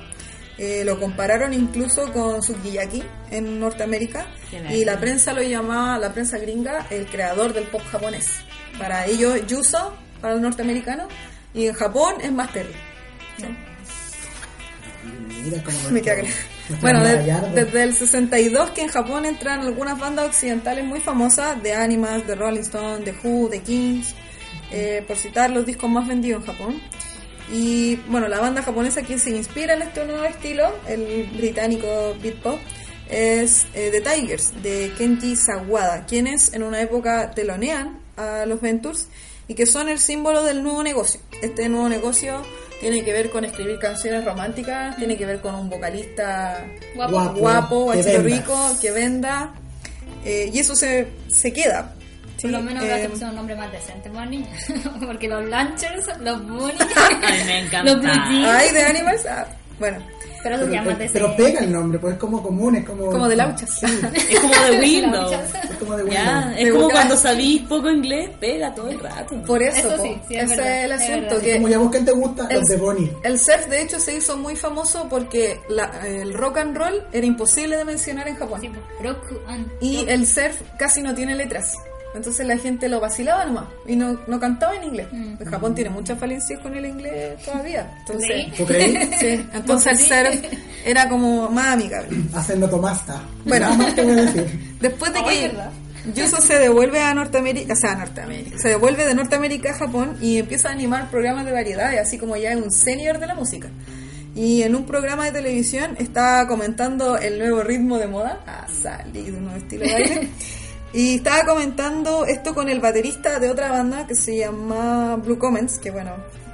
[SPEAKER 1] Eh, lo compararon incluso con Sukiyaki en Norteamérica.
[SPEAKER 2] Qué la-
[SPEAKER 1] Y la prensa lo llamaba, la prensa gringa, el creador del pop japonés. Para ellos, Yuso, para los norteamericanos. Y en Japón es más Terry.
[SPEAKER 7] Mira cómo
[SPEAKER 1] Me queda
[SPEAKER 7] nuestro-
[SPEAKER 1] claro.
[SPEAKER 7] nuestro
[SPEAKER 1] Bueno, de-
[SPEAKER 7] Gallardo.
[SPEAKER 1] desde el 62 que en Japón entran algunas bandas occidentales muy famosas, de Animas, de Rolling Stone, de Who, de Kings, eh, por citar los discos más vendidos en Japón. Y bueno, la banda japonesa que se inspira en este nuevo estilo, el británico beatpop, es eh, The Tigers, de Kenji Sawada, quienes en una época telonean a los Ventures y que son el símbolo del nuevo negocio. Este nuevo negocio tiene que ver con escribir canciones románticas, tiene que ver con un vocalista
[SPEAKER 3] Guapo.
[SPEAKER 1] guapo,
[SPEAKER 7] que
[SPEAKER 1] guachito
[SPEAKER 7] venda.
[SPEAKER 1] rico, que venda. eh, y eso se, se queda. ¿sí?
[SPEAKER 3] Por lo menos
[SPEAKER 1] Eh,
[SPEAKER 3] gracias por ser un nombre más decente, más niña. <laughs> Porque los Lanchers, los
[SPEAKER 1] <laughs>
[SPEAKER 3] Bunnies,
[SPEAKER 2] Ay, me encanta.
[SPEAKER 3] los Blue Jeans.
[SPEAKER 1] Ay, de Animals. ah, bueno,
[SPEAKER 3] Pero eso
[SPEAKER 7] Pero,
[SPEAKER 3] se llama
[SPEAKER 7] pe-
[SPEAKER 3] decente.
[SPEAKER 7] pero pega el nombre, pues es como común, es como.
[SPEAKER 1] como de lauchas.
[SPEAKER 2] Es como de Windows.
[SPEAKER 7] Es como de
[SPEAKER 2] Ya,
[SPEAKER 7] Windows.
[SPEAKER 2] es
[SPEAKER 1] Me
[SPEAKER 2] como
[SPEAKER 1] gusta.
[SPEAKER 2] cuando sabís poco inglés, pega todo el rato.
[SPEAKER 1] <laughs> Por eso,
[SPEAKER 3] Eso
[SPEAKER 1] po,
[SPEAKER 3] sí, sí, es
[SPEAKER 1] ese
[SPEAKER 3] verdad,
[SPEAKER 1] es el
[SPEAKER 3] es
[SPEAKER 1] asunto.
[SPEAKER 3] verdad.
[SPEAKER 1] que
[SPEAKER 7] Como ya vos quién te gusta, los de Bonnie.
[SPEAKER 1] El surf, de hecho, se hizo muy famoso porque la- el rock and roll era imposible de mencionar en Japón.
[SPEAKER 3] Sí, pues, Roku and-
[SPEAKER 1] Y eh, el surf casi no tiene letras. Entonces la gente lo vacilaba nomás y no, no cantaba en inglés. Pues
[SPEAKER 3] Mm.
[SPEAKER 1] Japón tiene muchas falencias con el inglés todavía. Entonces,
[SPEAKER 3] ¿Sí?
[SPEAKER 7] ¿Tú crees?
[SPEAKER 1] <laughs> sí, entonces el surf era como más amigable.
[SPEAKER 7] Haciendo tomasta.
[SPEAKER 1] Bueno.
[SPEAKER 7] Nada más te voy a decir.
[SPEAKER 1] <laughs> Después de
[SPEAKER 3] Ay,
[SPEAKER 1] que
[SPEAKER 3] ¿verdad?
[SPEAKER 1] Yuso se devuelve a Norteamérica, o sea, a Norteamérica, se devuelve de Norteamérica a Japón y empieza a animar programas de variedades, así como ya es un senior de la música. Y en un programa de televisión está comentando el nuevo ritmo de moda, a salir de un nuevo estilo de baile. Y estaba comentando esto con el baterista de otra banda que se llama Blue Comments, que bueno,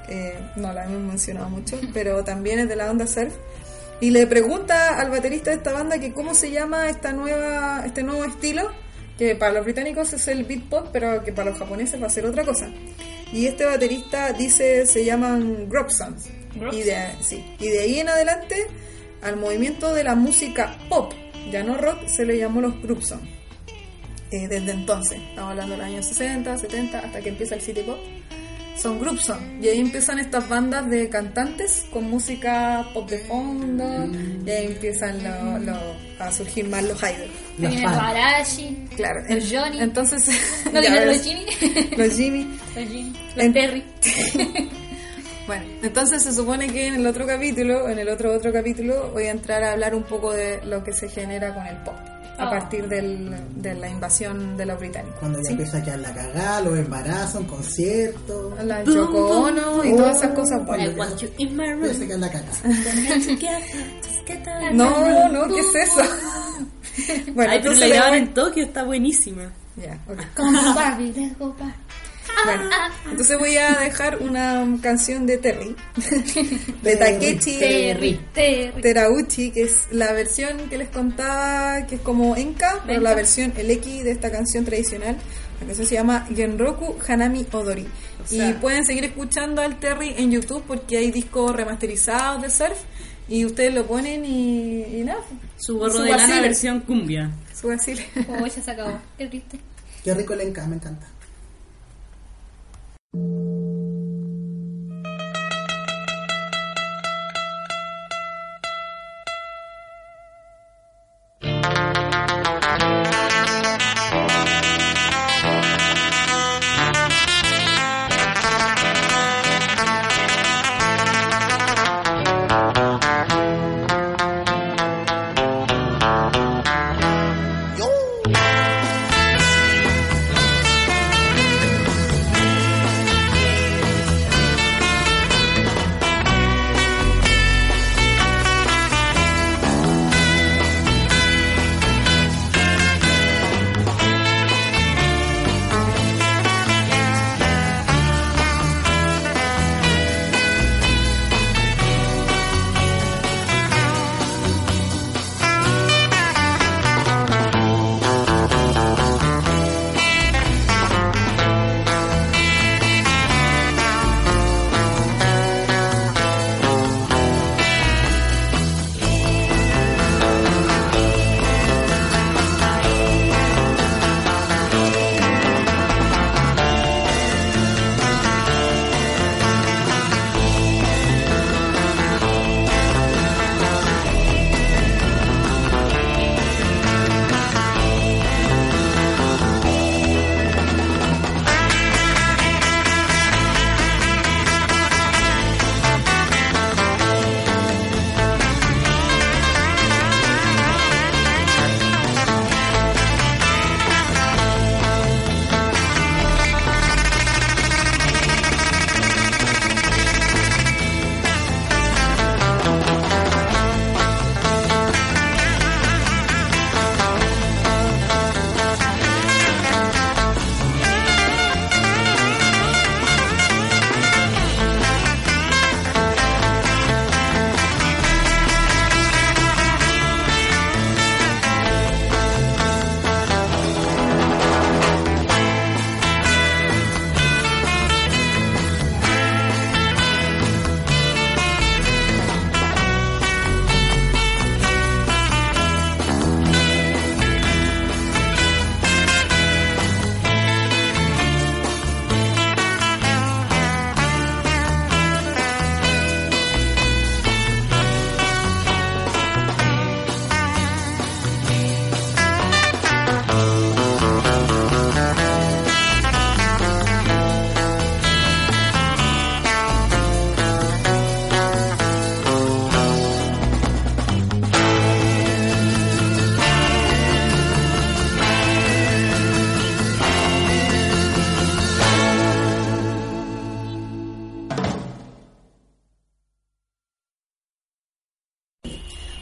[SPEAKER 1] eh, no la hemos mencionado mucho, pero también es de la onda surf. Y le pregunta al baterista de esta banda que cómo se llama esta nueva, este nuevo estilo, que para los británicos es el beatpop, pero que para los japoneses va a ser otra cosa. Y este baterista dice, se llaman Grop Sounds.
[SPEAKER 3] Grop
[SPEAKER 1] Y de, sí. y de ahí en adelante, al movimiento de la música pop, ya no rock, se le llamó los Grop Sounds eh, desde entonces. Estamos hablando de los años 60, 70, hasta que empieza el City Pop. Son group song. Y ahí empiezan estas bandas de cantantes con música pop de fondo. Y ahí empiezan lo- lo- a surgir más los idols.
[SPEAKER 7] Las
[SPEAKER 3] Vienen los
[SPEAKER 7] fans.
[SPEAKER 3] Arashi,
[SPEAKER 1] Claro.
[SPEAKER 3] Los Johnny. <laughs>
[SPEAKER 1] Entonces. <laughs>
[SPEAKER 3] no
[SPEAKER 1] ya
[SPEAKER 3] vienen
[SPEAKER 1] ves,
[SPEAKER 3] los Jimmy,
[SPEAKER 1] <laughs> Los Jimmy.
[SPEAKER 3] los Jimmy,
[SPEAKER 1] En-
[SPEAKER 3] los Terry.
[SPEAKER 1] Bueno, entonces se supone que en el otro capítulo, en el otro otro capítulo, voy a entrar a hablar un poco de lo que se genera con el pop. A
[SPEAKER 3] Ah.
[SPEAKER 1] partir del- de la invasión de los británicos.
[SPEAKER 7] Cuando ya empieza a quedar la cagada, los embarazos, conciertos.
[SPEAKER 1] La Yoko Ono y todas esas cosas. pues. buenas.
[SPEAKER 2] I want you in my
[SPEAKER 7] Empieza a
[SPEAKER 2] room.
[SPEAKER 7] quedar la cagada.
[SPEAKER 1] No, no, ¿qué es
[SPEAKER 3] <laughs>
[SPEAKER 1] eso? bueno,
[SPEAKER 2] Ay, pero la
[SPEAKER 1] entonces le
[SPEAKER 2] graban
[SPEAKER 1] voy-
[SPEAKER 2] en Tokio, está buenísima.
[SPEAKER 1] Ya, ok.
[SPEAKER 3] Como Barbie, de Gopa.
[SPEAKER 1] Bueno, entonces voy a dejar una um, canción de
[SPEAKER 3] <laughs>
[SPEAKER 1] Terry, de Takechi
[SPEAKER 3] Terry, Terry.
[SPEAKER 1] Terauchi, que es la versión que les contaba, que es como Enka, pero la
[SPEAKER 3] Enka.
[SPEAKER 1] versión el X de esta canción tradicional. La canción se llama Genroku Hanami Odori. y pueden seguir escuchando al Terry en YouTube porque hay discos remasterizados de surf y ustedes lo ponen y, y nada,
[SPEAKER 2] Su gorro
[SPEAKER 1] Su
[SPEAKER 2] de lana
[SPEAKER 1] basile.
[SPEAKER 2] versión cumbia. <laughs>
[SPEAKER 1] su así.
[SPEAKER 3] Oh, ya se acabó. Qué triste.
[SPEAKER 7] Qué rico el enca, me encanta.
[SPEAKER 4] 「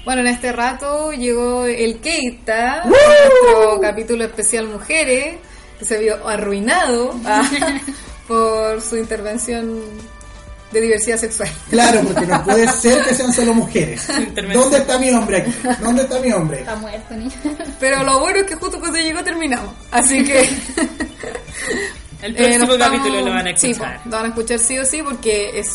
[SPEAKER 1] Bueno, en este rato llegó el Keita, nuestro capítulo especial Mujeres, que se vio arruinado ah,
[SPEAKER 2] <laughs>
[SPEAKER 1] por su intervención de diversidad sexual.
[SPEAKER 7] Claro, porque no puede ser que sean solo mujeres.
[SPEAKER 2] Intervención.
[SPEAKER 7] ¿Dónde está mi hombre aquí? ¿Dónde está mi hombre?
[SPEAKER 3] Está muerto, niño.
[SPEAKER 1] Pero lo bueno es que justo cuando llegó terminamos. Así que.
[SPEAKER 2] El
[SPEAKER 1] eh,
[SPEAKER 2] próximo
[SPEAKER 1] nos estamos-
[SPEAKER 2] capítulo lo van a
[SPEAKER 1] Sí,
[SPEAKER 2] escuchar.
[SPEAKER 1] po, lo van a escuchar sí o sí porque es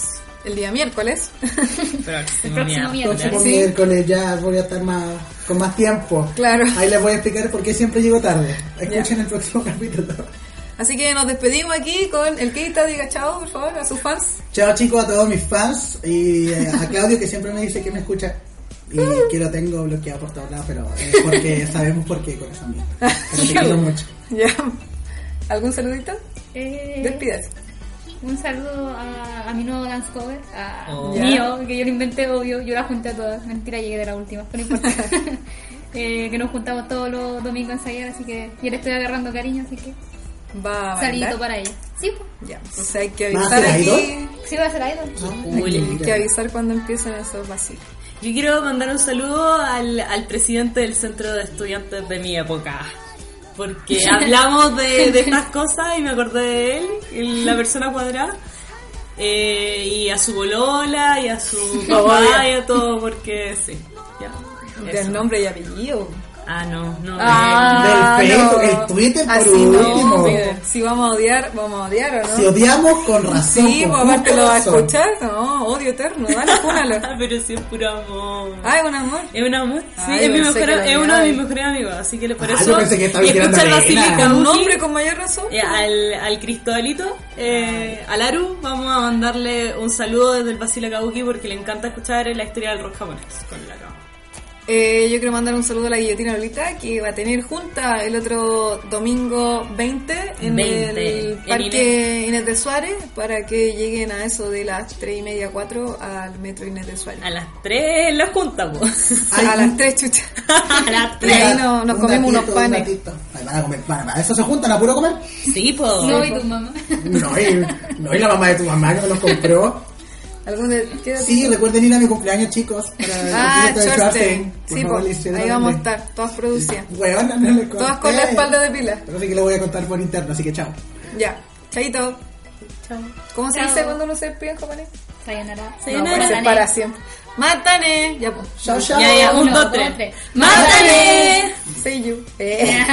[SPEAKER 1] el día miércoles.
[SPEAKER 2] <laughs> próximo
[SPEAKER 3] próximo miércoles.
[SPEAKER 7] Próximo
[SPEAKER 1] Sí.
[SPEAKER 7] miércoles ya voy a estar más, con más tiempo.
[SPEAKER 1] Claro.
[SPEAKER 7] Ahí les voy a explicar por qué siempre llego tarde. Escuchen el próximo <laughs> capítulo.
[SPEAKER 1] Así que nos despedimos aquí con el Keita. Diga chao, por favor, a sus fans.
[SPEAKER 7] Chao chicos a todos mis fans y eh, a Claudio que siempre me dice que me escucha y que lo tengo bloqueado por todos lados, pero es
[SPEAKER 1] <laughs>
[SPEAKER 7] porque sabemos por qué corazón mío. Pero te quiero mucho.
[SPEAKER 1] Ya. ¿Algún saludito?
[SPEAKER 3] <laughs> Eh,
[SPEAKER 1] Despídase.
[SPEAKER 3] Un saludo a, a mi nuevo dance cover, a
[SPEAKER 2] Oh.
[SPEAKER 3] mío, que yo lo inventé, obvio, yo la junté a todas. Mentira, llegué de la última, pero no importa. <laughs> Eh, que nos juntamos todos los domingos a ensayar, así que yo le estoy agarrando cariño, así que
[SPEAKER 1] Va a
[SPEAKER 3] saludito
[SPEAKER 1] bailar.
[SPEAKER 3] para ella. Sí, pues,
[SPEAKER 1] Ya, entonces hay que
[SPEAKER 7] ¿Vas a
[SPEAKER 1] avisar
[SPEAKER 7] hacer
[SPEAKER 1] aquí.
[SPEAKER 7] idol?
[SPEAKER 3] sí va a ser idol.
[SPEAKER 2] Ah.
[SPEAKER 1] Hay que avisar cuando empiecen esos vacilos.
[SPEAKER 2] Yo quiero mandar un saludo al, al presidente del centro de estudiantes de mi época.
[SPEAKER 1] <laughs>
[SPEAKER 2] Porque hablamos de, de estas cosas y me acordé de él, el- la persona cuadrada. eh, y a su bolola, y
[SPEAKER 1] <laughs>
[SPEAKER 2] a su papá, y a todo, porque sí. Ya, eso.
[SPEAKER 1] Del nombre y apellido.
[SPEAKER 2] Ah, no, no. eh,
[SPEAKER 1] Ah,
[SPEAKER 7] del Facebook, el Twitter, por
[SPEAKER 1] Así No,
[SPEAKER 7] último.
[SPEAKER 1] miren, si vamos a odiar, vamos a odiar o no.
[SPEAKER 7] Si odiamos con razón.
[SPEAKER 1] Sí,
[SPEAKER 7] con
[SPEAKER 1] pues aparte lo va a
[SPEAKER 7] razón.
[SPEAKER 1] escuchar. No, odio eterno. Dale,
[SPEAKER 2] de- <laughs>
[SPEAKER 1] fúnalo.
[SPEAKER 2] pero sí es puro amor.
[SPEAKER 1] Ay, un amor.
[SPEAKER 2] Es un amor, sí,
[SPEAKER 1] Ah. Ay,
[SPEAKER 2] es, mi
[SPEAKER 1] pensé
[SPEAKER 2] mejor,
[SPEAKER 1] que lo
[SPEAKER 2] es uno de
[SPEAKER 1] odiaba.
[SPEAKER 2] mis mejores amigos, así que le por
[SPEAKER 7] Ah,
[SPEAKER 2] eso.
[SPEAKER 7] yo pensé que estaba
[SPEAKER 2] y
[SPEAKER 7] tirando
[SPEAKER 2] escuchar
[SPEAKER 7] arena.
[SPEAKER 2] Basílica
[SPEAKER 1] Un
[SPEAKER 2] Uki,
[SPEAKER 1] hombre con mayor razón.
[SPEAKER 2] eh, al, al Cristobalito, eh, al Aru, vamos a mandarle un saludo desde el Basile Kabuki porque le encanta escuchar la historia del rock japonés con la cama.
[SPEAKER 1] Eh, yo quiero mandar un saludo a la guillotina Lolita que va a tener junta el otro domingo 20 en
[SPEAKER 2] 20,
[SPEAKER 1] el
[SPEAKER 2] en
[SPEAKER 1] Parque Inés de Suárez para que lleguen a eso de las 3 y media 4 al metro Inés de Suárez.
[SPEAKER 2] A las 3 la junta, po.
[SPEAKER 7] Ay,
[SPEAKER 1] a las 3 chuchas.
[SPEAKER 2] <laughs>
[SPEAKER 1] <laughs>
[SPEAKER 2] A las
[SPEAKER 1] Y ahí
[SPEAKER 7] Mira,
[SPEAKER 1] no- nos
[SPEAKER 7] un
[SPEAKER 1] comemos unos
[SPEAKER 7] datito, un
[SPEAKER 1] panes.
[SPEAKER 7] datito. Ay, van a comer panes. ¿Para eso se juntan a puro comer?
[SPEAKER 2] Sí, po.
[SPEAKER 3] No, y tu mamá.
[SPEAKER 7] No, y, no, y la mamá de tu mamá que me los compró.
[SPEAKER 1] ¿Algún de, qué datito?
[SPEAKER 7] Sí, recuerden ir a mi cumpleaños, chicos. Para el
[SPEAKER 1] Ah,
[SPEAKER 7] concierto de
[SPEAKER 1] Chorsten.
[SPEAKER 7] Schwarzenegger. Por
[SPEAKER 1] Sí,
[SPEAKER 7] favor,
[SPEAKER 1] po,
[SPEAKER 7] hicieron
[SPEAKER 1] ahí vamos a
[SPEAKER 7] de-
[SPEAKER 1] estar, todas producidas.
[SPEAKER 7] Huevona, no le
[SPEAKER 1] Todas
[SPEAKER 7] conté.
[SPEAKER 1] con la espalda de pila.
[SPEAKER 7] Pero sí que lo voy a contar por interno, así que chao.
[SPEAKER 1] Ya, chaito. ¿Cómo se
[SPEAKER 3] Chao.
[SPEAKER 1] dice cuando uno se despide en japonés?
[SPEAKER 3] Sayonara.
[SPEAKER 1] No,
[SPEAKER 2] Sayonara.
[SPEAKER 1] pues es para siempre. ¡Mátane! Ya, pues.
[SPEAKER 7] Chao, chao.
[SPEAKER 2] Ya, ya, un,
[SPEAKER 3] Uno,
[SPEAKER 2] dos,
[SPEAKER 3] dos,
[SPEAKER 2] tres.
[SPEAKER 3] tres.
[SPEAKER 2] ¡Mátale!
[SPEAKER 1] See you. Eh.